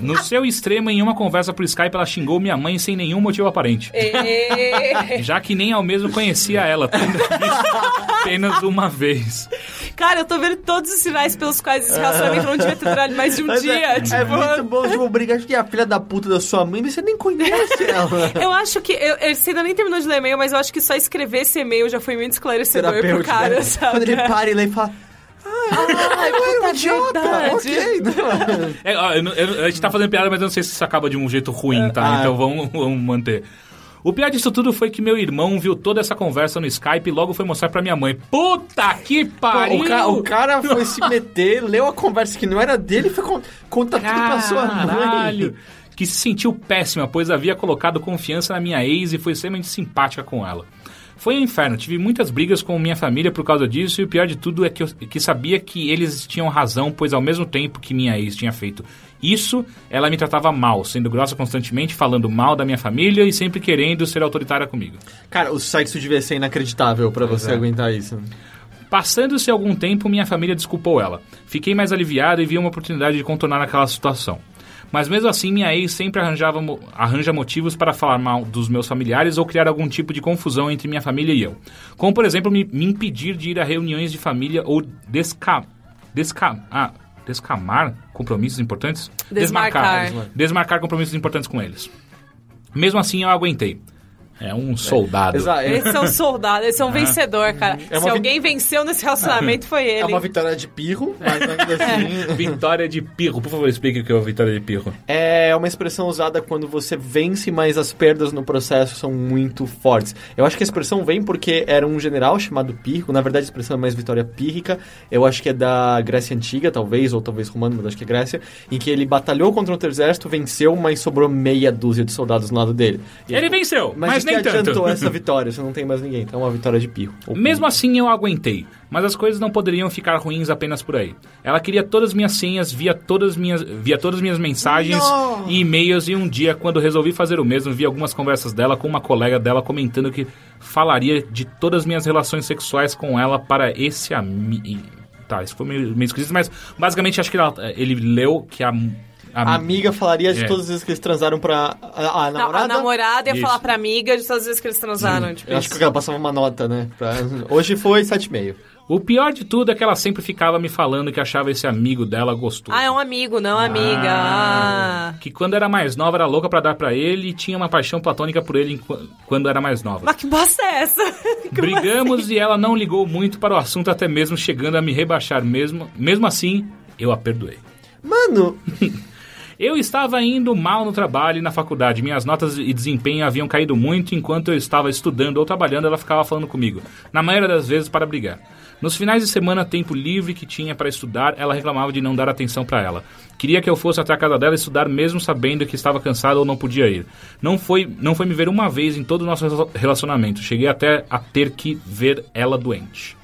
No seu extremo, em uma conversa por Skype, ela xingou minha mãe sem nenhum motivo aparente. É. Já que nem eu mesmo conhecia ela, tendo visto apenas uma vez. (laughs) Cara, eu tô vendo todos os sinais pelos quais esse relacionamento não devia ter durado mais de um (laughs) Mas dia. é, tipo, é muito bom, tipo, brigar que é a filha da puta da sua mãe, mas você nem (laughs) conhece ela. Eu acho que. Eu, eu- você ainda nem terminou de ler e-mail, mas eu acho que só escrever esse e-mail já foi muito esclarecedor pro Terapêutico, cara, né? Quando sabe? ele para e lá e fala... Ah, é um idiota, verdade." ok. né? É, ó, eu não- eu- a gente tá fazendo piada, mas eu não sei se isso acaba de um jeito ruim, tá? Ah. Então vamos, vamos manter. O pior disso tudo foi que meu irmão viu toda essa conversa no Skype e logo foi mostrar pra minha mãe. Puta que pariu! Pô, o, ca- o cara foi se meter, (laughs) leu a conversa que não era dele e foi con- contar tudo pra sua mãe. Caralho! Que se sentiu péssima, pois havia colocado confiança na minha ex e foi extremamente simpática com ela. Foi um inferno, tive muitas brigas com minha família por causa disso, e o pior de tudo é que, eu, que sabia que eles tinham razão, pois ao mesmo tempo que minha ex tinha feito isso, ela me tratava mal, sendo grossa constantemente, falando mal da minha família e sempre querendo ser autoritária comigo. Cara, o sexo devia ser inacreditável pra você aguentar isso. Passando-se algum tempo, minha família desculpou ela. Fiquei mais aliviado e vi uma oportunidade de contornar aquela situação. Mas mesmo assim, minha ex sempre arranjava, mo- arranja motivos para falar mal dos meus familiares ou criar algum tipo de confusão entre minha família e eu. Como, por exemplo, me, me impedir de ir a reuniões de família ou desca, desca, ah, descamar compromissos importantes? Desmarcar. Desmarcar compromissos importantes com eles. Mesmo assim, eu aguentei. É um soldado. Exa- é- Eles são soldados, eles são vencedor, cara. Ah. É uma Se vi- alguém venceu nesse relacionamento, foi ele. É uma vitória de pirro, mas ainda (laughs) assim. Vitória de Pirro. Por favor, explique o que é a vitória de Pirro. É uma expressão usada quando você vence, mas as perdas no processo são muito fortes. Eu acho que a expressão vem porque era um general chamado Pirro, na verdade a expressão é mais vitória pírrica, eu acho que é da Grécia Antiga, talvez, ou talvez romano, mas acho que é Grécia, em que ele batalhou contra outro exército, venceu, mas sobrou meia dúzia de soldados do lado dele. E- Ele venceu, mas, de nem que (laughs) adiantou tanto. essa vitória, você não tem mais ninguém, então é uma vitória de Pirro. Ou Mesmo assim, eu aguentei. Mas as coisas não poderiam ficar ruins apenas por aí. Ela queria todas as minhas senhas, via todas as minhas, via todas as minhas mensagens e e-mails. E um dia, quando resolvi fazer o mesmo, vi algumas conversas dela com uma colega dela comentando que falaria de todas as minhas relações sexuais com ela para esse amigo. Tá, isso foi meio, meio esquisito, mas basicamente acho que ela- ele leu que a. A amiga falaria de É. todas as vezes que eles transaram pra a, a Não, namorada. a namorada ia Isso. falar pra amiga de todas as vezes que eles transaram. Tipo, Eu acho que ela passava uma nota, né? pra- Hoje foi 7,5. O pior de tudo é que ela sempre ficava me falando que achava esse amigo dela gostoso. Ah, é um amigo, não amiga. Ah. Que quando era mais nova era louca pra dar pra ele e tinha uma paixão platônica por ele enqu- quando era mais nova. Mas que bosta é essa? (laughs) Brigamos e ela não ligou muito para o assunto, até mesmo chegando a me rebaixar mesmo. Mesmo assim, eu a perdoei. Mano, Eu estava indo mal no trabalho e na faculdade. Minhas notas e desempenho haviam caído muito enquanto eu estava estudando ou trabalhando, ela ficava falando comigo, na maioria das vezes para brigar. Nos finais de semana, tempo livre que tinha para estudar, ela reclamava de não dar atenção para ela. Queria que eu fosse até a casa dela estudar mesmo sabendo que estava cansado ou não podia ir. Não foi, não foi me ver uma vez em todo o nosso relacionamento. Cheguei até a ter que ver ela doente.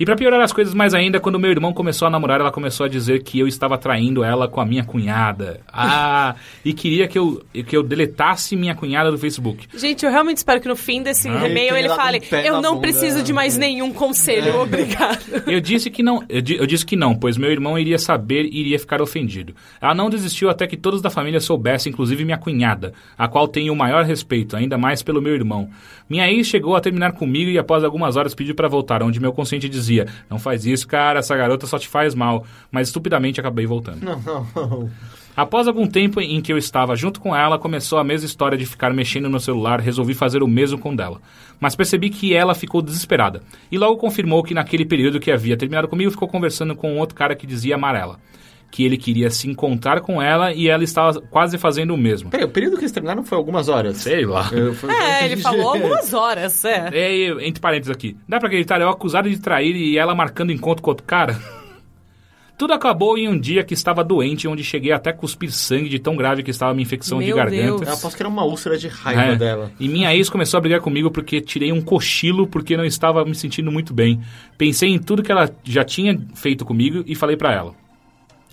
E pra piorar as coisas mais ainda, quando meu irmão começou a namorar, ela começou a dizer que eu estava traindo ela com a minha cunhada. Ah, e queria que eu, que eu deletasse minha cunhada do Facebook. Gente, eu realmente espero que no fim desse e-mail tenha ele dado fale: um pé Eu na não bunda." É. preciso de mais nenhum conselho, obrigado. Eu disse que não, eu, di- eu disse que não, pois meu irmão iria saber e iria ficar ofendido. Ela não desistiu até que todos da família soubessem, inclusive minha cunhada, a qual tenho o maior respeito, ainda mais pelo meu irmão. Minha ex chegou a terminar comigo e após algumas horas pediu para voltar, onde meu consciente dizia: "Não faz isso, cara, essa garota só te faz mal", mas estupidamente acabei voltando. Após algum tempo em que eu estava junto com ela, começou a mesma história de ficar mexendo no celular, resolvi fazer o mesmo com dela. Mas percebi que ela ficou desesperada e logo confirmou que naquele período que havia terminado comigo, ficou conversando com um outro cara que dizia amarela. Que ele queria se encontrar com ela e ela estava quase fazendo o mesmo. Peraí, o período que eles terminaram foi algumas horas. Sei lá. Eu- foi- (laughs) É, ele falou algumas horas, é. (laughs) É, e, entre parênteses aqui. Dá pra acreditar, eu acusado de trair e ela marcando encontro com outro cara? (laughs) Tudo acabou em um dia que estava doente, onde cheguei até a cuspir sangue de tão grave que estava a minha infecção de Meu garganta. Deus. Eu aposto que era uma úlcera de raiva É. dela. E minha ex começou a brigar comigo porque tirei um cochilo porque não estava me sentindo muito bem. Pensei em tudo que ela já tinha feito comigo e falei pra ela.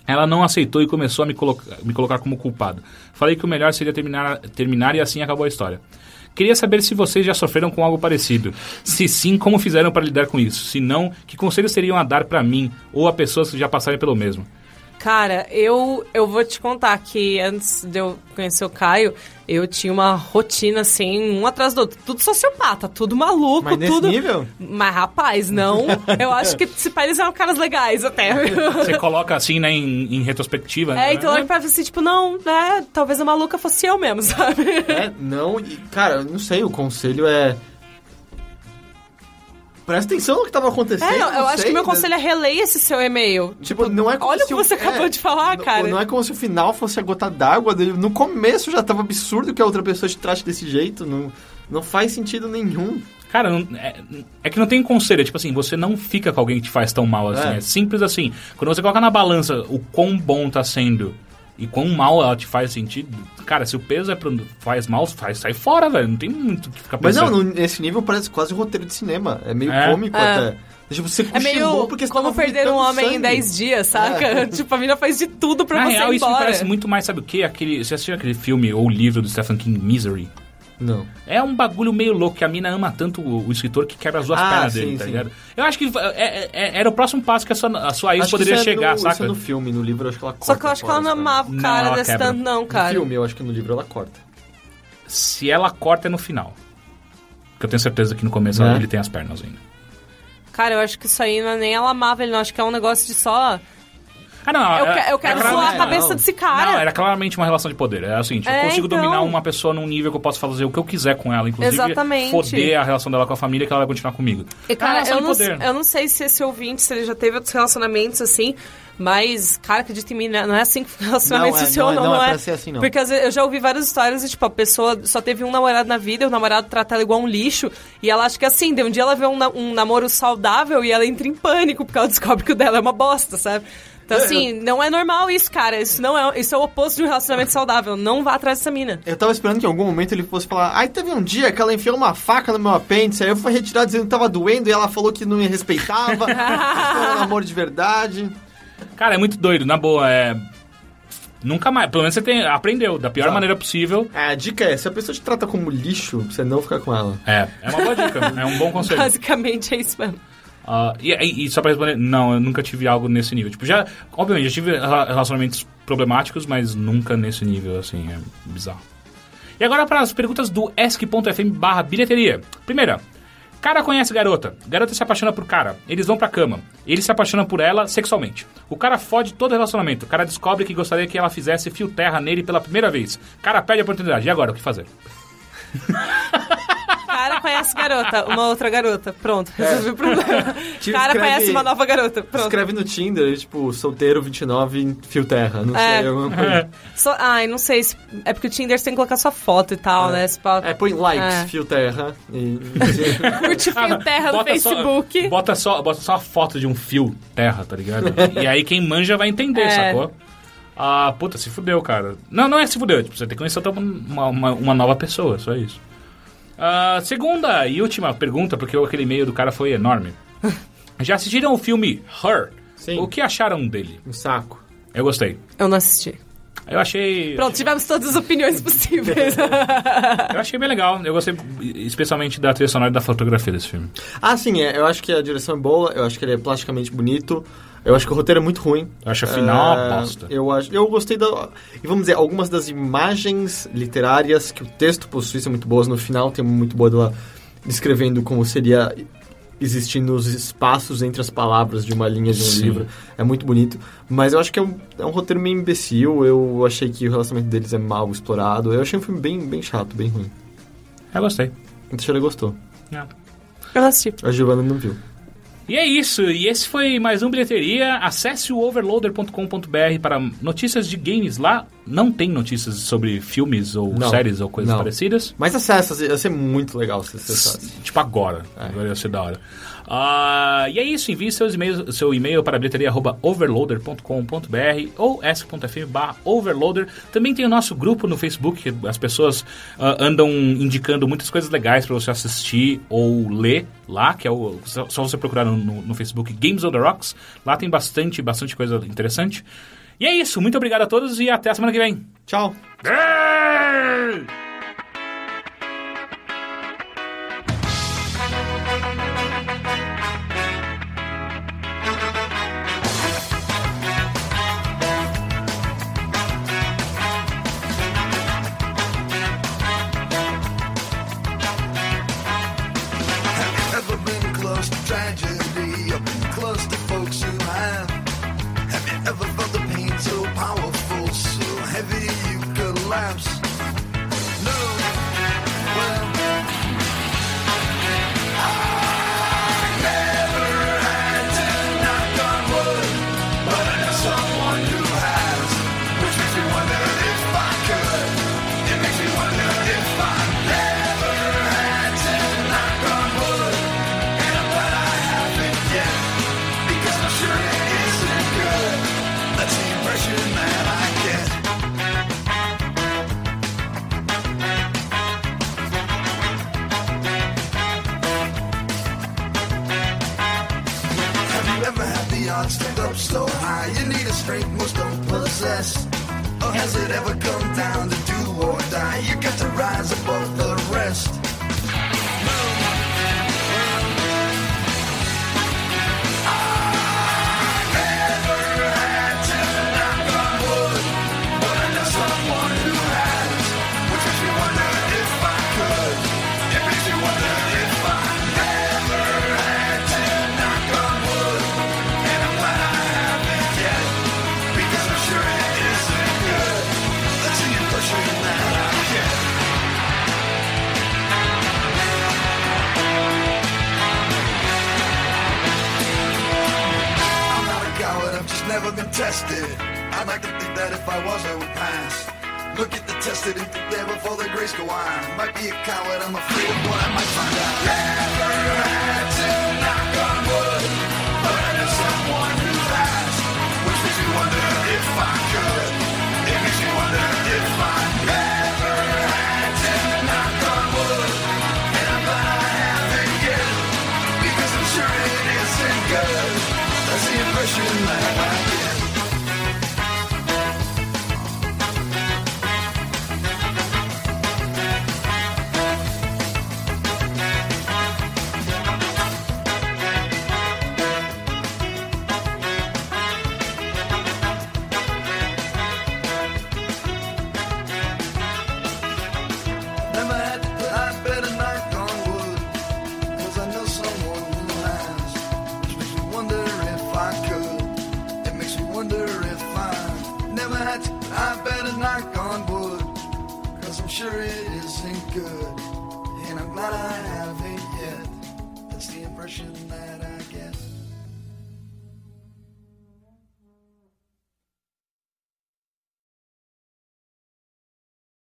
Ela não aceitou e começou a me, coloca- me colocar como culpado. Falei que o melhor seria terminar, terminar e assim acabou a história. Queria saber se vocês já sofreram com algo parecido. Se sim, como fizeram para lidar com isso? Se não, que conselhos seriam a dar pra mim ou a pessoas que já passaram pelo mesmo? Cara, eu, eu vou te contar que antes de eu conhecer o Caio, eu tinha uma rotina assim, um atrás do outro. Tudo sociopata, tudo maluco, Mas nesse tudo. nível? Mas rapaz, (laughs) não. Eu acho que se pá, eles eram caras legais até. Você coloca assim, né, em, em retrospectiva. né? É, então eu pra assim, tipo, não, né? Talvez a maluca fosse eu mesmo, (laughs) sabe? É, não, e, cara, eu não sei, o conselho é. Presta atenção no que tava acontecendo. É, eu, eu não acho sei, que meu né? conselho é releia esse seu e-mail. Tipo, não é como olha o se que você acabou de falar, não- cara. Não é como se o final fosse a gota d'água dele. No começo já tava absurdo que a outra pessoa te trate desse jeito. Não, não faz sentido nenhum. Cara, não- é, é que não tem conselho. É tipo assim, você não fica com alguém que te faz tão mal assim. É, É. simples assim. Quando você coloca na balança o quão bom tá sendo e quão mal ela te faz sentir, cara, se o peso é pra, faz mal, faz, sai fora, velho. Não tem muito o que ficar Mas pensando. não, no- nesse nível parece quase um roteiro de cinema. É meio É. cômico até. Tipo, você É meio cochilou porque você como tava perder um vomitando homem em sangue. É. 10 dias, saca? (laughs) Tipo, a mina faz de tudo pra Na você real, ir isso me embora. parece muito mais, sabe o quê? Aquele, você assistiu aquele filme ou livro do Stephen King, Misery? Não. É um bagulho meio louco que a mina ama tanto o, o escritor que quebra as duas Ah, pernas sim, dele, tá sim. ligado? Eu acho que é- é- é- era o próximo passo que a sua, a sua ex Acho que poderia isso é chegar, no, saca? Isso é no filme, no livro eu acho que ela corta. Só que eu acho que ela não fora, sabe? amava o né? Não, cara ela desse quebra. tanto, não, cara. No filme, eu acho que no livro ela corta. se ela corta é no final. Porque eu tenho certeza que no começo Né? ele tem as pernas ainda. Cara, eu acho que isso aí não é nem ela amava ele, não. Acho que é um negócio de só. Ah, não. Eu, é- que- eu é quero claramente- zoar a não. cabeça desse cara. Não, era claramente uma relação de poder. É o seguinte, eu É, consigo então. dominar uma pessoa num nível que eu posso fazer o que eu quiser com ela. Inclusive, Exatamente. foder a relação dela com a família que ela vai continuar comigo. E, é uma cara, relação eu, de não, poder. eu não sei se esse ouvinte, se ele já teve outros relacionamentos assim, mas, cara, acredita em mim, né? não é assim que (laughs) relacionamentos Não, é, funcionam, não é, não é é? pra ser assim, não. Porque às vezes, eu já ouvi várias histórias e, tipo, a pessoa só teve um namorado na vida, o namorado trata ela igual um lixo, e ela acha que é assim, de um dia ela vê um, na- um namoro saudável e ela entra em pânico, porque ela (laughs) descobre que o dela é uma bosta, sabe? Então, assim, não é normal isso, cara. Isso não é, isso é o oposto de um relacionamento saudável. Não vá atrás dessa mina. Eu tava esperando que em algum momento ele fosse falar. Aí teve um dia que ela enfiou uma faca no meu apêndice, aí eu fui retirar dizendo que tava doendo e ela falou que não me respeitava. (laughs) que era um amor de verdade. Cara, é muito doido. Na boa, é... Nunca mais. Pelo menos você tem... aprendeu da pior Exato. maneira possível. É, a dica é: se a pessoa te trata como lixo, você não fica com ela. É, é uma boa (laughs) dica. é um bom conselho. Basicamente é isso mesmo. Ah, e, e- e só pra responder, não, eu nunca tive algo nesse nível. Tipo, já, obviamente, já tive rela- relacionamentos problemáticos, mas nunca nesse nível, assim, é bizarro. E agora para as perguntas do ask.fm barra bilheteria. Primeira, cara conhece garota, garota se apaixona por cara, eles vão pra cama, ele se apaixona por ela sexualmente. O cara fode todo relacionamento, o cara descobre que gostaria que ela fizesse fio terra nele pela primeira vez. Cara perde a oportunidade, e agora, o que fazer? Cara conhece garota, uma outra garota. Pronto, resolvi (laughs) o problema. Tipo, Cara É. escreve- conhece uma nova garota. Pronto. Escreve no Tinder, tipo, solteiro 29, fio terra, não É. sei, alguma coisa. Só- ai, não sei. se- É porque o Tinder você tem que colocar sua foto e tal, né? Se pá- É, põe likes, É. fio terra. E... Curte (laughs) Ah, fio terra no Bota só- Facebook. bota, só, bota só a foto de um fio terra, tá (laughs) ligado? e aí quem manja vai entender, É. sacou? Ah, puta, se fudeu, cara. Não, não é se fudeu. Tipo, você tem que conhecer outra- uma, uma, uma nova pessoa, só isso. (laughs) Ah, segunda e última pergunta, porque aquele e-mail do cara foi enorme. Já assistiram o filme Her? Sim. O que acharam dele? (laughs) Um saco. Eu gostei. Eu não assisti. Eu achei. Pronto, tivemos todas as opiniões (laughs) possíveis. Eu achei bem legal. Eu gostei especialmente da trilha sonora e da fotografia desse filme. Ah, sim, é, eu acho que a direção é boa, eu acho que ele é plasticamente bonito, eu acho que o roteiro é muito ruim. Eu acho o final É, uma bosta. Eu, acho, eu gostei da. E vamos dizer, algumas das imagens literárias que o texto possui são muito boas. No final tem uma muito boa dela descrevendo como seria existindo os espaços entre as palavras de uma linha de um Sim. livro. É muito bonito. Mas eu acho que é um, é um roteiro meio imbecil. Eu achei que o relacionamento deles é mal explorado. Eu achei um filme bem, bem chato, bem ruim. Eu gostei. É. A Teixeira gostou. Eu não assisti. A Giovanna não viu. E é isso, e esse foi mais um bilheteria. Acesse o overloader.com.br para notícias de games lá. Não tem notícias sobre filmes ou Não. séries ou coisas Não. parecidas. Mas acessa, ia ser muito legal se você acessasse. (laughs) Tipo agora. Agora ia ser da hora. Ah, e é isso, envie seus e-mails, seu e-mail para bilheteria.overloader.com.br ou s.fm overloader. Também tem o nosso grupo no Facebook, que as pessoas ah, andam indicando muitas coisas legais para você assistir ou ler lá, que é o. Só só você procurar no, no Facebook Games on the Rocks. Lá tem bastante, bastante coisa interessante. E é isso, muito obrigado a todos e até a semana que vem. Tchau. Have you ever been close to tragedy or been close to folks who have? Have you ever felt the pain so powerful, so heavy you collapse? No. Well, I never had to knock on wood, but I know someone who has, which makes me wonder if I could. It makes me wonder if I never had to knock on wood. And I'm glad I haven't yet, because I'm sure it isn't good. That's the impression that I get. Have you ever had the odds stacked up so high you need a strength most don't possess? Or has it ever come down to do or die? You got to rise above the rest. Because I'm sure it isn't good. That's the impression that I get. I'm not a coward, I've just never been tested. I'd like to think that if I was, I would pass. Look at the tested and think there before the grace go on. Might be a coward, I'm afraid of what I might find out. Never had to knock on wood, but I know someone who has. Which makes me wonder if I could. It makes me wonder if I never had to knock on wood. And I'm glad I haven't yet, because I'm sure it isn't good. That's the impression that I get. Never had to put I better knock on wood. 'Cause I know someone who has. Which makes me wonder if I could. It makes me wonder if I never had to I better knock on wood. Cause I'm sure it isn't good. And I'm glad I haven't yet. That's the impression that I get.